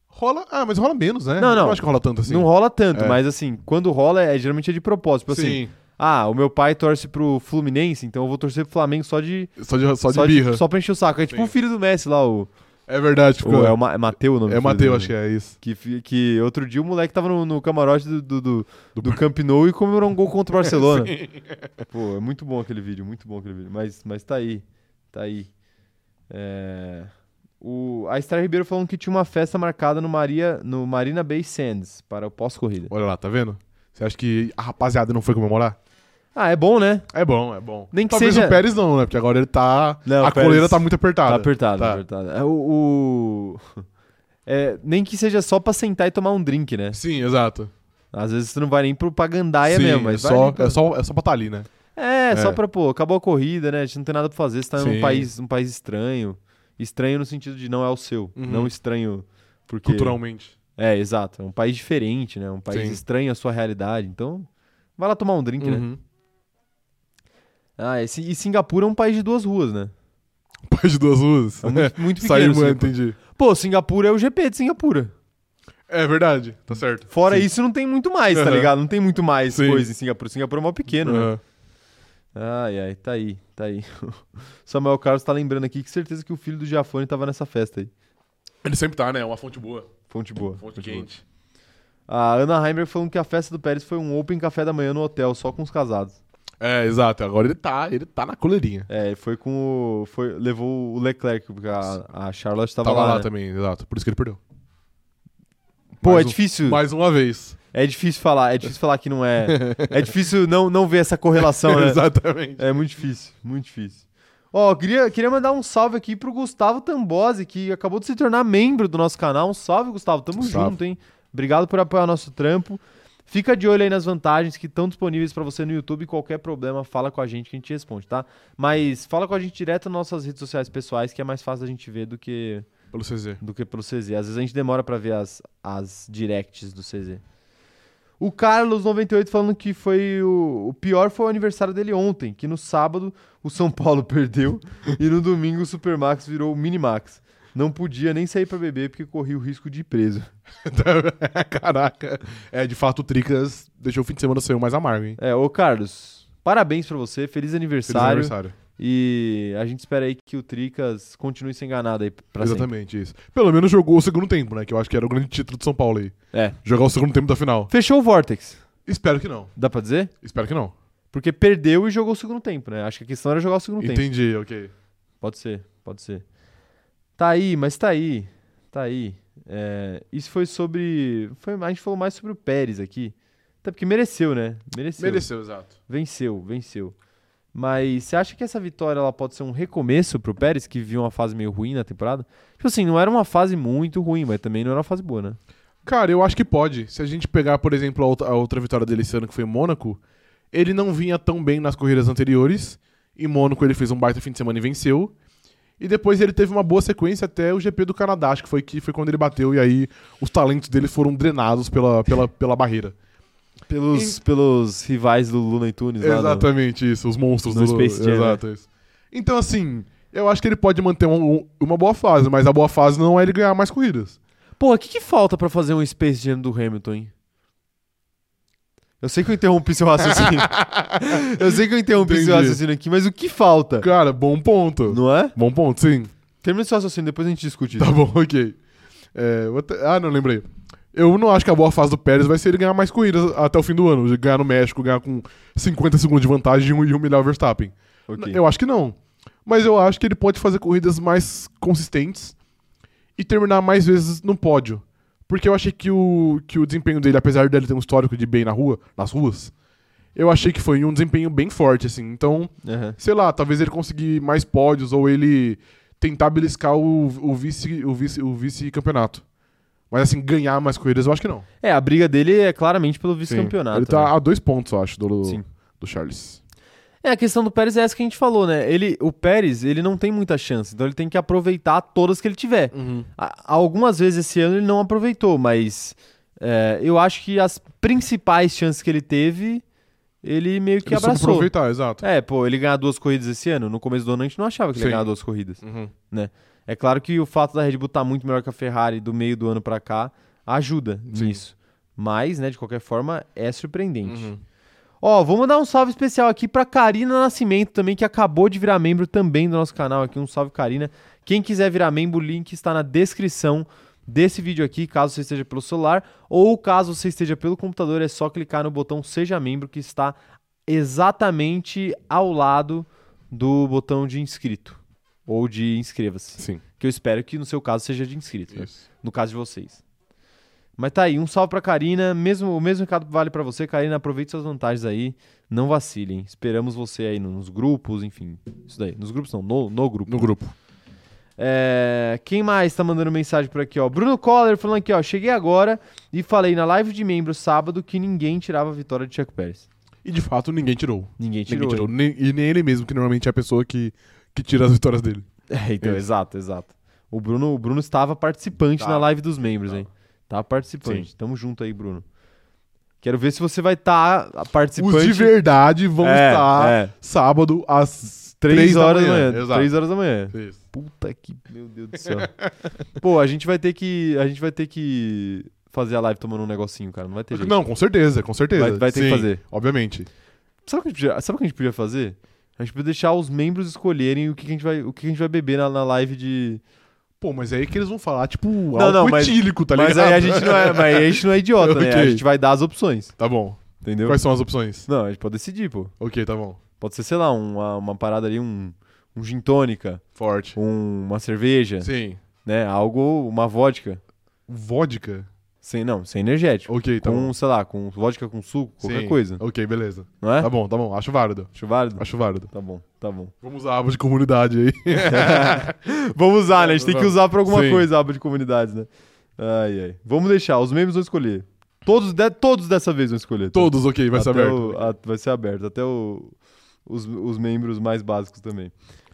Speaker 2: Rola. Ah, mas rola menos, né?
Speaker 1: Não, não.
Speaker 2: acho que rola tanto assim.
Speaker 1: Não rola tanto,
Speaker 2: É.
Speaker 1: mas assim, quando rola, é, geralmente é de propósito. Tipo assim,
Speaker 2: Sim.
Speaker 1: ah, o meu pai torce pro Fluminense, então eu vou torcer pro Flamengo só de,
Speaker 2: Só de, só de birra.
Speaker 1: só pra encher o saco. É tipo
Speaker 2: Sim.
Speaker 1: o filho do Messi lá, o.
Speaker 2: É verdade,
Speaker 1: o-
Speaker 2: ficou.
Speaker 1: é o Ma- é Mateu o nome
Speaker 2: É
Speaker 1: do filho
Speaker 2: Mateu,
Speaker 1: dele,
Speaker 2: acho que
Speaker 1: né?
Speaker 2: é isso.
Speaker 1: Que, fi- que outro dia o moleque tava no, no camarote do, do, do, do Camp Nou e comemorou um gol contra o Barcelona. Pô, é muito bom aquele vídeo, muito bom aquele vídeo. Mas, mas tá aí, tá aí. É, O, a Esther Ribeiro falando que tinha uma festa marcada no, Maria, no Marina Bay Sands para o pós-corrida.
Speaker 2: Olha lá, tá vendo? Você acha que a rapaziada não foi comemorar?
Speaker 1: Ah, é bom, né?
Speaker 2: É bom, é bom.
Speaker 1: Nem que
Speaker 2: Talvez
Speaker 1: seja-
Speaker 2: o Pérez não, né? Porque agora ele tá.
Speaker 1: Não,
Speaker 2: a
Speaker 1: o Pérez-
Speaker 2: coleira tá muito apertada.
Speaker 1: Tá apertado,
Speaker 2: Tá.
Speaker 1: tá apertado. É, o. o- É, nem que seja só pra sentar e tomar um drink, né?
Speaker 2: Sim, exato.
Speaker 1: Às vezes você não vai nem pro pagandaia
Speaker 2: Sim,
Speaker 1: mesmo, mas
Speaker 2: é
Speaker 1: vai
Speaker 2: só,
Speaker 1: ali pra-
Speaker 2: é, só, é só pra estar ali, né?
Speaker 1: É,
Speaker 2: É.
Speaker 1: só pra, pô, acabou a corrida, né? A gente não tem nada pra fazer, você tá num
Speaker 2: Sim.
Speaker 1: país, um país estranho. Estranho no sentido de não é o seu.
Speaker 2: Uhum.
Speaker 1: Não estranho porque...
Speaker 2: Culturalmente.
Speaker 1: É, exato. É um país diferente, né? Um país
Speaker 2: Sim.
Speaker 1: estranho à sua realidade. Então, vai lá tomar um drink, né?
Speaker 2: Uhum.
Speaker 1: Ah, e, Si- e Singapura é um país de duas ruas, né?
Speaker 2: Um Pai de duas ruas.
Speaker 1: É muito, muito
Speaker 2: Saiu,
Speaker 1: pequeno.
Speaker 2: mano,
Speaker 1: Singapura.
Speaker 2: entendi.
Speaker 1: Pô, Singapura é o GP de Singapura.
Speaker 2: É verdade, tá certo.
Speaker 1: Fora
Speaker 2: Sim.
Speaker 1: isso, não tem muito mais, tá
Speaker 2: Aham.
Speaker 1: ligado? Não tem muito mais
Speaker 2: Sim.
Speaker 1: coisa em Singapura. Singapura é mó pequeno, né?
Speaker 2: Aham.
Speaker 1: Ai, ai, tá aí, tá aí. Samuel Carlos tá lembrando aqui que certeza que o filho do Giafone tava nessa festa aí.
Speaker 2: Ele sempre tá, né? É uma fonte boa.
Speaker 1: Fonte boa.
Speaker 2: Fonte
Speaker 1: boa.
Speaker 2: quente.
Speaker 1: A Ana Heimberg falando que a festa do Pérez foi um open café da manhã no hotel, só com os casados.
Speaker 2: É, exato. Agora ele tá, ele tá na coleirinha.
Speaker 1: É, foi com o. Foi, levou o Leclerc, porque a, a Charlotte tava,
Speaker 2: Tava, lá,
Speaker 1: né?
Speaker 2: também, exato. Por isso que ele perdeu.
Speaker 1: Pô, é
Speaker 2: Mais um-
Speaker 1: difícil.
Speaker 2: Mais uma vez.
Speaker 1: É difícil falar, é difícil falar que não é. É difícil não, não ver essa correlação, né?
Speaker 2: Exatamente.
Speaker 1: É muito difícil, muito difícil. Ó, eu queria, queria mandar um salve aqui pro Gustavo Tambose, que acabou de se tornar membro do nosso canal. Um salve, Gustavo. Tamo
Speaker 2: Salve.
Speaker 1: junto, hein? Obrigado por apoiar nosso trampo. Fica de olho aí nas vantagens que estão disponíveis pra você no YouTube. Qualquer problema, fala com a gente que a gente responde, tá? Mas fala com a gente direto nas nossas redes sociais pessoais, que é mais fácil a gente ver do que,
Speaker 2: Pelo CZ.
Speaker 1: do que pelo CZ. Às vezes a gente demora pra ver as, as directs do CZ. O Carlos98 falando que foi o, o pior foi o aniversário dele ontem, que no sábado o São Paulo perdeu e no domingo o Supermax virou o Minimax. Não podia nem sair pra beber porque corria o risco de ir preso.
Speaker 2: Caraca. É, de fato, o Tricas deixou o fim de semana seu mais amargo, hein?
Speaker 1: É, ô Carlos, parabéns pra você, feliz
Speaker 2: Feliz
Speaker 1: aniversário.
Speaker 2: aniversário.
Speaker 1: E a gente espera aí que o Tricas continue sendo enganado aí pra sempre.
Speaker 2: Exatamente, isso. Pelo menos jogou o segundo tempo, né? Que eu acho que era o grande título do São Paulo aí.
Speaker 1: É.
Speaker 2: Jogar o segundo tempo da final.
Speaker 1: Fechou o Vortex,
Speaker 2: Espero que não.
Speaker 1: dá pra dizer?
Speaker 2: Espero que não.
Speaker 1: Porque perdeu e jogou o segundo tempo, né? Acho que a questão era jogar o segundo tempo.
Speaker 2: Entendi, ok.
Speaker 1: Pode ser, pode ser. Tá aí, mas tá aí. Tá aí. É, isso foi sobre. foi- a gente falou mais sobre o Pérez aqui. Até porque mereceu, né? Mereceu.
Speaker 2: Mereceu, exato.
Speaker 1: Venceu, venceu. Mas você acha que essa vitória ela pode ser um recomeço pro Pérez, que viu uma fase meio ruim na temporada? Tipo assim, não era uma fase muito ruim, mas também não era uma fase boa, né?
Speaker 2: Cara, eu acho que pode. Se a gente pegar, por exemplo, a outra, a outra vitória dele esse ano, que foi em Mônaco, ele não vinha tão bem nas corridas anteriores. Em Mônaco ele fez um baita fim de semana e venceu. E depois ele teve uma boa sequência até o GP do Canadá, acho que foi, que foi quando ele bateu, e aí os talentos dele foram drenados pela, pela, pela barreira.
Speaker 1: Pelos, pelos rivais do Luna e Tunes lá. né? do-
Speaker 2: Exatamente isso, os monstros
Speaker 1: no
Speaker 2: do
Speaker 1: Space Jam, né?
Speaker 2: Exato, isso. Então, assim, eu acho que ele pode manter um- um- uma boa fase, mas a boa fase não é ele ganhar mais corridas.
Speaker 1: Pô, o que, que falta pra fazer um Space Jam do Hamilton, hein? Eu sei que eu interrompi seu raciocínio. eu sei que eu interrompi seu
Speaker 2: Entendi.
Speaker 1: raciocínio aqui, mas o que falta?
Speaker 2: Cara, bom ponto.
Speaker 1: Não é?
Speaker 2: Bom ponto, sim.
Speaker 1: Termina seu raciocínio, depois a gente discute isso.
Speaker 2: Tá bom, ok. É, eu até- Ah, não, lembrei. Eu não acho que a boa fase do Pérez vai ser ele ganhar mais corridas até o fim do ano. Ganhar no México, ganhar com 50 segundos de vantagem e hum- e humilhar o Verstappen.
Speaker 1: Ok.
Speaker 2: Eu acho que não. Mas eu acho que ele pode fazer corridas mais consistentes e terminar mais vezes no pódio. Porque eu achei que o, que o desempenho dele, apesar dele ter um histórico de bem na rua, nas ruas, eu achei que foi um desempenho bem forte, assim. Então,
Speaker 1: Aham.
Speaker 2: sei lá, talvez ele conseguir mais pódios ou ele tentar beliscar o, o vice o vice o vice campeonato. Mas assim, ganhar mais corridas eu acho que não.
Speaker 1: É, a briga dele é claramente pelo vice-campeonato.
Speaker 2: Ele
Speaker 1: né?
Speaker 2: tá a dois pontos, eu acho, do
Speaker 1: Sim.
Speaker 2: do Charles.
Speaker 1: É, a questão do Pérez é essa que a gente falou, né? Ele, o Pérez, ele não tem muita chance, então ele tem que aproveitar todas que ele tiver. A- algumas vezes esse ano ele não aproveitou, mas é, eu acho que as principais chances que ele teve, ele meio que
Speaker 2: ele soube
Speaker 1: abraçou.
Speaker 2: aproveitar, exato.
Speaker 1: É, pô, ele ganhar duas corridas esse ano. No começo do ano a gente não achava que ele ia
Speaker 2: Sim.
Speaker 1: ganhar duas corridas.
Speaker 2: Uhum.
Speaker 1: É claro que o fato da Red Bull estar muito melhor que a Ferrari do meio do ano pra cá ajuda
Speaker 2: Sim.
Speaker 1: nisso. Mas, né, de qualquer forma, é surpreendente.
Speaker 2: Uhum.
Speaker 1: Ó, vou mandar um salve especial aqui pra Karina Nascimento também, que acabou de virar membro também do nosso canal aqui. Um salve, Karina. Quem quiser virar membro, o link está na descrição desse vídeo aqui, caso você esteja pelo celular, ou caso você esteja pelo computador, é só clicar no botão Seja Membro, que está exatamente ao lado do botão de inscrito, ou de inscreva-se.
Speaker 2: Sim.
Speaker 1: Que eu espero que no seu caso seja de inscrito, né?
Speaker 2: Isso.
Speaker 1: no caso de vocês. Mas tá aí, um salve pra Karina. Mesmo, o mesmo recado vale pra você, Karina. Aproveite suas vantagens aí. Não vacilem. Esperamos você aí nos grupos, enfim. Isso daí. Nos grupos não, no, no grupo.
Speaker 2: No grupo.
Speaker 1: É, quem mais tá mandando mensagem por aqui, ó? Bruno Coller falando aqui, ó. Cheguei agora e falei na live de membro sábado que ninguém tirava a vitória de Checo Pérez.
Speaker 2: E de fato ninguém tirou.
Speaker 1: Ninguém tirou.
Speaker 2: ninguém tirou.
Speaker 1: hein?
Speaker 2: Nem- e nem ele mesmo, que normalmente é a pessoa que, que tira as vitórias dele.
Speaker 1: É, então,
Speaker 2: Isso.
Speaker 1: exato, exato. O Bruno, o Bruno estava participante
Speaker 2: Tá.
Speaker 1: na live dos membros, hein? Tá participante. Tamo junto aí, Bruno. Quero ver se você vai estar participante.
Speaker 2: Os de verdade vão
Speaker 1: É,
Speaker 2: estar
Speaker 1: é.
Speaker 2: sábado às
Speaker 1: Três
Speaker 2: 3
Speaker 1: horas
Speaker 2: da manhã.
Speaker 1: Três
Speaker 2: Exato.
Speaker 1: horas da manhã.
Speaker 2: Isso.
Speaker 1: Puta que. Meu Deus do céu. Pô, a gente vai ter que. A gente vai ter que fazer a live tomando um negocinho, cara. Não vai ter jeito.
Speaker 2: Não, com certeza, com certeza.
Speaker 1: Vai- vai ter que
Speaker 2: Sim,
Speaker 1: fazer.
Speaker 2: Obviamente.
Speaker 1: Sabe o que a gente podia, sabe o que a gente podia fazer? A gente podia deixar os membros escolherem o que, que a, gente vai, o que, que a gente vai beber na, na live de.
Speaker 2: Pô, mas é aí que eles vão falar, tipo,
Speaker 1: não,
Speaker 2: algo
Speaker 1: mas-
Speaker 2: etílico, tá
Speaker 1: mas
Speaker 2: ligado?
Speaker 1: aí a gente não é, mas aí a gente não é idiota, né? A
Speaker 2: Ok.
Speaker 1: gente vai dar as opções.
Speaker 2: Tá bom.
Speaker 1: Entendeu?
Speaker 2: Quais são as opções?
Speaker 1: Não, a gente pode decidir, pô.
Speaker 2: Ok, tá bom.
Speaker 1: Pode ser, sei lá, uma, uma parada ali, um, um gin tônica,
Speaker 2: Forte.
Speaker 1: um- uma cerveja,
Speaker 2: Sim.
Speaker 1: né? Algo, uma vodka.
Speaker 2: Vodka?
Speaker 1: Sem, não, sem energético.
Speaker 2: Ok, tá
Speaker 1: com,
Speaker 2: bom.
Speaker 1: sei lá, com vodka com suco, qualquer
Speaker 2: Sim.
Speaker 1: coisa.
Speaker 2: Ok, beleza.
Speaker 1: Não é?
Speaker 2: Tá bom, tá bom. Acho válido.
Speaker 1: Acho válido?
Speaker 2: Acho válido.
Speaker 1: Tá bom, tá bom.
Speaker 2: Vamos usar a aba de comunidade aí.
Speaker 1: Vamos usar, né? A gente tem que usar pra alguma
Speaker 2: Sim.
Speaker 1: coisa a aba de comunidades, né? Ai, ai. Vamos deixar, os membros vão escolher. Todos, de- todos dessa vez vão escolher. tá?
Speaker 2: Todos, ok, vai ser
Speaker 1: Até
Speaker 2: aberto.
Speaker 1: o- a- vai ser aberto, até o- os, os membros mais básicos também.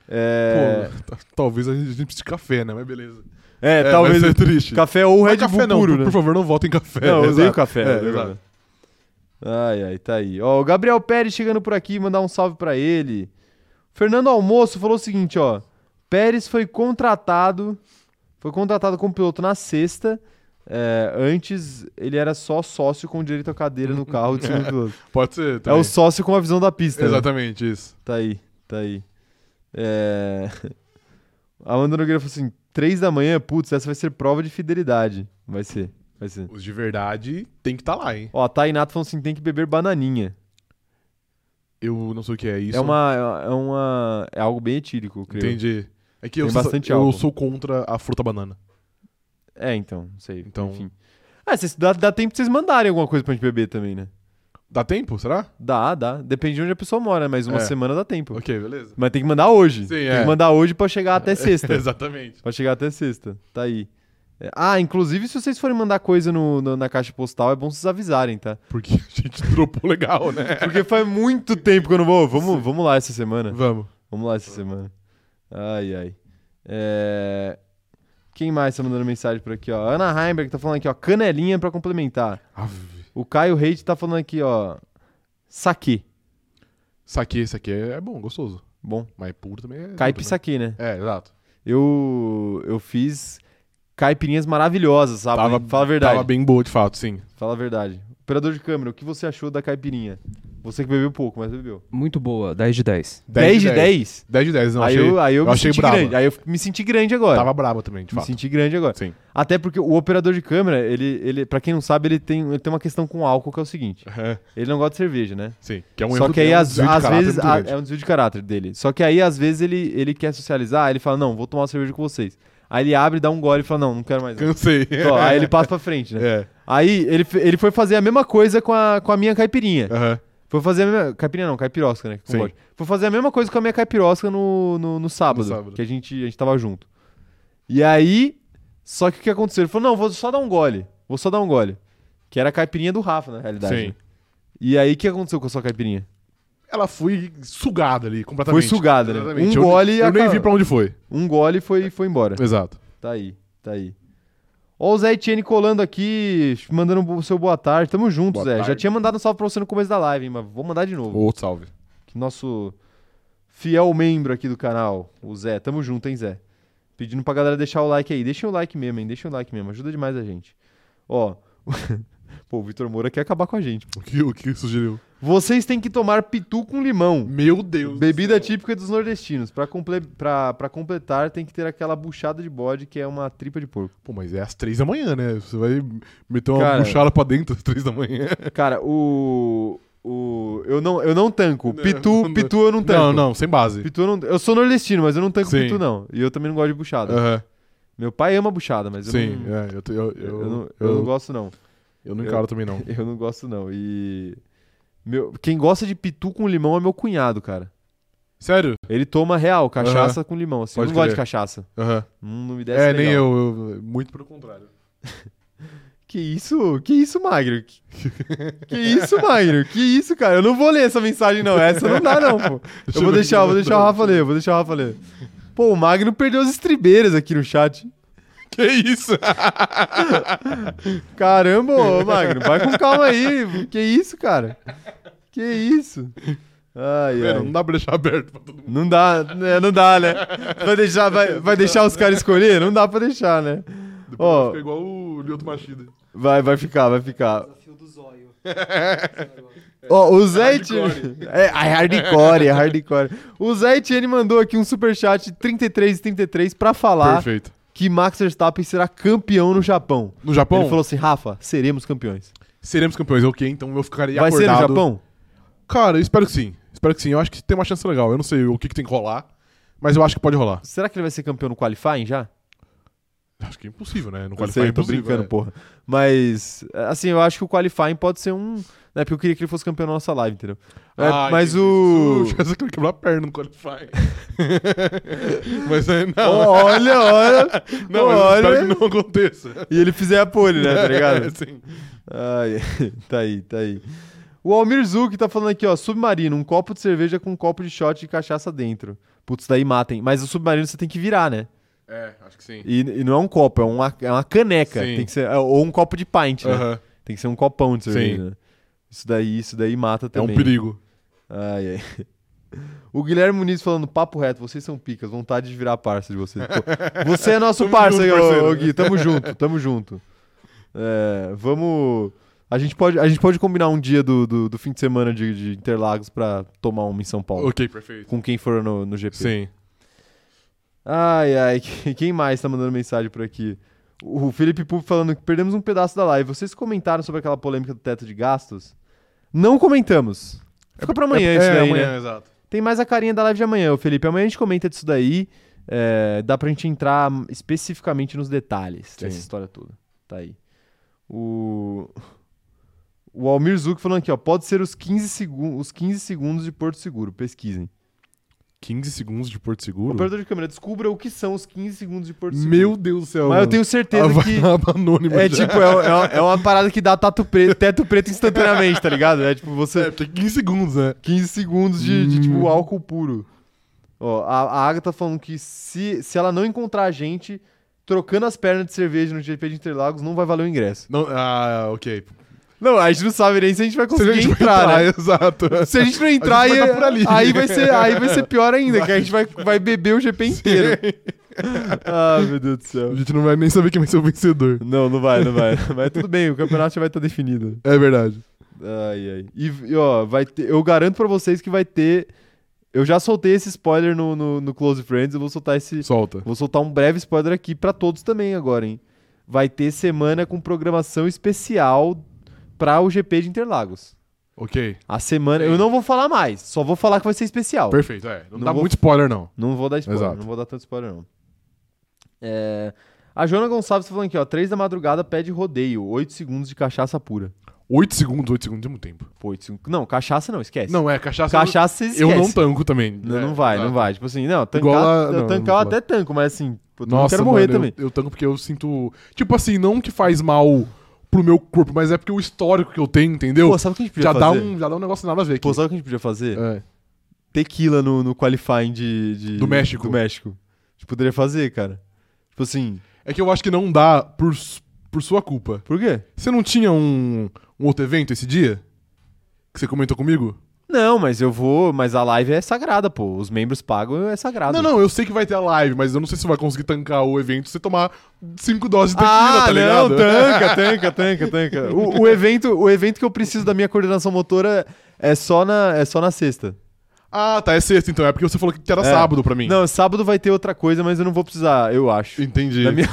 Speaker 2: Pô,
Speaker 1: É,
Speaker 2: t- talvez a gente precise de café, né? Mas beleza.
Speaker 1: é, talvez
Speaker 2: vai ser triste.
Speaker 1: Café ou
Speaker 2: Mas
Speaker 1: Red Bull
Speaker 2: café não,
Speaker 1: puro,
Speaker 2: por,
Speaker 1: né?
Speaker 2: por favor, não votem em café.
Speaker 1: não, eu
Speaker 2: Exato.
Speaker 1: odeio café.
Speaker 2: É,
Speaker 1: eu odeio
Speaker 2: exato.
Speaker 1: café. Ai, ai, tá aí. Ó, o Gabriel Pérez chegando por aqui, mandar um salve pra ele. Fernando Almoço falou o seguinte, ó. Pérez foi contratado, foi contratado como piloto na sexta. é, antes ele era só sócio com direito à cadeira no carro de segundo piloto.
Speaker 2: Pode ser.
Speaker 1: É
Speaker 2: também.
Speaker 1: o sócio com a visão da pista. né?
Speaker 2: Exatamente, isso.
Speaker 1: Tá aí, tá aí. É... A Amanda Nogueira falou assim: três da manhã, putz, essa vai ser prova de fidelidade. Vai ser, vai ser.
Speaker 2: Os de verdade tem que estar lá, hein?
Speaker 1: Ó, a Tainato falou assim: tem que beber bananinha.
Speaker 2: Eu não sei o que é isso.
Speaker 1: É uma, é uma. É algo bem etílico, eu creio.
Speaker 2: Entendi. É que eu,
Speaker 1: Tem
Speaker 2: sou-
Speaker 1: bastante
Speaker 2: eu
Speaker 1: álcool.
Speaker 2: sou contra a fruta banana.
Speaker 1: É, então, não sei.
Speaker 2: Então-
Speaker 1: Enfim. Ah, cês- dá, dá tempo de vocês mandarem alguma coisa pra gente beber também, né?
Speaker 2: Dá tempo, será?
Speaker 1: Dá, dá. Depende de onde a pessoa mora, mas uma
Speaker 2: É.
Speaker 1: semana dá tempo.
Speaker 2: Ok, beleza.
Speaker 1: Mas tem que mandar hoje.
Speaker 2: Sim,
Speaker 1: tem
Speaker 2: é.
Speaker 1: que mandar hoje pra chegar até sexta.
Speaker 2: Exatamente.
Speaker 1: Pra chegar até sexta. Tá aí. É, Ah, inclusive, se vocês forem mandar coisa no, no- na caixa postal, é bom vocês avisarem, tá?
Speaker 2: Porque a gente dropou legal, né?
Speaker 1: Porque faz muito tempo que eu não vou. Vamos, vamos lá essa semana.
Speaker 2: Vamos.
Speaker 1: Vamos lá essa semana. Ai, ai. É, Quem mais tá mandando mensagem por aqui, ó? Ana Heimberg tá falando aqui, ó. Canelinha pra complementar.
Speaker 2: Ave.
Speaker 1: O Caio Reite tá falando aqui, ó. Saque.
Speaker 2: Saque, saque é bom, gostoso.
Speaker 1: Bom,
Speaker 2: Mas puro também é.
Speaker 1: caipe
Speaker 2: outro, né?
Speaker 1: saque, né?
Speaker 2: É, exato.
Speaker 1: Eu, eu fiz caipirinhas maravilhosas, sabe?
Speaker 2: Tava-
Speaker 1: Fala a verdade.
Speaker 2: Tava bem boa, de fato, sim.
Speaker 1: Fala a verdade. Operador de câmera, o que você achou da caipirinha? Você que bebeu pouco, mas bebeu.
Speaker 3: Muito boa, 10 de 10.
Speaker 1: 10 de 10?
Speaker 2: 10 de 10, não.
Speaker 1: aí
Speaker 2: achei,
Speaker 1: eu, aí eu, me
Speaker 2: achei
Speaker 1: senti
Speaker 2: brava.
Speaker 1: grande. Aí eu me senti grande agora.
Speaker 2: Tava braba também, de
Speaker 1: me
Speaker 2: fato.
Speaker 1: senti grande agora.
Speaker 2: Sim.
Speaker 1: Até porque o operador de câmera, ele, ele para quem não sabe, ele tem, ele tem uma questão com álcool que é o seguinte.
Speaker 2: Aham,
Speaker 1: Ele não gosta de cerveja, né?
Speaker 2: Sim. Que é um
Speaker 1: Só
Speaker 2: erro-
Speaker 1: que aí,
Speaker 2: é um
Speaker 1: às,
Speaker 2: desvio de
Speaker 1: às
Speaker 2: caráter
Speaker 1: vezes,
Speaker 2: muito
Speaker 1: a-
Speaker 2: grande.
Speaker 1: é um desvio de caráter dele. Só que aí, às vezes, ele, ele quer socializar, ele fala, não, vou tomar uma cerveja com vocês. Aí ele abre, dá um gole e fala, não, não quero mais. não.
Speaker 2: Cansei.
Speaker 1: Só, aí ele passa pra frente, né?
Speaker 2: É.
Speaker 1: Aí ele, fe- ele foi fazer a mesma coisa com a, com a minha caipirinha.
Speaker 2: Aham.
Speaker 1: Foi fazer a mesma. Caipirinha não, caipirosca, né? que
Speaker 2: Sim.
Speaker 1: concorda. Foi fazer a mesma coisa com a minha caipirosca no, no, no sábado,
Speaker 2: No sábado.
Speaker 1: Que a gente, a gente tava junto. E aí. Só que o que aconteceu? Ele falou: não, vou só dar um gole. Vou só dar um gole. Que era a caipirinha do Rafa, na realidade.
Speaker 2: Sim.
Speaker 1: né? E aí, o que aconteceu com a sua caipirinha?
Speaker 2: Ela foi sugada ali, completamente.
Speaker 1: Foi sugada, né?
Speaker 2: Exatamente.
Speaker 1: Um
Speaker 2: eu,
Speaker 1: gole e
Speaker 2: Eu nem
Speaker 1: acaba-
Speaker 2: vi pra onde foi.
Speaker 1: Um gole e foi, foi embora.
Speaker 2: Exato.
Speaker 1: Tá aí, tá aí. Ó, o Zé Etienne colando aqui, mandando o seu boa tarde. Tamo junto,
Speaker 2: Boa
Speaker 1: Zé. Já
Speaker 2: tarde.
Speaker 1: tinha mandado um salve pra você no começo da live, hein, mas vou mandar de novo.
Speaker 2: Outro salve.
Speaker 1: que nosso fiel membro aqui do canal, o Zé. Tamo junto, hein, Zé? Pedindo pra galera deixar o like aí. Deixem o like mesmo, hein? Deixem o like mesmo. Ajuda demais a gente. Ó. Pô, o Vitor Moura quer acabar com a gente.
Speaker 2: O que, o que sugeriu?
Speaker 1: Vocês têm que tomar pitu com limão.
Speaker 2: Meu Deus.
Speaker 1: Bebida típica dos nordestinos. Pra, comple pra, pra completar, tem que ter aquela buchada de bode, que é uma tripa de porco.
Speaker 2: Pô, mas é às três da manhã, né? Você vai meter uma
Speaker 1: Cara.
Speaker 2: buchada pra dentro às três da manhã.
Speaker 1: Cara, o. o eu, não, eu não tanco.
Speaker 2: Não,
Speaker 1: Pitu,
Speaker 2: não.
Speaker 1: pitu eu não tanco.
Speaker 2: Não, não, sem base.
Speaker 1: Pitu eu não. Eu sou nordestino, mas eu não tanco
Speaker 2: Sim.
Speaker 1: pitu, não. E eu também não gosto de buchada.
Speaker 2: Aham.
Speaker 1: Meu pai ama buchada, né? mas eu
Speaker 2: Sim,
Speaker 1: não,
Speaker 2: é, eu, te- eu, eu,
Speaker 1: eu, não, eu
Speaker 2: eu-
Speaker 1: não gosto não.
Speaker 2: eu não encaro também, não.
Speaker 1: Eu não gosto não. E meu, quem gosta de pitu com limão é meu cunhado, cara.
Speaker 2: Sério?
Speaker 1: Ele toma real cachaça com limão, assim. Eu
Speaker 2: Pode
Speaker 1: não gosto de
Speaker 2: crer.
Speaker 1: cachaça.
Speaker 2: Aham.
Speaker 1: Hum, não me desce
Speaker 2: É,
Speaker 1: legal.
Speaker 2: nem eu, eu- Muito pelo contrário.
Speaker 1: Que isso? Que isso, Magro? Que, que isso, Magro? Que isso, cara? Eu não vou ler essa mensagem não. Essa não dá não, pô. Eu vou deixar, eu vou deixar o Rafa ler, eu vou deixar o Rafa ler. Pô, o Magno perdeu as estribeiras aqui no chat.
Speaker 2: Que isso?
Speaker 1: Caramba, ô Magno, vai com calma aí. Que isso, cara? Que isso? Ai,
Speaker 2: Pera,
Speaker 1: ai.
Speaker 2: não dá pra deixar aberto pra todo mundo.
Speaker 1: Não dá, né? Não dá, né? Vai deixar, vai, vai deixar os caras escolher? Não dá pra deixar, né?
Speaker 2: Depois
Speaker 1: Ó.
Speaker 2: fica igual o Lioto Machida.
Speaker 1: Vai, vai ficar, vai ficar.
Speaker 4: Desafio do zóio.
Speaker 1: Ó, o Zé Etienne.
Speaker 2: É Hardcore.
Speaker 1: É, ai, hardcore, é hardcore. O Zé Etienne mandou aqui um superchat 33 33 pra falar
Speaker 2: Perfeito.
Speaker 1: que Max Verstappen será campeão no Japão.
Speaker 2: No Japão?
Speaker 1: Ele falou assim: Rafa, seremos campeões.
Speaker 2: Seremos campeões, ok, então eu ficaria
Speaker 1: vai
Speaker 2: acordado.
Speaker 1: ser no Japão?
Speaker 2: Cara, eu espero que sim. Espero que sim. Eu acho que tem uma chance legal. Eu não sei o que, que tem que rolar, mas eu acho que pode rolar.
Speaker 1: Será que ele vai ser campeão no qualifying já?
Speaker 2: Acho que é impossível, né? Não
Speaker 1: Eu
Speaker 2: qualificar
Speaker 1: sei,
Speaker 2: é
Speaker 1: eu tô
Speaker 2: impossível,
Speaker 1: brincando,
Speaker 2: né?
Speaker 1: porra. Mas, assim, eu acho que o qualifying pode ser um. Né, porque eu queria que ele fosse campeão na nossa live, entendeu? É,
Speaker 2: Ai,
Speaker 1: mas
Speaker 2: que
Speaker 1: o.
Speaker 2: isso. Eu achei que ele quebrou a perna no qualifying. mas é,
Speaker 1: Oh,
Speaker 2: não.
Speaker 1: olha, olha.
Speaker 2: não, mas eu
Speaker 1: olha.
Speaker 2: espero que não aconteça.
Speaker 1: E ele fizer a pole, né? Tá ligado?
Speaker 2: Sim.
Speaker 1: Ai, tá aí, tá aí. O Almir Zuc tá falando aqui, ó. Submarino, um copo de cerveja com um copo de shot de cachaça dentro. Putz, daí matem. Mas o submarino você tem que virar, né?
Speaker 2: É, acho que sim.
Speaker 1: E, e não é um copo, é uma, é uma caneca.
Speaker 2: Sim.
Speaker 1: Tem que ser, ou um copo de pint, né?
Speaker 2: Aham. é
Speaker 1: Tem que ser um copão de cerveja.
Speaker 2: Sim.
Speaker 1: né? Isso daí, isso daí mata
Speaker 2: É um
Speaker 1: também.
Speaker 2: perigo.
Speaker 1: Ai, ai. O Guilherme Muniz falando papo reto, vocês são picas, vontade de virar parça de vocês. Pô, Você é nosso
Speaker 2: Tamo
Speaker 1: parça,
Speaker 2: junto,
Speaker 1: ô-
Speaker 2: parceiro.
Speaker 1: ô Gui, tamo junto, tamo junto. É, vamos. A gente, pode, a gente pode combinar um dia do, do, do fim de semana de, de Interlagos pra tomar uma em São Paulo.
Speaker 2: Ok, perfeito.
Speaker 1: Com quem for no, no GP.
Speaker 2: Sim.
Speaker 1: Ai, ai, que- quem mais tá mandando mensagem por aqui? O Felipe Pup falando que perdemos um pedaço da live. Vocês comentaram sobre aquela polêmica do teto de gastos? Não comentamos. Fica pra amanhã
Speaker 2: é,
Speaker 1: isso
Speaker 2: é,
Speaker 1: daí,
Speaker 2: amanhã,
Speaker 1: né?
Speaker 2: exato.
Speaker 1: Tem mais a carinha da live de amanhã, ô Felipe. Amanhã a gente comenta disso daí. É, dá pra gente entrar especificamente nos detalhes
Speaker 2: Sim.
Speaker 1: dessa história toda. Tá aí. O... O Almir Zuc falando aqui, ó. Pode ser os 15, segun- os 15 segundos de Porto Seguro. Pesquisem.
Speaker 2: 15 segundos de Porto Seguro?
Speaker 1: Operador de câmera, descubra o que são os 15 segundos de Porto Seguro.
Speaker 2: Meu Deus do céu.
Speaker 1: Mas eu
Speaker 2: mano.
Speaker 1: tenho certeza
Speaker 2: A
Speaker 1: que.
Speaker 2: aba anônima
Speaker 1: É
Speaker 2: já.
Speaker 1: tipo, é, é uma- é uma parada que dá tato preto, teto preto instantaneamente, tá ligado? É tipo,
Speaker 2: É,
Speaker 1: você.
Speaker 2: porque 15 segundos, né?
Speaker 1: 15 segundos de, de, tipo,
Speaker 2: Hum.
Speaker 1: álcool puro. Ó, a, a Agatha tá falando que se, se ela não encontrar a gente trocando as pernas de cerveja no GP de Interlagos, não vai valer o ingresso.
Speaker 2: Não, ah, ok.
Speaker 1: Não, a gente não sabe nem se a gente vai conseguir
Speaker 2: vai
Speaker 1: entrar, né?
Speaker 2: Exato.
Speaker 1: Se a gente não entrar,
Speaker 2: gente vai
Speaker 1: aí,
Speaker 2: tá por ali.
Speaker 1: aí vai ser, aí vai ser pior ainda, que a gente vai, vai beber o GP inteiro. ah, meu Deus do céu.
Speaker 2: A gente não vai nem saber quem vai ser o vencedor.
Speaker 1: Não, não vai, não vai. Mas tudo bem, o campeonato já vai estar definido.
Speaker 2: É verdade.
Speaker 1: Ai, ai. E, e, ó, vai ter, eu garanto pra vocês que vai ter. Eu já soltei esse spoiler no, no, no Close Friends, eu vou soltar esse.
Speaker 2: Solta.
Speaker 1: Vou soltar um breve spoiler aqui pra todos também agora, hein? Vai ter semana com programação especial pra o GP de Interlagos.
Speaker 2: Ok.
Speaker 1: A semana. Eu não vou falar mais, só vou falar que vai ser especial.
Speaker 2: Perfeito, é. Não,
Speaker 1: Não
Speaker 2: dá
Speaker 1: vou-
Speaker 2: muito spoiler, não.
Speaker 1: Não vou dar spoiler,
Speaker 2: Exato.
Speaker 1: não vou dar tanto spoiler, não. É, A Joana Gonçalves tá falando aqui, ó. 3 da madrugada pede rodeio, 8 segundos de cachaça pura.
Speaker 2: 8 segundos, 8 segundos é muito tempo.
Speaker 1: Pô, oito segundos- Não, cachaça não, esquece.
Speaker 2: Não, é, cachaça.
Speaker 1: Cachaça você esquece.
Speaker 2: eu não tanco também.
Speaker 1: Não,
Speaker 2: É,
Speaker 1: não vai,
Speaker 2: exato.
Speaker 1: não vai. Tipo assim, não, tancar,
Speaker 2: Igual a-
Speaker 1: eu
Speaker 2: não,
Speaker 1: tancar
Speaker 2: não
Speaker 1: eu
Speaker 2: vou.
Speaker 1: até tanco, mas assim, eu não
Speaker 2: Nossa,
Speaker 1: quero morrer
Speaker 2: mano, eu-
Speaker 1: também.
Speaker 2: Eu, tanco porque eu sinto. Tipo assim, não que faz mal pro meu corpo, mas é porque o histórico que eu tenho, entendeu?
Speaker 1: Pô, sabe o que a gente podia
Speaker 2: já,
Speaker 1: fazer?
Speaker 2: dá um, já dá um negócio nada a ver aqui.
Speaker 1: Pô, sabe o que a gente podia fazer?
Speaker 2: É.
Speaker 1: Tequila no, no qualifying de, de-
Speaker 2: Do México.
Speaker 1: Do México. A gente poderia fazer, cara. Tipo assim,
Speaker 2: É que eu acho que não dá por, s- por sua culpa.
Speaker 1: por quê?
Speaker 2: Você não tinha um, um outro evento esse dia? Que você comentou comigo?
Speaker 1: Não, mas eu vou. Mas a live é sagrada, pô. Os membros pagam é sagrado.
Speaker 2: Não, não, eu sei que vai ter a live, mas eu não sei se vai conseguir tancar o evento se você tomar cinco doses de tequila,
Speaker 1: Ah,
Speaker 2: tá
Speaker 1: não,
Speaker 2: ligado?
Speaker 1: tanca, tanca, tanca, tanca. O, o evento, o evento que eu preciso da minha coordenação motora é só na, é só na sexta.
Speaker 2: Ah, tá, é sexta então, é porque você falou que era
Speaker 1: É.
Speaker 2: sábado pra mim.
Speaker 1: Não, sábado vai ter outra coisa, mas eu não vou precisar, eu acho.
Speaker 2: Entendi.
Speaker 1: Da minha,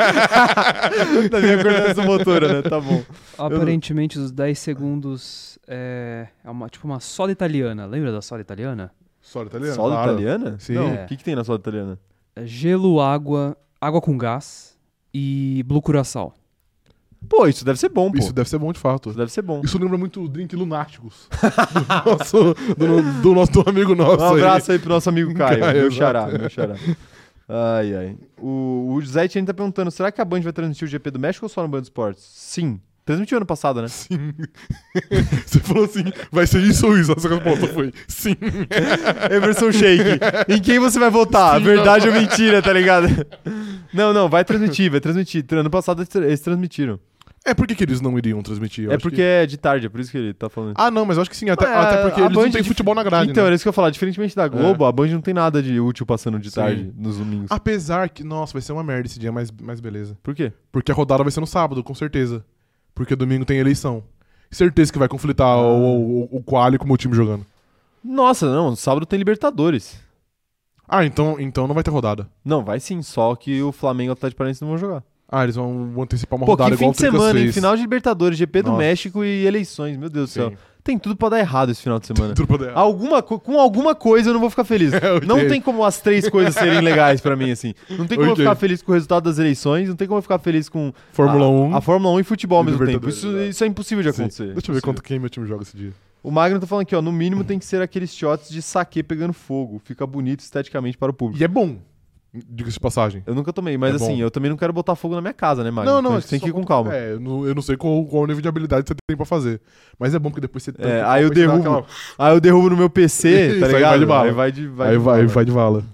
Speaker 1: da minha coordenação motora, né? Tá bom.
Speaker 3: Aparentemente, os 10 segundos é, é uma, tipo uma soda italiana. Lembra da soda italiana?
Speaker 2: Solo italiano?
Speaker 1: Soda
Speaker 2: claro.
Speaker 1: italiana?
Speaker 2: Sim.
Speaker 1: Não,
Speaker 3: É.
Speaker 1: o que, que tem na soda italiana?
Speaker 3: É gelo, água, água com gás e blue curaçao.
Speaker 1: Pô, isso deve ser bom, pô.
Speaker 2: Isso
Speaker 1: Isso
Speaker 2: deve ser bom de fato.
Speaker 1: deve ser bom.
Speaker 2: Isso lembra muito o Drink Lunáticos. do, nosso, do, do nosso do amigo nosso.
Speaker 1: um
Speaker 2: aí.
Speaker 1: abraço aí pro nosso amigo Caio,
Speaker 2: Caio,
Speaker 1: meu
Speaker 2: exato.
Speaker 1: xará, meu xará. Ai, ai. O, o Zé Etienne tá perguntando, será que a Band vai transmitir o GP do México ou só no Band Esportes? Sim. Transmitiu ano passado, né?
Speaker 2: Sim. Você falou assim, vai ser isso ou isso? A sua resposta foi sim.
Speaker 1: Emerson Shake. Em quem você vai votar?
Speaker 2: Sim,
Speaker 1: Verdade ou mentira, tá ligado? Não, não, vai transmitir, vai transmitir. Ano passado eles tra- eles transmitiram.
Speaker 2: É por que que eles não iriam transmitir? Eu
Speaker 1: é
Speaker 2: acho
Speaker 1: porque
Speaker 2: que-
Speaker 1: é de tarde, é por isso que ele tá falando.
Speaker 2: Ah, não, mas eu acho que sim. Até,
Speaker 1: É,
Speaker 2: até porque
Speaker 1: a
Speaker 2: eles não
Speaker 1: Band
Speaker 2: têm
Speaker 1: de-
Speaker 2: futebol na grade,
Speaker 1: então,
Speaker 2: né?
Speaker 1: era isso que eu ia falar. Diferentemente da Globo, a Band não tem nada de útil passando de
Speaker 2: Sim. Ah.
Speaker 1: tarde nos domingos.
Speaker 2: Apesar que, nossa, vai ser uma merda esse dia, mas, mas beleza.
Speaker 1: Por quê?
Speaker 2: Porque a rodada vai ser no sábado, com certeza. Porque domingo tem eleição. Certeza que vai conflitar
Speaker 1: Ah.
Speaker 2: o, o, o quali com o meu time jogando.
Speaker 1: Nossa, não, sábado tem Libertadores.
Speaker 2: Ah, então, então não vai ter rodada.
Speaker 1: Não, vai sim, só que o Flamengo e o Atlético Paranaense não vão jogar.
Speaker 2: Ah, eles vão vão antecipar uma
Speaker 1: Pô,
Speaker 2: rodada
Speaker 1: que fim
Speaker 2: igual
Speaker 1: de semana,
Speaker 2: em
Speaker 1: hein? Final de Libertadores, GP do
Speaker 2: Nossa.
Speaker 1: México e eleições, meu Deus do
Speaker 2: Sim.
Speaker 1: céu. Tem tudo pra dar errado esse final de semana.
Speaker 2: Tudo poder.
Speaker 1: Alguma, co- com alguma coisa eu não vou ficar feliz.
Speaker 2: ok.
Speaker 1: Não tem como as três coisas serem legais pra mim, assim. Não tem como eu
Speaker 2: Ok.
Speaker 1: ficar feliz com o resultado das eleições, não tem como eu ficar feliz com
Speaker 2: Fórmula
Speaker 1: a,
Speaker 2: 1.
Speaker 1: a Fórmula 1 e futebol ao
Speaker 2: E
Speaker 1: mesmo tempo.
Speaker 2: Libertadores,
Speaker 1: Isso,
Speaker 2: exato.
Speaker 1: isso é impossível de
Speaker 2: Sim.
Speaker 1: acontecer.
Speaker 2: Deixa eu ver
Speaker 1: Impossível.
Speaker 2: quanto quem meu time joga esse dia.
Speaker 1: O Magno tá falando aqui, ó. No mínimo tem que ser aqueles shots de saque pegando fogo. Fica bonito esteticamente para o público.
Speaker 2: E é bom, diga-se de passagem.
Speaker 1: Eu nunca tomei, mas
Speaker 2: É bom.
Speaker 1: assim, eu também não quero botar fogo na minha casa, né, Magno? Então a gente
Speaker 2: é
Speaker 1: tem
Speaker 2: só
Speaker 1: que ir com
Speaker 2: quando-
Speaker 1: calma.
Speaker 2: É, eu não, eu não sei qual, qual o nível de habilidade você tem pra fazer. Mas é bom porque depois você. tanca
Speaker 1: É,
Speaker 2: o
Speaker 1: aí eu
Speaker 2: copo e você dá
Speaker 1: derrubo. Aí Ah, eu derrubo no meu PC,
Speaker 2: Isso,
Speaker 1: tá
Speaker 2: aí
Speaker 1: ligado?
Speaker 2: vai de bala.
Speaker 1: Aí vai de, vai
Speaker 2: Aí
Speaker 1: de
Speaker 2: vai,
Speaker 1: bala.
Speaker 2: vai de vala.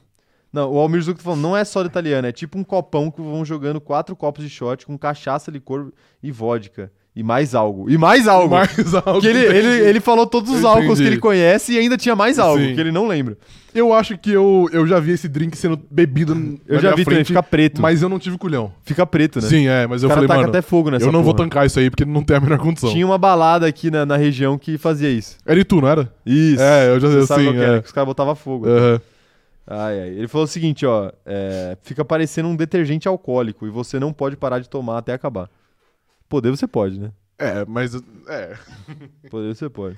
Speaker 1: Não, o Almir Zuc tá falando, não é só italiano, é tipo um copão que vão jogando quatro copos de shot com cachaça, licor e vodka. E mais algo. E mais algo.
Speaker 2: Mais algo.
Speaker 1: Que ele, ele,
Speaker 2: entendi.
Speaker 1: ele falou todos os
Speaker 2: Eu
Speaker 1: álcools que
Speaker 2: entendi.
Speaker 1: ele conhece e ainda tinha mais álcool
Speaker 2: Sim.
Speaker 1: que ele não lembra.
Speaker 2: Eu acho que eu, eu já vi esse drink sendo bebido n-
Speaker 1: Eu
Speaker 2: na
Speaker 1: já
Speaker 2: minha
Speaker 1: vi também,
Speaker 2: frente,
Speaker 1: fica preto.
Speaker 2: mas eu não tive culhão.
Speaker 1: Fica preto, né?
Speaker 2: Sim, é, mas
Speaker 1: o
Speaker 2: eu
Speaker 1: cara
Speaker 2: falei,
Speaker 1: taca
Speaker 2: mano,
Speaker 1: até fogo nessa
Speaker 2: eu não vou
Speaker 1: porra.
Speaker 2: tancar isso aí porque não tem a menor condição.
Speaker 1: Tinha uma balada aqui na, na região que fazia isso.
Speaker 2: Era Itu, não era?
Speaker 1: Isso.
Speaker 2: É, eu já sei,
Speaker 1: Você sabe
Speaker 2: sim,
Speaker 1: qual que era,
Speaker 2: é.
Speaker 1: que os caras botavam fogo.
Speaker 2: Aham.
Speaker 1: Ai, ai. Ele falou o seguinte, ó. é, fica parecendo um detergente alcoólico e você não pode parar de tomar até acabar. Poder você pode, né?
Speaker 2: É, mas... É.
Speaker 1: Poder você pode.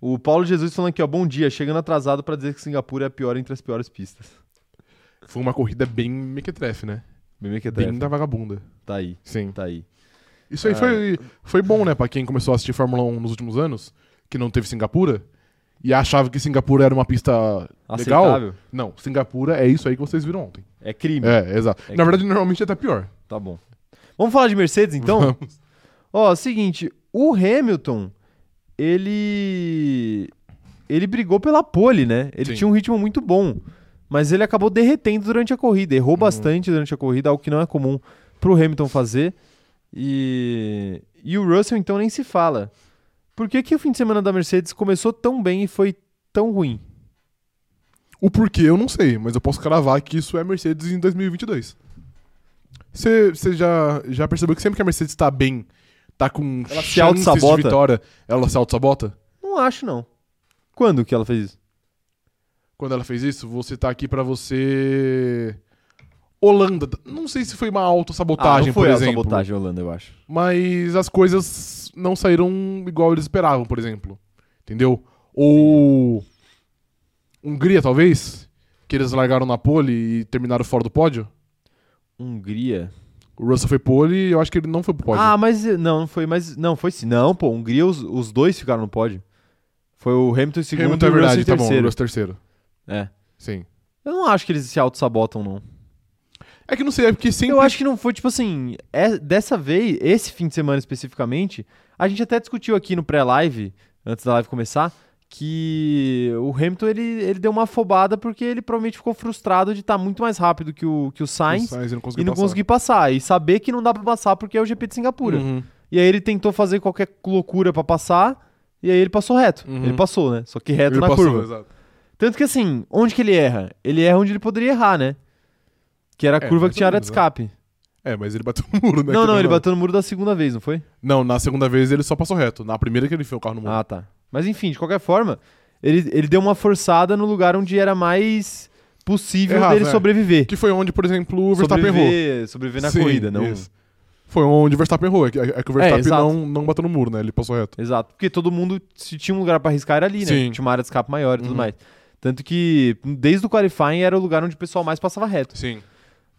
Speaker 1: O Paulo Jesus falando aqui, ó. Bom dia, chegando atrasado pra dizer que Singapura é a pior entre as piores pistas.
Speaker 2: Foi uma corrida bem mequetrefe, né?
Speaker 1: Bem que é
Speaker 2: Bem da vagabunda.
Speaker 1: Tá aí,
Speaker 2: Sim.
Speaker 1: tá aí.
Speaker 2: Isso aí
Speaker 1: Ah,
Speaker 2: foi, foi bom, né? Pra quem começou a assistir Fórmula 1 nos últimos anos, que não teve Singapura, e achava que Singapura era uma pista legal.
Speaker 1: Aceitável?
Speaker 2: Não, Singapura é isso aí que vocês viram ontem.
Speaker 1: É crime.
Speaker 2: É, exato.
Speaker 1: É
Speaker 2: Na verdade, normalmente é até pior.
Speaker 1: Tá bom. Vamos falar de Mercedes, então? Ó, seguinte, o Hamilton, ele. Ele brigou pela pole, né? Ele
Speaker 2: Sim.
Speaker 1: tinha um ritmo muito bom. Mas ele acabou derretendo durante a corrida.
Speaker 2: Uhum.
Speaker 1: Errou bastante durante a corrida, algo que não é comum pro Hamilton fazer. E. E o Russell, então, nem se fala. Por que, que o fim de semana da Mercedes começou tão bem e foi tão ruim?
Speaker 2: O porquê eu não sei, mas eu posso cravar que isso é Mercedes em 2022. Você você já, já percebeu que sempre que a Mercedes tá bem, tá com
Speaker 1: Ela se
Speaker 2: chances de
Speaker 1: autossabota?
Speaker 2: vitória, ela se auto-sabota?
Speaker 1: Não acho, não. Quando que ela fez isso?
Speaker 2: Quando ela fez isso, você tá aqui pra você... Holanda, não sei se foi uma autossabotagem,
Speaker 1: ah, não foi
Speaker 2: por exemplo.
Speaker 1: sabotagem Holanda, eu acho.
Speaker 2: mas as coisas não saíram igual eles esperavam, por exemplo. Entendeu? Ou Hungria, talvez, que eles largaram na pole e terminaram fora do pódio.
Speaker 1: Hungria.
Speaker 2: O Russell foi pole e eu acho que ele não foi pro pódio.
Speaker 1: Ah, mas eh, não, não foi, mas não foi sim. Não, pô, Hungria os, os dois ficaram no pódio. Foi o Hamilton em segundo
Speaker 2: Hamilton
Speaker 1: e
Speaker 2: é
Speaker 1: o Russell em
Speaker 2: verdade, tá bom, o
Speaker 1: terceiro.
Speaker 2: Russell terceiro.
Speaker 1: É.
Speaker 2: Sim.
Speaker 1: Eu não acho que eles se auto-sabotam, não.
Speaker 2: É que não sei, é porque sempre...
Speaker 1: Eu acho que não foi, tipo assim, é- dessa vez, esse fim de semana especificamente, a gente até discutiu aqui no pré-live, antes da live começar, que o Hamilton ele, ele deu uma afobada porque ele provavelmente ficou frustrado de estar muito mais rápido que o, que o Sainz,
Speaker 2: O Sainz não conseguiu
Speaker 1: e não
Speaker 2: passar.
Speaker 1: conseguir passar. E saber que não dá pra passar porque é o GP de Singapura.
Speaker 2: Uhum.
Speaker 1: E aí ele tentou fazer qualquer loucura pra passar, e aí ele passou reto.
Speaker 2: Uhum.
Speaker 1: Ele passou, né? Só que reto
Speaker 2: Ele
Speaker 1: na
Speaker 2: passou,
Speaker 1: curva.
Speaker 2: exato.
Speaker 1: Tanto que assim, onde que ele erra? Ele erra onde ele poderia errar, né? Que era a
Speaker 2: É,
Speaker 1: curva
Speaker 2: mais
Speaker 1: que tinha
Speaker 2: ou
Speaker 1: área de
Speaker 2: menos, né?
Speaker 1: escape.
Speaker 2: É, mas ele bateu no muro,
Speaker 1: Não,
Speaker 2: né? que
Speaker 1: não, ele
Speaker 2: terminou.
Speaker 1: bateu no muro da segunda vez, não foi?
Speaker 2: Não, na segunda vez ele só passou reto. Na primeira que ele enfiou o carro no muro.
Speaker 1: Ah, tá. Mas enfim, de qualquer forma, ele, ele deu uma forçada no lugar onde era mais possível
Speaker 2: Errava,
Speaker 1: dele
Speaker 2: é.
Speaker 1: sobreviver.
Speaker 2: Que foi onde, por exemplo, o Verstappen errou.
Speaker 1: sobreviver, sobreviver na
Speaker 2: Sim,
Speaker 1: corrida, não.
Speaker 2: isso. Foi onde o Verstappen errou. É que, é que o Verstappen
Speaker 1: exato.
Speaker 2: não, não bateu no muro, né? Ele passou reto.
Speaker 1: Exato, porque todo mundo, se tinha um lugar pra arriscar, era ali, né?
Speaker 2: Sim.
Speaker 1: Tinha uma área de escape maior e tudo
Speaker 2: Uhum.
Speaker 1: mais. Tanto que, desde o qualifying, era o lugar onde o pessoal mais passava reto,
Speaker 2: Sim.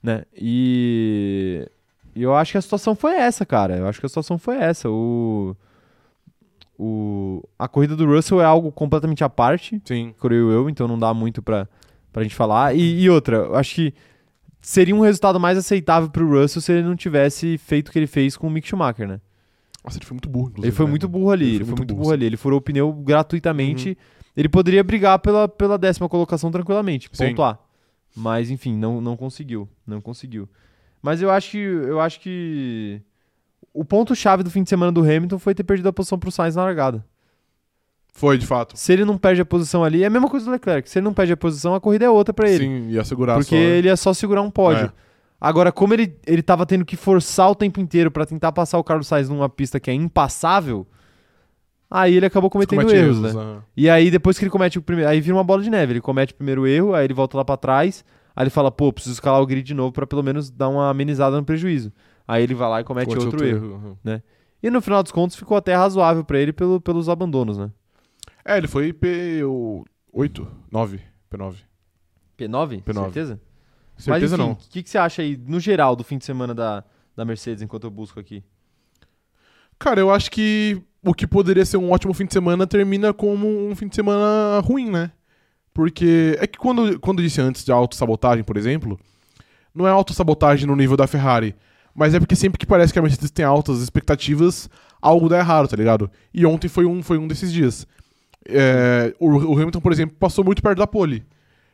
Speaker 1: né? E... e eu acho que a situação foi essa, cara. Eu acho que a situação foi essa. O... O... A corrida do Russell é algo completamente à parte,
Speaker 2: Sim.
Speaker 1: creio eu, então não dá muito pra, pra gente falar. E, e outra, eu acho que seria um resultado mais aceitável pro Russell se ele não tivesse feito o que ele fez com o Mick Schumacher, né?
Speaker 2: Nossa, ele foi muito burro, inclusive.
Speaker 1: Ele foi
Speaker 2: né?
Speaker 1: muito burro ali, ele foi muito burro, ali. Ele furou o pneu gratuitamente. Ele poderia brigar pela, pela décima colocação tranquilamente,
Speaker 2: Sim.
Speaker 1: ponto A. Mas, enfim, não, não conseguiu. Não conseguiu. Mas eu acho que. Eu acho que. O ponto-chave do fim de semana do Hamilton foi ter perdido a posição pro Sainz na largada.
Speaker 2: Foi, de fato.
Speaker 1: Se ele não perde a posição ali, é a mesma coisa do Leclerc. Se ele não perde a posição, a corrida é outra pra ele.
Speaker 2: Sim, ia segurar
Speaker 1: porque
Speaker 2: Tá só. né?
Speaker 1: ele é só segurar um pódio.
Speaker 2: É.
Speaker 1: Agora, como ele, ele tava tendo que forçar o tempo inteiro pra tentar passar o Carlos Sainz numa pista que é impassável, aí ele acabou cometendo
Speaker 2: Comete
Speaker 1: erros, né?
Speaker 2: aham.
Speaker 1: E aí, depois que ele comete o primeiro. Aí vira uma bola de neve. Ele comete o primeiro erro, aí ele volta lá pra trás. Aí ele fala, pô, preciso escalar o grid de novo pra pelo menos dar uma amenizada no prejuízo. Aí ele vai lá e comete,
Speaker 2: Comete
Speaker 1: outro, erro.
Speaker 2: aham.
Speaker 1: E no final dos contos ficou até razoável pra ele pelo, pelos abandonos, né?
Speaker 2: É, ele foi P8, 9, P9.
Speaker 1: P9?
Speaker 2: P9.
Speaker 1: Certeza?
Speaker 2: Certeza
Speaker 1: Mas, enfim,
Speaker 2: não.
Speaker 1: O que, que você acha aí, no geral, do fim de semana da, da Mercedes, enquanto eu busco aqui?
Speaker 2: Cara, eu acho que o que poderia ser um ótimo fim de semana termina como um fim de semana ruim, né? Porque é que quando, quando eu disse antes de autossabotagem, por exemplo, não é autossabotagem no nível da Ferrari, mas é porque sempre que parece que a Mercedes tem altas expectativas, algo dá errado, tá ligado? E ontem foi um, foi um desses dias. É, o, o Hamilton, por exemplo, passou muito perto da pole.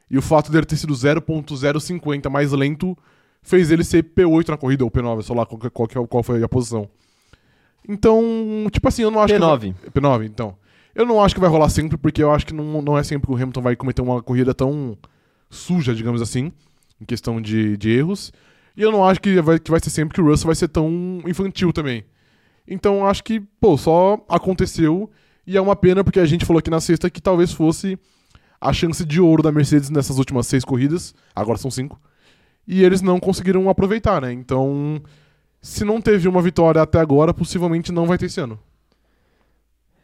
Speaker 2: E o fato dele ter sido 0.050 mais lento fez ele ser P8 na corrida, ou P9, sei lá qual, que- qual, que é- qual foi a posição. Então, tipo assim, eu não acho que.
Speaker 1: P9.
Speaker 2: P9, então. Eu não acho que vai rolar sempre, porque eu acho que não, não é sempre que o Hamilton vai cometer uma corrida tão suja, digamos assim, em questão de, de erros. E eu não acho que vai, que vai ser sempre que o Russell vai ser tão infantil também. Então eu acho que, pô, só aconteceu e é uma pena porque a gente falou aqui na sexta que talvez fosse a chance de ouro da Mercedes nessas últimas seis corridas, agora são cinco, e eles não conseguiram aproveitar, né? Então, se não teve uma vitória até agora, possivelmente não vai ter esse ano.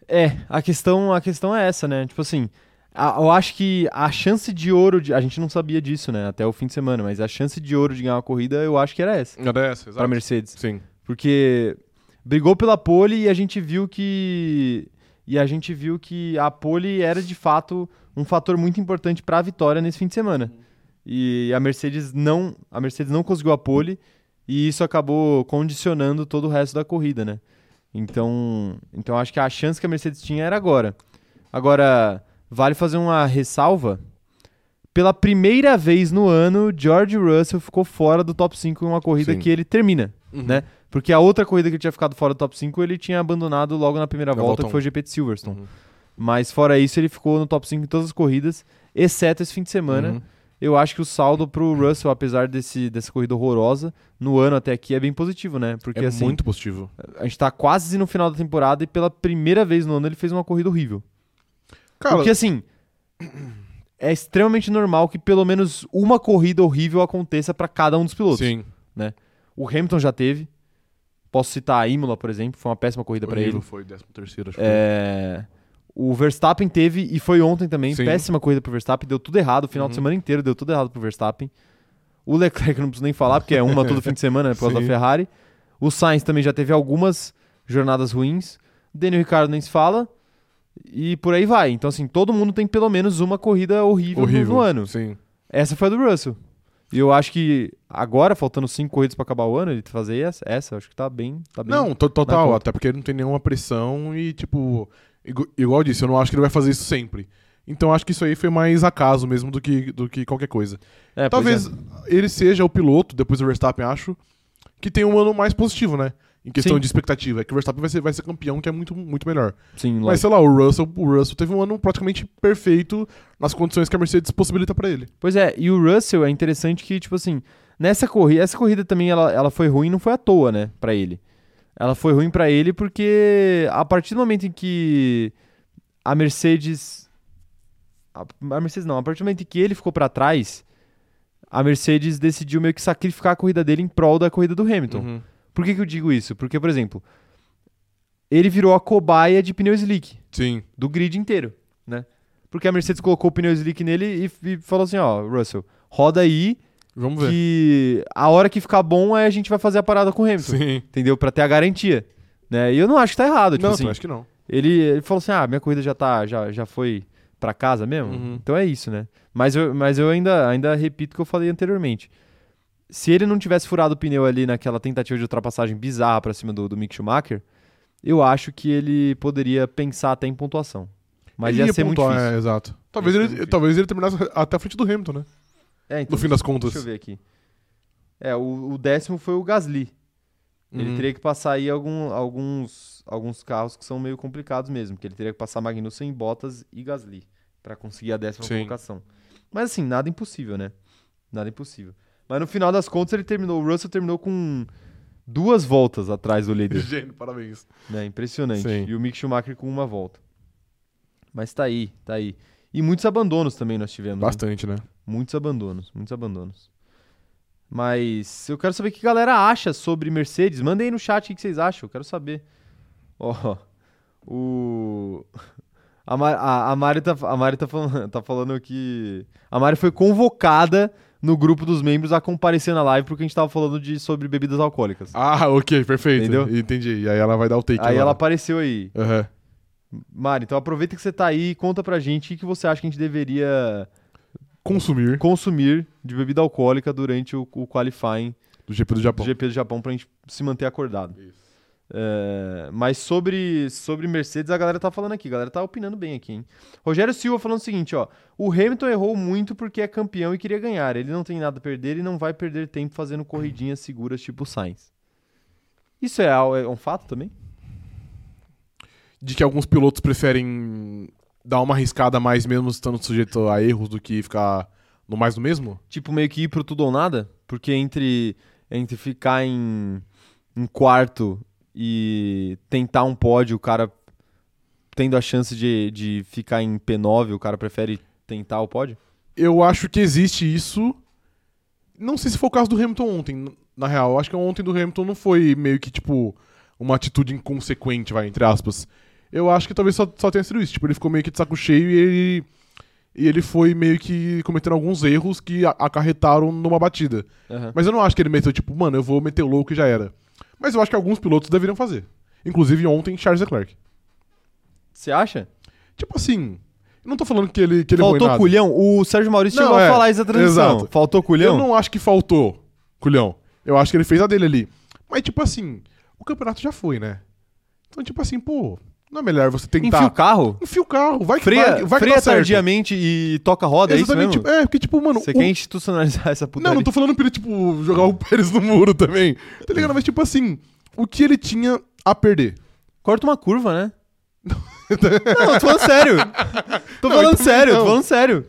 Speaker 1: É, a questão, a questão é essa, né? Tipo assim, a- eu acho que a chance de ouro. De, a gente não sabia disso, né? Até o fim de semana, mas a chance de ouro de ganhar uma corrida eu acho que era essa.
Speaker 2: Era essa,
Speaker 1: Pra Mercedes.
Speaker 2: Sim.
Speaker 1: Porque brigou pela pole e a gente viu que e a gente viu que a pole era de fato um fator muito importante para a vitória nesse fim de semana. E a Mercedes não, a Mercedes não conseguiu a pole e isso acabou condicionando todo o resto da corrida, né? Então, então acho que a chance que a Mercedes tinha era agora. Agora vale fazer uma ressalva. Pela primeira vez no ano, George Russell ficou fora do top 5 em uma corrida
Speaker 2: Sim.
Speaker 1: que ele termina.
Speaker 2: Uhum.
Speaker 1: Né? Porque a outra corrida que ele tinha ficado fora do top 5, ele tinha abandonado logo na primeira
Speaker 2: Na
Speaker 1: volta,
Speaker 2: volta
Speaker 1: que foi o GP de Silverstone.
Speaker 2: Uhum.
Speaker 1: Mas fora isso, ele ficou no top 5 em todas as corridas, exceto esse fim de semana.
Speaker 2: Uhum.
Speaker 1: Eu acho que o saldo pro Russell, apesar desse, dessa corrida horrorosa, no ano até aqui é bem positivo, né? Porque
Speaker 2: É
Speaker 1: assim,
Speaker 2: muito positivo.
Speaker 1: a gente tá quase no final da temporada e pela primeira vez no ano ele fez uma corrida horrível.
Speaker 2: Cara,
Speaker 1: Porque assim, é extremamente normal que pelo menos uma corrida horrível aconteça para cada um dos pilotos.
Speaker 2: sim.
Speaker 1: O Hamilton já teve. Posso citar a Imola, por exemplo, foi uma péssima corrida para ele.
Speaker 2: Foi 13 terceiro, acho
Speaker 1: É, O Verstappen teve, e foi ontem também,
Speaker 2: Sim.
Speaker 1: péssima corrida pro Verstappen, deu tudo errado, o final de
Speaker 2: Uhum.
Speaker 1: semana inteiro deu tudo errado pro Verstappen. O Leclerc eu não preciso nem falar, porque é uma todo fim de semana, né, por causa da
Speaker 2: Sim.
Speaker 1: Ferrari. O Sainz também já teve algumas jornadas ruins. Daniel Ricardo nem se fala. E por aí vai. Então, assim, todo mundo tem pelo menos uma corrida horrível, no-
Speaker 2: Horrível.
Speaker 1: no ano.
Speaker 2: Sim.
Speaker 1: Essa foi a do Russell. E eu acho que agora, faltando cinco corridas pra acabar o ano, ele fazer essa, essa eu acho que tá bem. Tá bem
Speaker 2: Não, to-
Speaker 1: Na
Speaker 2: total.
Speaker 1: conta.
Speaker 2: Até porque ele não tem nenhuma pressão e, tipo, igu- igual eu disse, eu não acho que ele vai fazer isso sempre. Então acho que isso aí foi mais acaso mesmo do que, do que qualquer coisa.
Speaker 1: É, pois
Speaker 2: Talvez
Speaker 1: é.
Speaker 2: ele seja o piloto, depois do Verstappen, acho, que tem um ano mais positivo, né? Em questão
Speaker 1: Sim.
Speaker 2: de expectativa. É que o Verstappen vai ser, vai ser campeão, que é muito, muito melhor.
Speaker 1: Sim,
Speaker 2: Mas
Speaker 1: lógico.
Speaker 2: sei lá, o Russell, o Russell teve um ano praticamente perfeito nas condições que a Mercedes possibilita pra ele.
Speaker 1: Pois é, e o Russell é interessante que, tipo assim, nessa corrida, essa corrida também ela, ela foi ruim, não foi à toa, né, pra ele. Ela foi ruim pra ele porque a partir do momento em que a Mercedes a, a Mercedes não, a partir do momento em que ele ficou pra trás, a Mercedes decidiu meio que sacrificar a corrida dele em prol da corrida do Hamilton.
Speaker 2: Uhum.
Speaker 1: Por que, que eu digo isso? Porque, por exemplo, ele virou a cobaia de pneu slick
Speaker 2: Sim.
Speaker 1: do grid inteiro, né? Porque a Mercedes colocou o pneu slick nele e, e falou assim, ó, Russell, roda aí
Speaker 2: Vamos ver.
Speaker 1: que a hora que ficar bom aí a gente vai fazer a parada com o Hamilton,
Speaker 2: Sim.
Speaker 1: entendeu? Pra ter a garantia, né? E eu não acho que tá errado, tipo
Speaker 2: não,
Speaker 1: assim.
Speaker 2: acho que não.
Speaker 1: Ele, ele falou assim, ah, minha corrida já tá, já, já foi pra casa mesmo,
Speaker 2: Uhum.
Speaker 1: então é isso, né? Mas eu, mas eu ainda, ainda repito o que eu falei anteriormente. Se ele não tivesse furado o pneu ali naquela tentativa de ultrapassagem bizarra pra cima do, do Mick Schumacher, eu acho que ele poderia pensar até em pontuação. Mas ia, ser
Speaker 2: pontuar,
Speaker 1: muito difícil.
Speaker 2: é, exato.
Speaker 1: Ia
Speaker 2: Talvez
Speaker 1: ser
Speaker 2: ele,
Speaker 1: muito difícil.
Speaker 2: talvez ele terminasse até a frente do Hamilton, né?
Speaker 1: É, então,
Speaker 2: No fim das contas.
Speaker 1: deixa eu ver aqui. É, o, o décimo foi o Gasly. Ele
Speaker 2: Uhum.
Speaker 1: teria que passar aí algum- alguns, alguns carros que são meio complicados mesmo, que ele teria que passar Magnussen, Bottas e Gasly pra conseguir a décima
Speaker 2: Sim.
Speaker 1: colocação. Mas assim, nada impossível, né? Nada impossível. Mas no final das contas ele terminou, o Russell terminou com duas voltas atrás do líder.
Speaker 2: Gênio, parabéns.
Speaker 1: Né? Impressionante.
Speaker 2: Sim.
Speaker 1: E o Mick Schumacher com uma volta. Mas tá aí, tá aí. E muitos abandonos também nós tivemos. né?
Speaker 2: Bastante, né?
Speaker 1: Muitos abandonos, muitos abandonos. Mas eu quero saber o que a galera acha sobre Mercedes. Mandem aí no chat o que vocês acham, eu quero saber. Ó, o. A, Ma- a, a Mari, tá, a Mari tá, falando, tá falando que. A Mari foi convocada no grupo dos membros a comparecer na live porque a gente tava falando de, sobre bebidas alcoólicas.
Speaker 2: Ah, ok, perfeito.
Speaker 1: Entendeu?
Speaker 2: Entendi. E aí ela vai dar o take.
Speaker 1: aí ela
Speaker 2: agora.
Speaker 1: apareceu aí.
Speaker 2: Aham.
Speaker 1: Mari, então aproveita que você tá aí e conta pra gente o que que você acha que a gente deveria
Speaker 2: Consumir
Speaker 1: consumir de bebida alcoólica durante o, o qualifying
Speaker 2: do GP do
Speaker 1: do
Speaker 2: Japão.
Speaker 1: GP do Japão pra gente se manter acordado. É, mas sobre, sobre Mercedes, a galera tá falando aqui, a galera tá opinando bem aqui, hein? Rogério Silva falando o seguinte, ó. O Hamilton errou muito porque é campeão e queria ganhar. Ele não tem nada a perder e não vai perder tempo fazendo corridinhas seguras tipo o Sainz. Isso é, al- é um fato também?
Speaker 2: de que alguns pilotos preferem dar uma arriscada a mais mesmo estando sujeito a erros do que ficar no mais do mesmo?
Speaker 1: Tipo, meio que ir pro tudo ou nada? Porque entre, entre ficar em, em quarto e tentar um pódio, o cara tendo a chance de, de ficar em P9, o cara prefere tentar o pódio?
Speaker 2: Eu acho que existe isso. Não sei se foi o caso do Hamilton ontem, n- na real. Eu acho que ontem do Hamilton não foi meio que, tipo, uma atitude inconsequente, vai, entre aspas. Eu acho que talvez só, só tenha sido isso. Tipo, ele ficou meio que de saco cheio e ele. E ele foi meio que cometendo alguns erros que a- acarretaram numa batida.
Speaker 1: Aham.
Speaker 2: Mas eu não acho que ele meteu, tipo, mano, eu vou meter o louco e já era. Mas eu acho que alguns pilotos deveriam fazer. Inclusive ontem, Charles Leclerc.
Speaker 1: Você acha?
Speaker 2: Tipo assim, eu não tô falando que ele, que ele é
Speaker 1: Faltou
Speaker 2: ruim nada.
Speaker 1: culhão? O Sérgio Maurício
Speaker 2: Não,
Speaker 1: chegou
Speaker 2: é.
Speaker 1: a falar isso na transição.
Speaker 2: Exato.
Speaker 1: Faltou culhão?
Speaker 2: Eu não acho que faltou, culhão. Eu acho que ele fez a dele ali. Mas, tipo assim, o campeonato já foi, né? Então, tipo assim, pô, não é melhor você tentar.
Speaker 1: Enfia o carro?
Speaker 2: Enfia o carro, vai que
Speaker 1: Freia,
Speaker 2: vai, que- vai que
Speaker 1: freia
Speaker 2: dá certo.
Speaker 1: tardiamente e toca roda,
Speaker 2: Exatamente,
Speaker 1: é isso mesmo?
Speaker 2: tipo, é, porque, tipo, mano.
Speaker 1: Você
Speaker 2: o-
Speaker 1: quer institucionalizar essa putaria?
Speaker 2: Não, não tô falando pra ele, tipo, jogar o Pérez no muro também. Tá ligado? Mas, tipo assim, o que ele tinha a perder?
Speaker 1: Corta uma curva, né? não, eu tô falando sério. Tô
Speaker 2: Não,
Speaker 1: falando
Speaker 2: então
Speaker 1: sério,
Speaker 2: não.
Speaker 1: tô falando sério.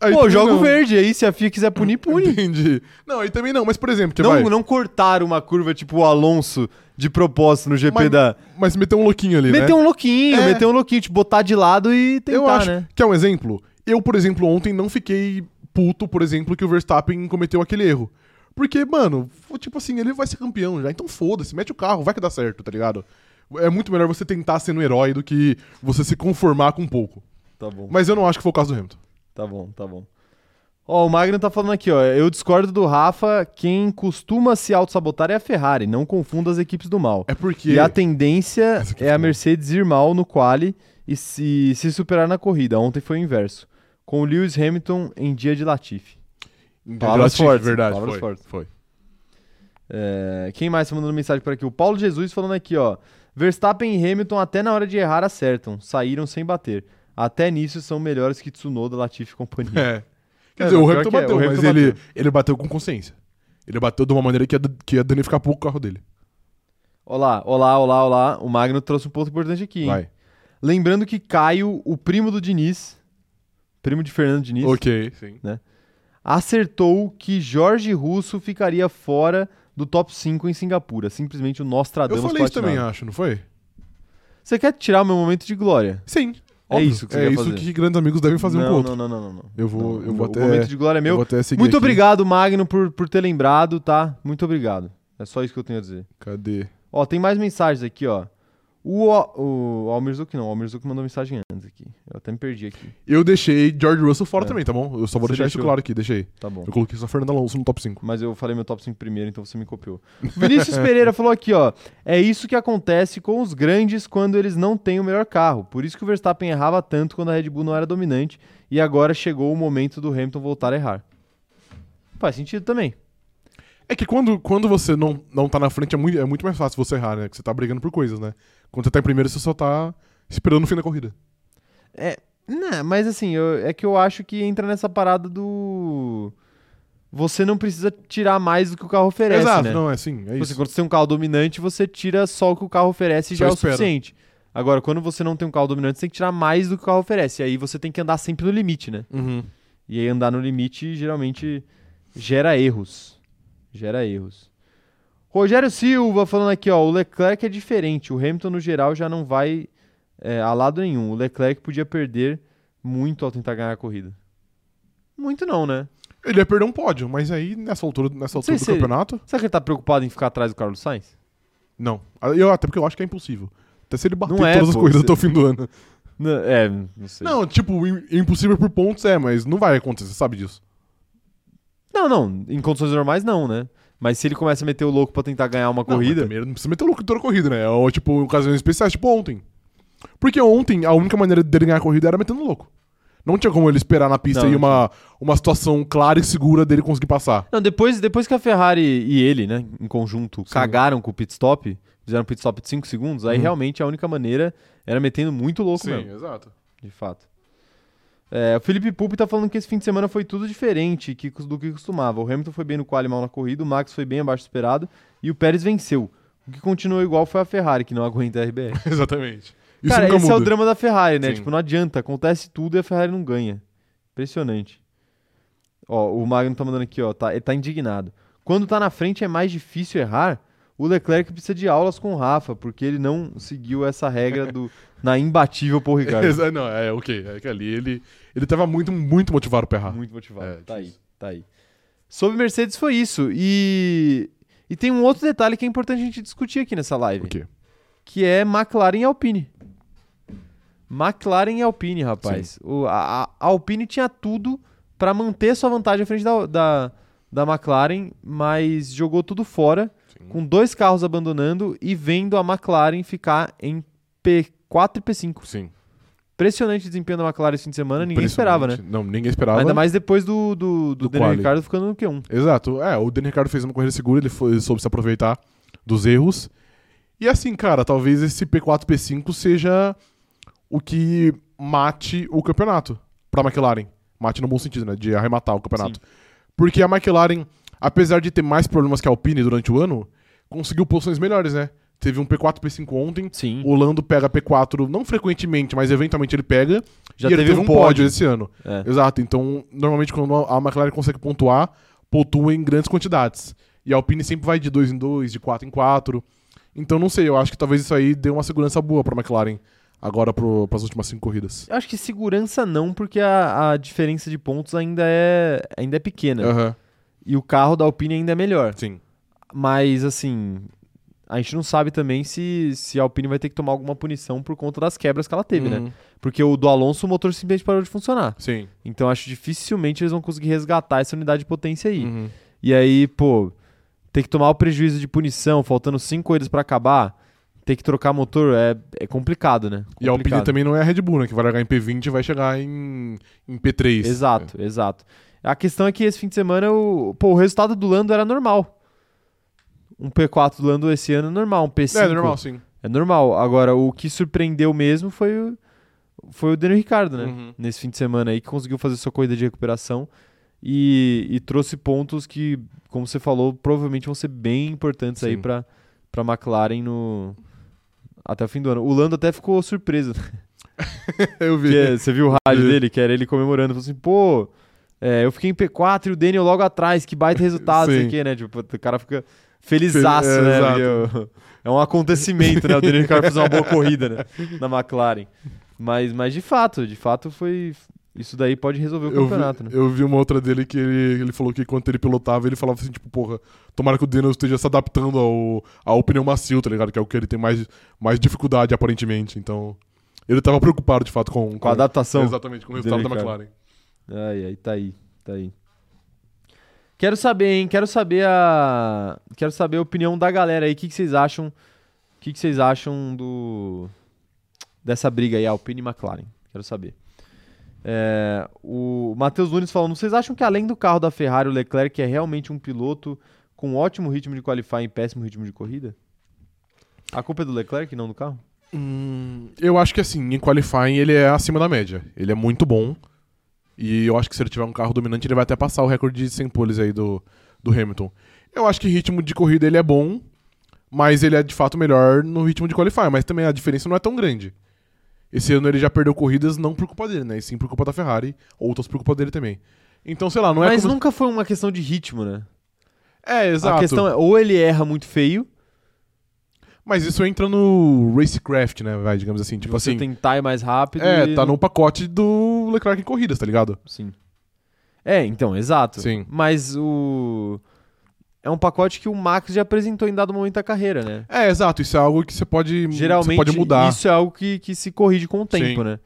Speaker 2: Aí
Speaker 1: Pô,
Speaker 2: também
Speaker 1: joga o
Speaker 2: não.
Speaker 1: verde aí, se então a FIA quiser punir, pune.
Speaker 2: Entendi. Não, aí também não, mas por exemplo, tipo, vai,
Speaker 1: Não, não cortar uma curva tipo o Alonso de propósito no GP
Speaker 2: Mas-
Speaker 1: da.
Speaker 2: mas meteu um louquinho ali, né?
Speaker 1: Meter um louquinho,
Speaker 2: É.
Speaker 1: meter um louquinho, te botar de lado e tentar,
Speaker 2: eu acho
Speaker 1: né?
Speaker 2: que é um exemplo. Eu, por exemplo, ontem não fiquei puto, por exemplo, que o Verstappen cometeu aquele erro. Porque, mano, foi tipo assim, ele vai ser campeão já, então foda-se, mete o carro, vai que dá certo, tá ligado? É muito melhor você tentar ser um herói do que você se conformar com um pouco.
Speaker 1: Tá bom,
Speaker 2: Mas eu não acho que foi o caso do Hamilton.
Speaker 1: tá bom, tá bom. Ó, o Magno tá falando aqui, ó. Eu discordo do Rafa, quem costuma se auto-sabotar é a Ferrari, não confunda as equipes do mal.
Speaker 2: É porque.
Speaker 1: E a tendência
Speaker 2: Essa aqui
Speaker 1: é a
Speaker 2: ficou.
Speaker 1: Mercedes ir mal no quali e se, se superar na corrida. Ontem foi o inverso. Com o Lewis Hamilton em dia de Latifi. Palavras
Speaker 2: Latifi,
Speaker 1: fortes,
Speaker 2: é verdade.
Speaker 1: palavras
Speaker 2: foi,
Speaker 1: fortes.
Speaker 2: foi.
Speaker 1: É, quem mais tá mandando mensagem por aqui? O Paulo Jesus falando aqui, ó. Verstappen e Hamilton até na hora de errar acertam. Saíram sem bater. Até nisso são melhores que Tsunoda, Latifi e companhia.
Speaker 2: É. Quer
Speaker 1: É,
Speaker 2: dizer,
Speaker 1: não,
Speaker 2: o
Speaker 1: pior
Speaker 2: Hamilton
Speaker 1: que é,
Speaker 2: bateu,
Speaker 1: o
Speaker 2: mas
Speaker 1: Hamilton
Speaker 2: ele,
Speaker 1: bateu.
Speaker 2: ele bateu com consciência. Ele bateu de uma maneira que ia, que ia danificar pouco o carro dele.
Speaker 1: Olá, olá, olá, olá. O Magno trouxe um ponto importante aqui, hein?
Speaker 2: Vai.
Speaker 1: Lembrando que Caio, o primo do Diniz, primo de Fernando Diniz,
Speaker 2: Ok, sim.
Speaker 1: acertou que Jorge Russo ficaria fora do top 5 em Singapura. Simplesmente o
Speaker 2: Eu
Speaker 1: Nostradamus
Speaker 2: falei isso também, ah.
Speaker 1: platinado.
Speaker 2: acho, não foi?
Speaker 1: Você quer tirar o meu momento de glória?
Speaker 2: Sim.
Speaker 1: É isso que você
Speaker 2: É
Speaker 1: quer
Speaker 2: isso
Speaker 1: fazer.
Speaker 2: que grandes amigos devem fazer um
Speaker 1: não,
Speaker 2: pro outro.
Speaker 1: não, não, não, não, não.
Speaker 2: Eu vou,
Speaker 1: Não,
Speaker 2: eu
Speaker 1: o
Speaker 2: vou
Speaker 1: meu-
Speaker 2: até.
Speaker 1: O momento de glória é
Speaker 2: eu
Speaker 1: meu.
Speaker 2: vou até seguir
Speaker 1: Muito
Speaker 2: aqui.
Speaker 1: obrigado, Magno, por, por ter lembrado, tá? Muito obrigado. É só isso que eu tenho a dizer.
Speaker 2: Cadê?
Speaker 1: Ó, tem mais mensagens aqui, ó. O, o, o Almir Zuc não, o Almir Zuc mandou mensagem antes aqui. Eu até me perdi aqui.
Speaker 2: Eu deixei George Russell fora
Speaker 1: É.
Speaker 2: também, tá bom? Eu só vou
Speaker 1: Você
Speaker 2: deixar isso
Speaker 1: deixou.
Speaker 2: claro aqui, deixei.
Speaker 1: Tá bom.
Speaker 2: Eu coloquei só Fernando Alonso no top 5.
Speaker 1: Mas eu falei meu top 5 primeiro, então você me copiou. Vinícius Pereira falou aqui, ó. É isso que acontece com os grandes quando eles não têm o melhor carro. Por isso que o Verstappen errava tanto quando a Red Bull não era dominante. E agora chegou o momento do Hamilton voltar a errar. Faz sentido também.
Speaker 2: É que quando, quando você não, não tá na frente é muito, é muito mais fácil você errar, né? Que você tá brigando por coisas, né? Quando você tá em primeiro, você só tá esperando o fim da corrida.
Speaker 1: Não, mas assim, eu- é que eu acho que entra nessa parada do. Você não precisa tirar mais do que o carro oferece,
Speaker 2: Exato,
Speaker 1: né?
Speaker 2: não, é assim, é
Speaker 1: Tipo assim,
Speaker 2: isso.
Speaker 1: quando você tem um carro dominante, você tira só o que o carro oferece e
Speaker 2: Só
Speaker 1: já é o
Speaker 2: espera.
Speaker 1: suficiente. Agora, quando você não tem um carro dominante, você tem que tirar mais do que o carro oferece. E aí você tem que andar sempre no limite, né?
Speaker 2: Uhum.
Speaker 1: E aí andar no limite geralmente gera erros. Gera erros. Rogério Silva falando aqui, ó. O Leclerc é diferente. O Hamilton, no geral, já não vai é, a lado nenhum. O Leclerc podia perder muito ao tentar ganhar a corrida. Muito não, né?
Speaker 2: Ele ia perder um pódio, mas aí nessa altura, nessa
Speaker 1: Não sei
Speaker 2: altura do
Speaker 1: se-
Speaker 2: campeonato.
Speaker 1: Será que ele tá preocupado em ficar atrás do Carlos Sainz?
Speaker 2: Não. Eu, até porque eu acho que é impossível. Até se ele bater
Speaker 1: Não é,
Speaker 2: todas as
Speaker 1: pô,
Speaker 2: coisas
Speaker 1: você-
Speaker 2: até o fim do ano.
Speaker 1: Não, é, não sei.
Speaker 2: Não, tipo, im- impossível por pontos é, mas não vai acontecer, você sabe disso.
Speaker 1: Não, não. Em condições normais, não, né? Mas se ele começa a meter o louco pra tentar ganhar uma
Speaker 2: Não, mas
Speaker 1: corrida.
Speaker 2: também não precisa meter o louco em toda a corrida, né? Ou, tipo, ocasiões especiais, tipo ontem. Porque ontem, a única maneira dele ganhar a corrida era metendo louco. Não tinha como ele esperar na pista
Speaker 1: Não,
Speaker 2: e
Speaker 1: não
Speaker 2: uma, uma situação clara e segura dele conseguir passar.
Speaker 1: Não, depois, depois que a Ferrari e ele, né, em conjunto,
Speaker 2: Sim.
Speaker 1: cagaram com o pit stop, fizeram um pit stop de 5 segundos, aí
Speaker 2: Uhum.
Speaker 1: realmente a única maneira era metendo muito louco mesmo,
Speaker 2: exato.
Speaker 1: de fato. É, o Felipe Pupi tá falando que esse fim de semana foi tudo diferente que- do que costumava. O Hamilton foi bem no quali, mal na corrida, o Max foi bem abaixo do esperado e o Pérez venceu. O que continuou igual foi a Ferrari, que não aguenta a RBR.
Speaker 2: Exatamente. Isso
Speaker 1: Cara,
Speaker 2: nunca
Speaker 1: esse
Speaker 2: muda.
Speaker 1: é o drama da Ferrari, né?
Speaker 2: Sim.
Speaker 1: Tipo, não adianta, acontece tudo e a Ferrari não ganha. Impressionante. Ó, o Magno tá mandando aqui, ó, tá, ele tá indignado. Quando tá na frente é mais difícil errar. O Leclerc precisa de aulas com o Rafa, porque ele não seguiu essa regra do na imbatível Paul Ricardo.
Speaker 2: Exa- Não, é ok. É que ali ele, ele tava muito, muito motivado pra errar.
Speaker 1: Muito motivado.
Speaker 2: É,
Speaker 1: tá aí,
Speaker 2: difícil.
Speaker 1: tá aí. Sobre Mercedes foi isso. E e tem um outro detalhe que é importante a gente discutir aqui nessa live,
Speaker 2: O quê?
Speaker 1: que é McLaren e Alpine. McLaren e Alpine, rapaz. O- a, a- a Alpine tinha tudo pra manter sua vantagem à frente da, da, da McLaren, mas jogou tudo fora,
Speaker 2: Sim.
Speaker 1: com dois carros abandonando e vendo a McLaren ficar em P4 e P5.
Speaker 2: Sim.
Speaker 1: Impressionante o desempenho da McLaren esse fim de semana, ninguém esperava, né?
Speaker 2: Impressionante. Não, ninguém esperava.
Speaker 1: Ainda mais depois do, do, do
Speaker 2: Do
Speaker 1: Daniel
Speaker 2: quali.
Speaker 1: Ricciardo ficando no Q1.
Speaker 2: Exato. É, o Daniel Ricardo fez uma corrida segura, ele, foi, ele soube se aproveitar dos erros. E assim, cara, talvez esse P4, P5 seja o que mate o campeonato pra McLaren. Mate no bom sentido, né? De arrematar o campeonato. Porque a McLaren, apesar de ter mais problemas que a Alpine durante o ano, conseguiu posições melhores, né? Teve um P4, P5 ontem.
Speaker 1: Sim.
Speaker 2: O Lando pega P4, não frequentemente, mas eventualmente ele pega.
Speaker 1: Já
Speaker 2: e ele
Speaker 1: teve
Speaker 2: teve
Speaker 1: um
Speaker 2: um pódio,
Speaker 1: pódio.
Speaker 2: esse ano.
Speaker 1: É.
Speaker 2: Exato. Então, normalmente, quando a McLaren consegue pontuar, pontua em grandes quantidades. E a Alpine sempre vai de 2 em 2, de 4 em 4. Então, não sei, eu acho que talvez isso aí dê uma segurança boa pra McLaren agora pro, pras últimas cinco corridas.
Speaker 1: Eu acho que segurança não, porque a, a diferença de pontos ainda é, ainda é pequena.
Speaker 2: Aham,
Speaker 1: E o carro da Alpine ainda é melhor.
Speaker 2: sim.
Speaker 1: Mas, assim, a gente não sabe também se, se a Alpine vai ter que tomar alguma punição por conta das quebras que ela teve, né?
Speaker 2: Uhum,
Speaker 1: Porque o do Alonso, o motor simplesmente parou de funcionar.
Speaker 2: Sim.
Speaker 1: Então, acho que dificilmente eles vão conseguir resgatar essa unidade de potência aí.
Speaker 2: Uhum.
Speaker 1: E aí, pô, ter que tomar o prejuízo de punição, faltando cinco corridas pra acabar, ter que trocar motor é, é complicado, né?
Speaker 2: E a Alpine
Speaker 1: Complicado.
Speaker 2: também não é a Red Bull, né? Que vai largar em P20 e vai chegar em, em P3.
Speaker 1: Exato, exato. A questão é que esse fim de semana o, pô, o resultado do Lando era normal. Um P4 do Lando esse ano é normal, um P5
Speaker 2: É, é normal, sim.
Speaker 1: É normal. Agora, o que surpreendeu mesmo foi o, foi o Daniel Ricardo, né?
Speaker 2: Uhum.
Speaker 1: Nesse fim de semana aí, que conseguiu fazer sua corrida de recuperação e, e trouxe pontos que, como você falou, provavelmente vão ser bem importantes aí
Speaker 2: Sim.
Speaker 1: pra, pra McLaren no. Até o fim do ano. O Lando até ficou surpreso. né?
Speaker 2: eu vi.
Speaker 1: Porque é, você viu o rádio
Speaker 2: vi.
Speaker 1: dele, que era ele comemorando. Falou assim, pô, é, eu fiquei em P4 e o Daniel logo atrás, que baita resultado, sei
Speaker 2: Sim.
Speaker 1: o quê, né? Tipo, o cara fica felizaço,
Speaker 2: Fel- é,
Speaker 1: né?
Speaker 2: exato.
Speaker 1: Porque É um acontecimento, né? O Daniel Ricciardo fazer uma boa corrida, né? Na McLaren. Mas, mas de fato, de fato foi... Isso daí pode resolver o
Speaker 2: Eu vi,
Speaker 1: campeonato, né?
Speaker 2: eu vi uma outra dele que ele, ele falou que quando ele pilotava, ele falava assim, tipo, porra, tomara que o Daniel esteja se adaptando ao, ao pneu macio, tá ligado? Que é o que ele tem mais, mais dificuldade, aparentemente. Então, ele tava preocupado, de fato, com...
Speaker 1: Com a adaptação.
Speaker 2: Exatamente, com o resultado
Speaker 1: dele,
Speaker 2: da
Speaker 1: cara.
Speaker 2: McLaren.
Speaker 1: Ai, ai, tá aí, tá aí. Quero saber, hein? Quero saber a. Quero saber a opinião da galera aí. O que, que vocês acham? O que, que vocês acham do. Dessa briga aí, Alpine e McLaren? Quero saber. É, o Matheus Nunes falando: vocês acham que além do carro da Ferrari, o Leclerc é realmente um piloto com ótimo ritmo de qualifying e péssimo ritmo de corrida? A culpa é do Leclerc, não do carro?
Speaker 2: Hum, eu acho que, assim, em qualifying ele é acima da média. Ele é muito bom. E eu acho que se ele tiver um carro dominante, ele vai até passar o recorde de 100 poles aí do, do Hamilton. Eu acho que ritmo de corrida ele é bom, mas ele é de fato melhor no ritmo de qualifying. Mas também a diferença não é tão grande. Esse ano ele já perdeu corridas não por culpa dele, né? E sim por culpa da Ferrari, outras por culpa dele também. Então, sei lá, não é
Speaker 1: Mas
Speaker 2: como...
Speaker 1: nunca foi uma questão de ritmo, né?
Speaker 2: É, exato.
Speaker 1: A questão é: ou ele erra muito feio,
Speaker 2: Mas isso entra no Racecraft, né? Vai, digamos assim. Tipo
Speaker 1: você
Speaker 2: assim,
Speaker 1: tentar ir mais rápido.
Speaker 2: é,
Speaker 1: e
Speaker 2: tá
Speaker 1: não-
Speaker 2: no pacote do Leclerc em corridas, tá ligado?
Speaker 1: Sim. É, então, exato.
Speaker 2: Sim.
Speaker 1: Mas o. É um pacote que o Max já apresentou em dado momento da carreira, né?
Speaker 2: É, exato. Isso é algo que você pode,
Speaker 1: Geralmente,
Speaker 2: você pode mudar.
Speaker 1: isso é algo que, que se corrige com o tempo,
Speaker 2: Sim.
Speaker 1: né?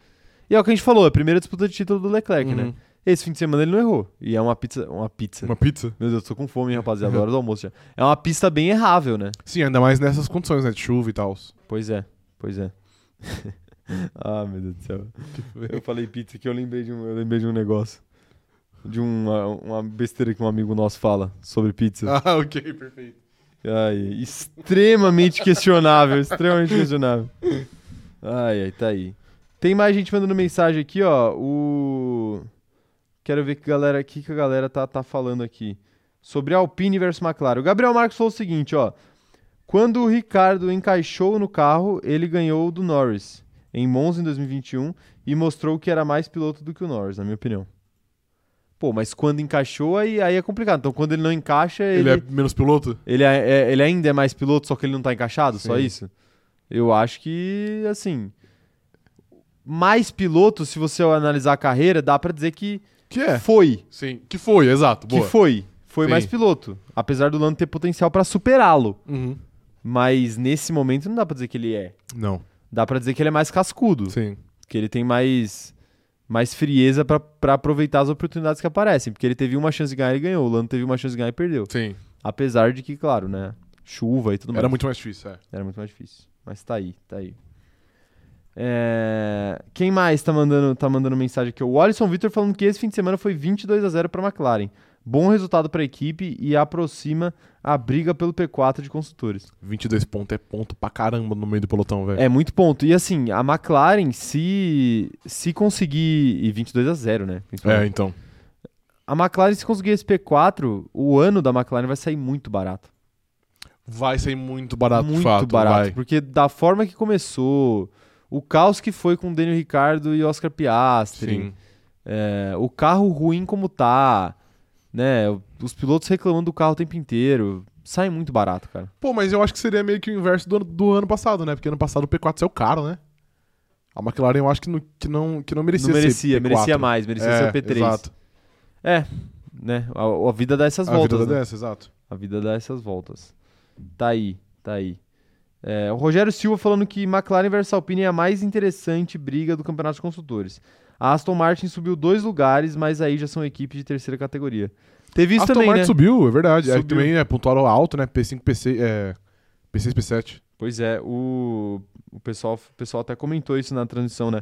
Speaker 1: E é o que a gente falou, a primeira disputa de título do Leclerc,
Speaker 2: Uhum.
Speaker 1: né? Esse fim de semana ele não errou. E é uma pizza. Uma pizza.
Speaker 2: Uma pizza?
Speaker 1: Meu Deus, tô com fome, rapaziada. Hora do almoço já. É uma pista bem errável, né?
Speaker 2: Sim, ainda mais nessas condições, né? De chuva e tal.
Speaker 1: Pois é, pois é. ah, meu Deus do céu. Eu falei pizza que eu lembrei de um, eu lembrei de um negócio. De um, uma, uma besteira que um amigo nosso fala sobre pizza.
Speaker 2: Ah, ok, perfeito.
Speaker 1: Ai, extremamente questionável, extremamente questionável. Ai, ai, tá aí. Tem mais gente mandando mensagem aqui, ó. O. Quero ver que galera, que que a galera tá, tá falando aqui. Sobre Alpine versus McLaren. O Gabriel Marques falou o seguinte, ó. Quando o Ricardo encaixou no carro, ele ganhou do Norris. em Monza em 2021 e mostrou que era mais piloto do que o Norris, na minha opinião. Pô, mas quando encaixou, aí, aí é complicado. Então, quando ele não encaixa,
Speaker 2: Ele
Speaker 1: ele,
Speaker 2: é menos piloto?
Speaker 1: ele, é- é- ele ainda é mais piloto, só que ele não tá encaixado, só
Speaker 2: Sim.
Speaker 1: isso? Eu acho que, assim. Mais piloto, se você analisar a carreira, dá pra dizer que
Speaker 2: Que é.
Speaker 1: foi.
Speaker 2: Sim. Que foi, exato. Boa.
Speaker 1: Que foi. Foi
Speaker 2: Sim.
Speaker 1: mais piloto. Apesar do Lando ter potencial pra superá-lo.
Speaker 2: Uhum.
Speaker 1: Mas nesse momento não dá pra dizer que ele é.
Speaker 2: Não.
Speaker 1: Dá pra dizer que ele é mais cascudo.
Speaker 2: Sim.
Speaker 1: Que ele tem mais, mais frieza pra- pra aproveitar as oportunidades que aparecem. Porque ele teve uma chance de ganhar e ganhou. O Lando teve uma chance de ganhar e perdeu.
Speaker 2: Sim.
Speaker 1: Apesar de que, claro, né? Chuva e tudo mais.
Speaker 2: Era muito mais difícil, é.
Speaker 1: Era muito mais difícil. Mas tá aí, tá aí. É, Quem mais tá mandando, tá mandando mensagem aqui? O Alisson Vitor falando que esse fim de semana foi 22 a 0 pra McLaren. Bom resultado pra equipe e aproxima a briga pelo P4 de construtores.
Speaker 2: 22 pontos é ponto pra caramba no meio do pelotão, velho.
Speaker 1: É muito ponto. E assim, a McLaren, se se conseguir. E 22 a 0, né? principalmente.
Speaker 2: É, então.
Speaker 1: A McLaren, se conseguir esse P4, o ano da McLaren vai sair muito barato.
Speaker 2: Vai ser muito barato,
Speaker 1: muito
Speaker 2: de fato.
Speaker 1: barato.
Speaker 2: Vai.
Speaker 1: Porque da forma que começou, o caos que foi com o Daniel Ricardo e Oscar Piastri,
Speaker 2: Sim.
Speaker 1: é, o carro ruim como tá, né? Os pilotos reclamando do carro o tempo inteiro. Sai muito barato, cara.
Speaker 2: Pô, mas eu acho que seria meio que o inverso do, ano- do ano passado, né? Porque ano passado o P4 saiu caro, né? A McLaren eu acho que não, que não, que não merecia
Speaker 1: Não merecia,
Speaker 2: ser P4.
Speaker 1: merecia mais, merecia ser o P3.
Speaker 2: É, Exato.
Speaker 1: Né? A, a vida dá essas
Speaker 2: A
Speaker 1: voltas.
Speaker 2: vida
Speaker 1: né?
Speaker 2: dessa, exato.
Speaker 1: A vida dá essas voltas. Tá aí, tá aí. É, o Rogério Silva falando que McLaren versus Alpine é a mais interessante briga do Campeonato de Construtores. A Aston Martin subiu dois lugares, mas aí já são equipes de terceira categoria. Teve isso
Speaker 2: Aston
Speaker 1: também,
Speaker 2: Martin
Speaker 1: né?
Speaker 2: subiu, é verdade. É,
Speaker 1: Subiu.
Speaker 2: também é pontuaram alto, né? P5, P6, é, P6, P7.
Speaker 1: Pois é, o, o, pessoal, o pessoal até comentou isso na transição, né?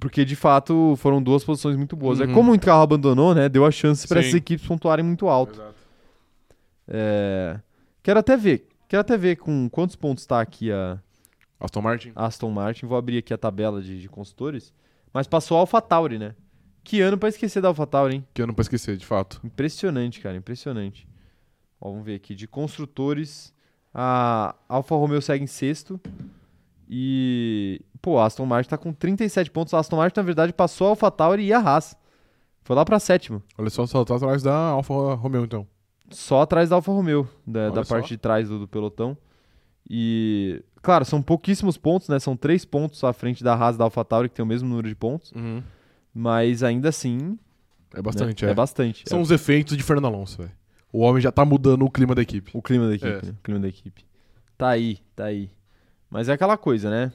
Speaker 1: Porque, de fato, foram duas posições muito boas. É
Speaker 2: Uhum.
Speaker 1: como o carro abandonou, né? Deu a chance para
Speaker 2: Sim.
Speaker 1: essas equipes pontuarem muito alto.
Speaker 2: Exato.
Speaker 1: É, Quero até ver. Quero até ver com quantos pontos está aqui a,
Speaker 2: Aston Martin.
Speaker 1: Aston Martin. Vou abrir aqui a tabela de, de consultores. Mas passou a AlphaTauri, né? Que ano pra esquecer da AlphaTauri, hein?
Speaker 2: Que eu não pra esquecer, de fato.
Speaker 1: Impressionante, cara, impressionante. Ó, vamos ver aqui. De construtores, a Alfa Romeo segue em sexto. E, pô, a Aston Martin tá com 37 pontos. A Aston Martin, na verdade, passou a AlphaTauri e a Haas. Foi lá pra sétimo.
Speaker 2: Olha só, só tá atrás da Alfa Romeo, então.
Speaker 1: Só atrás da Alfa Romeo, da,
Speaker 2: Olha
Speaker 1: da
Speaker 2: só.
Speaker 1: parte de trás do, do pelotão. E, claro, são pouquíssimos pontos, né? São três pontos à frente da Haas e da AlphaTauri, que tem o mesmo número de pontos. Mas ainda assim. Uhum. né,
Speaker 2: É bastante,
Speaker 1: é.
Speaker 2: é.
Speaker 1: bastante.
Speaker 2: São
Speaker 1: É
Speaker 2: os efeitos de Fernando Alonso, velho. O homem já tá mudando o clima da equipe.
Speaker 1: o clima da equipe.
Speaker 2: É.
Speaker 1: né? O clima da equipe. Tá aí, tá aí. Mas é aquela coisa, né?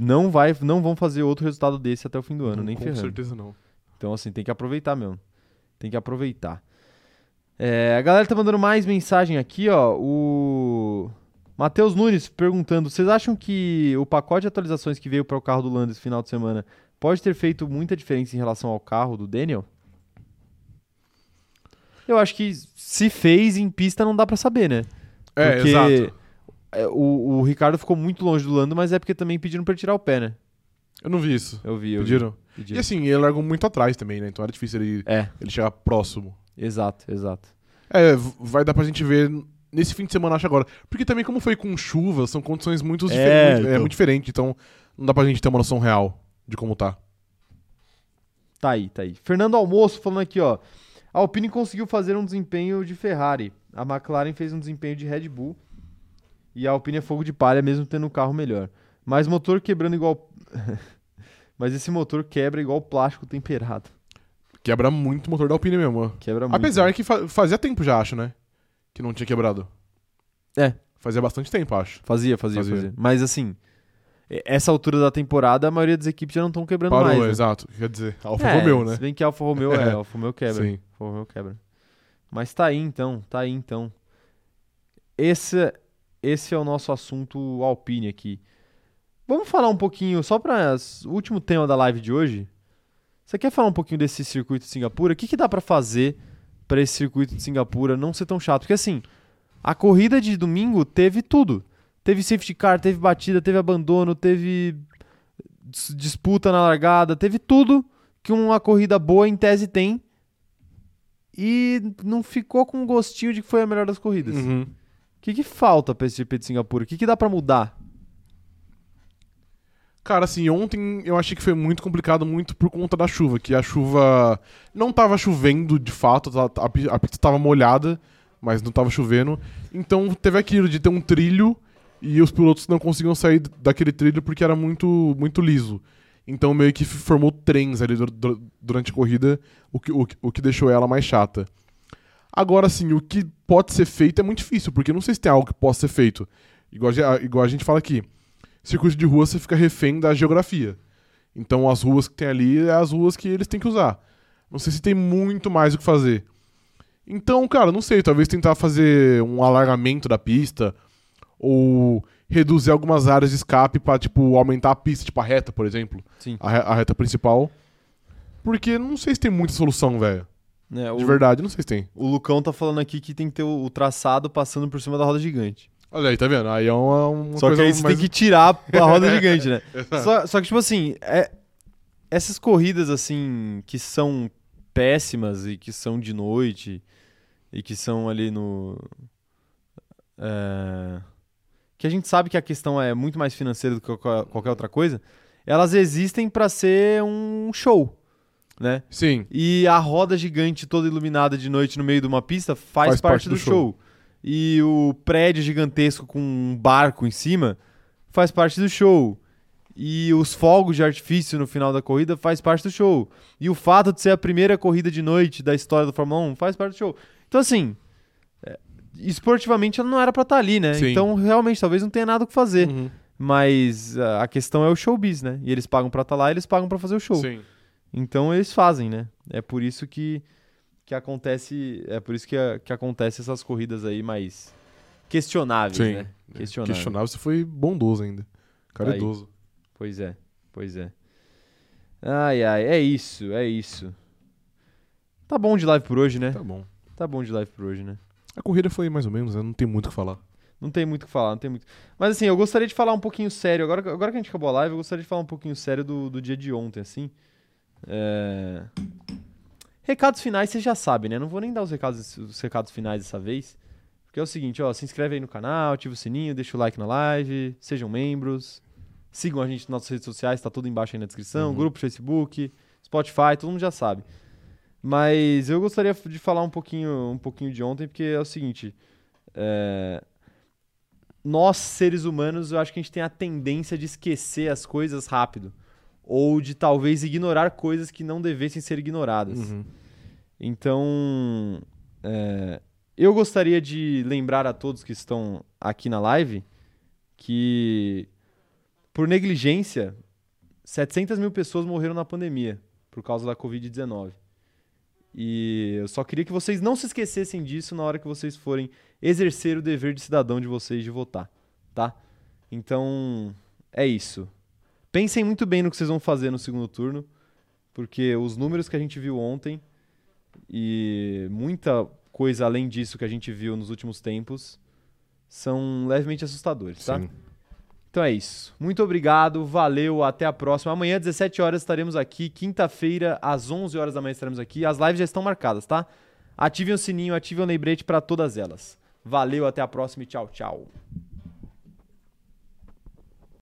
Speaker 1: Não, vai, não vão fazer outro resultado desse até o fim do ano, nem
Speaker 2: Com
Speaker 1: ferrando.
Speaker 2: certeza não.
Speaker 1: Então, assim, tem que aproveitar mesmo. Tem que aproveitar. É, a galera tá mandando mais mensagem aqui, ó. O Matheus Nunes perguntando: vocês acham que o pacote de atualizações que veio para o carro do Lando esse final de semana pode ter feito muita diferença em relação ao carro do Daniel? Eu acho que se fez em pista não dá para saber, né?
Speaker 2: É,
Speaker 1: porque
Speaker 2: exato.
Speaker 1: é, o, o Ricardo ficou muito longe do Lando, mas é porque também pediram para tirar o pé, né?
Speaker 2: Eu não vi isso.
Speaker 1: Eu vi, eu vi.
Speaker 2: Pediram? E
Speaker 1: Pediram.
Speaker 2: assim, ele largou muito atrás também, né? Então era difícil ele,
Speaker 1: É,
Speaker 2: ele chegar próximo.
Speaker 1: exato, exato.
Speaker 2: É, v- vai dar pra gente ver nesse fim de semana, acho agora. Porque também, como foi com chuva, são condições muito, difer
Speaker 1: É,
Speaker 2: muito- é,
Speaker 1: então.
Speaker 2: muito diferentes. Então não dá pra gente ter uma noção real de como tá.
Speaker 1: Tá aí, tá aí. Fernando Almoço falando aqui, ó. A Alpine conseguiu fazer um desempenho de Ferrari. A McLaren fez um desempenho de Red Bull. E a Alpine é fogo de palha, mesmo tendo um carro melhor. Mas motor quebrando igual. Mas esse motor quebra igual plástico temperado.
Speaker 2: Quebra muito o motor da Alpine mesmo. ó.
Speaker 1: Quebra É muito. né?
Speaker 2: Apesar que fa- fazia tempo já, acho, né? Que não tinha quebrado.
Speaker 1: É.
Speaker 2: Fazia bastante tempo, acho.
Speaker 1: Fazia, fazia, fazia.
Speaker 2: Fazia.
Speaker 1: Mas assim, e- essa altura da temporada, a maioria das equipes já não estão quebrando
Speaker 2: Parou,
Speaker 1: mais. né?
Speaker 2: exato. Quer dizer, a Alfa
Speaker 1: É,
Speaker 2: Romeo, né?
Speaker 1: Se bem que a Alfa Romeo é,
Speaker 2: É.
Speaker 1: a Alfa Romeo quebra.
Speaker 2: Sim.
Speaker 1: Alfa Romeo quebra. Mas tá aí então, tá aí então. Esse, esse é o nosso assunto Alpine aqui. Vamos falar um pouquinho, só para o último tema da live de hoje. Você quer falar um pouquinho desse circuito de Singapura? O que, que dá para fazer para esse circuito de Singapura não ser tão chato? Porque assim, a corrida de domingo teve tudo. Teve safety car, teve batida, teve abandono, teve dis- disputa na largada, teve tudo que uma corrida boa em tese tem e não ficou com um gostinho de que foi a melhor das corridas. O
Speaker 2: Uhum.
Speaker 1: que, que falta pra esse GP de Singapura? O que, que dá pra mudar?
Speaker 2: Cara, assim, ontem eu achei que foi muito complicado, muito por conta da chuva, que a chuva não tava chovendo de fato, tá- tá- a pi- a pista tava molhada, mas não tava chovendo. Então teve aquilo de ter um trilho e os pilotos não conseguiam sair d- daquele trilho porque era muito, muito liso. Então meio que f- formou trens ali dur- dur- durante a corrida, o que, o que- o que deixou ela mais chata. Agora, assim, o que pode ser feito é muito difícil, porque eu não sei se tem algo que possa ser feito. Igual a ge- a- igual a gente fala aqui circuito de rua você fica refém da geografia. Então as ruas que tem ali é as ruas que eles têm que usar. Não sei se tem muito mais o que fazer. Então, cara, não sei, talvez tentar fazer um alargamento da pista ou reduzir algumas áreas de escape para tipo aumentar a pista, tipo a reta, por exemplo,
Speaker 1: Sim.
Speaker 2: a, re- a reta principal. Porque não sei se tem muita solução, velho.
Speaker 1: né?
Speaker 2: De
Speaker 1: O,
Speaker 2: verdade, não sei se tem.
Speaker 1: o Lucão tá falando aqui que tem que ter o, o traçado passando por cima da roda gigante.
Speaker 2: Olha aí, tá vendo? Aí é uma, uma
Speaker 1: Só que
Speaker 2: coisa
Speaker 1: aí você
Speaker 2: mais-
Speaker 1: tem que tirar a roda gigante, né? só, só que, tipo assim, é- essas corridas, assim, que são péssimas e que são de noite e que são ali no... é, que a gente sabe que a questão é muito mais financeira do que qualquer qualquer outra coisa, elas existem pra ser um show, né?
Speaker 2: Sim.
Speaker 1: E a roda gigante toda iluminada de noite no meio de uma pista faz, parte, do, show. E o prédio gigantesco com um barco em cima faz parte do show. E os fogos de artifício no final da corrida faz parte do show. E o fato de ser a primeira corrida de noite da história do Fórmula 1 faz parte do show. Então, assim, é, esportivamente ela não era pra estar ali, né?
Speaker 2: Sim.
Speaker 1: Então, realmente, talvez não tenha nada o que fazer.
Speaker 2: Uhum.
Speaker 1: Mas a a questão é o showbiz, né? E eles pagam pra estar lá e eles pagam pra fazer o show.
Speaker 2: Sim.
Speaker 1: Então eles fazem, né? É por isso que, que acontece, é por isso que, a- que acontece essas corridas aí mais questionáveis,
Speaker 2: Sim. É,
Speaker 1: né? Questionáveis.
Speaker 2: Questionável, você foi bondoso ainda. é
Speaker 1: Aí.
Speaker 2: Caridoso.
Speaker 1: Pois é. Pois é. Ai ai, é isso, é isso. Tá bom de live por hoje, né?
Speaker 2: Tá bom.
Speaker 1: Tá bom de live por hoje, né?
Speaker 2: A corrida foi mais ou menos, né? Não tem muito o que falar.
Speaker 1: Não tem muito o que falar, não tem muito. Mas assim, eu gostaria de falar um pouquinho sério. Agora, agora que a gente acabou a live, eu gostaria de falar um pouquinho sério do, do dia de ontem, assim. É, Recados finais, vocês já sabem, né? Não vou nem dar os recados, os recados finais dessa vez. Porque é o seguinte, ó, se inscreve aí no canal, ativa o sininho, deixa o like na live, sejam membros, sigam a gente nas nossas redes sociais, tá tudo embaixo aí na descrição,
Speaker 2: Uhum.
Speaker 1: grupo de Facebook, Spotify, todo mundo já sabe. Mas eu gostaria de falar um pouquinho, um pouquinho de ontem, porque é o seguinte, é, nós, seres humanos, eu acho que a gente tem a tendência de esquecer as coisas rápido. Ou de talvez ignorar coisas que não devessem ser ignoradas.
Speaker 2: Uhum.
Speaker 1: Então, é, eu gostaria de lembrar a todos que estão aqui na live que, por negligência, 700 mil pessoas morreram na pandemia por causa da Covid-19. E eu só queria que vocês não se esquecessem disso na hora que vocês forem exercer o dever de cidadão de vocês de votar, tá? Então, é isso. Pensem muito bem no que vocês vão fazer no segundo turno, porque os números que a gente viu ontem e muita coisa além disso que a gente viu nos últimos tempos são levemente assustadores, tá?
Speaker 2: Sim.
Speaker 1: Então é isso. Muito obrigado, valeu, até a próxima. Amanhã, 17 horas, estaremos aqui. Quinta-feira, às 11 horas da manhã, estaremos aqui. As lives já estão marcadas, tá? Ativem o sininho, ativem o lembrete para todas elas. Valeu, até a próxima e tchau, tchau.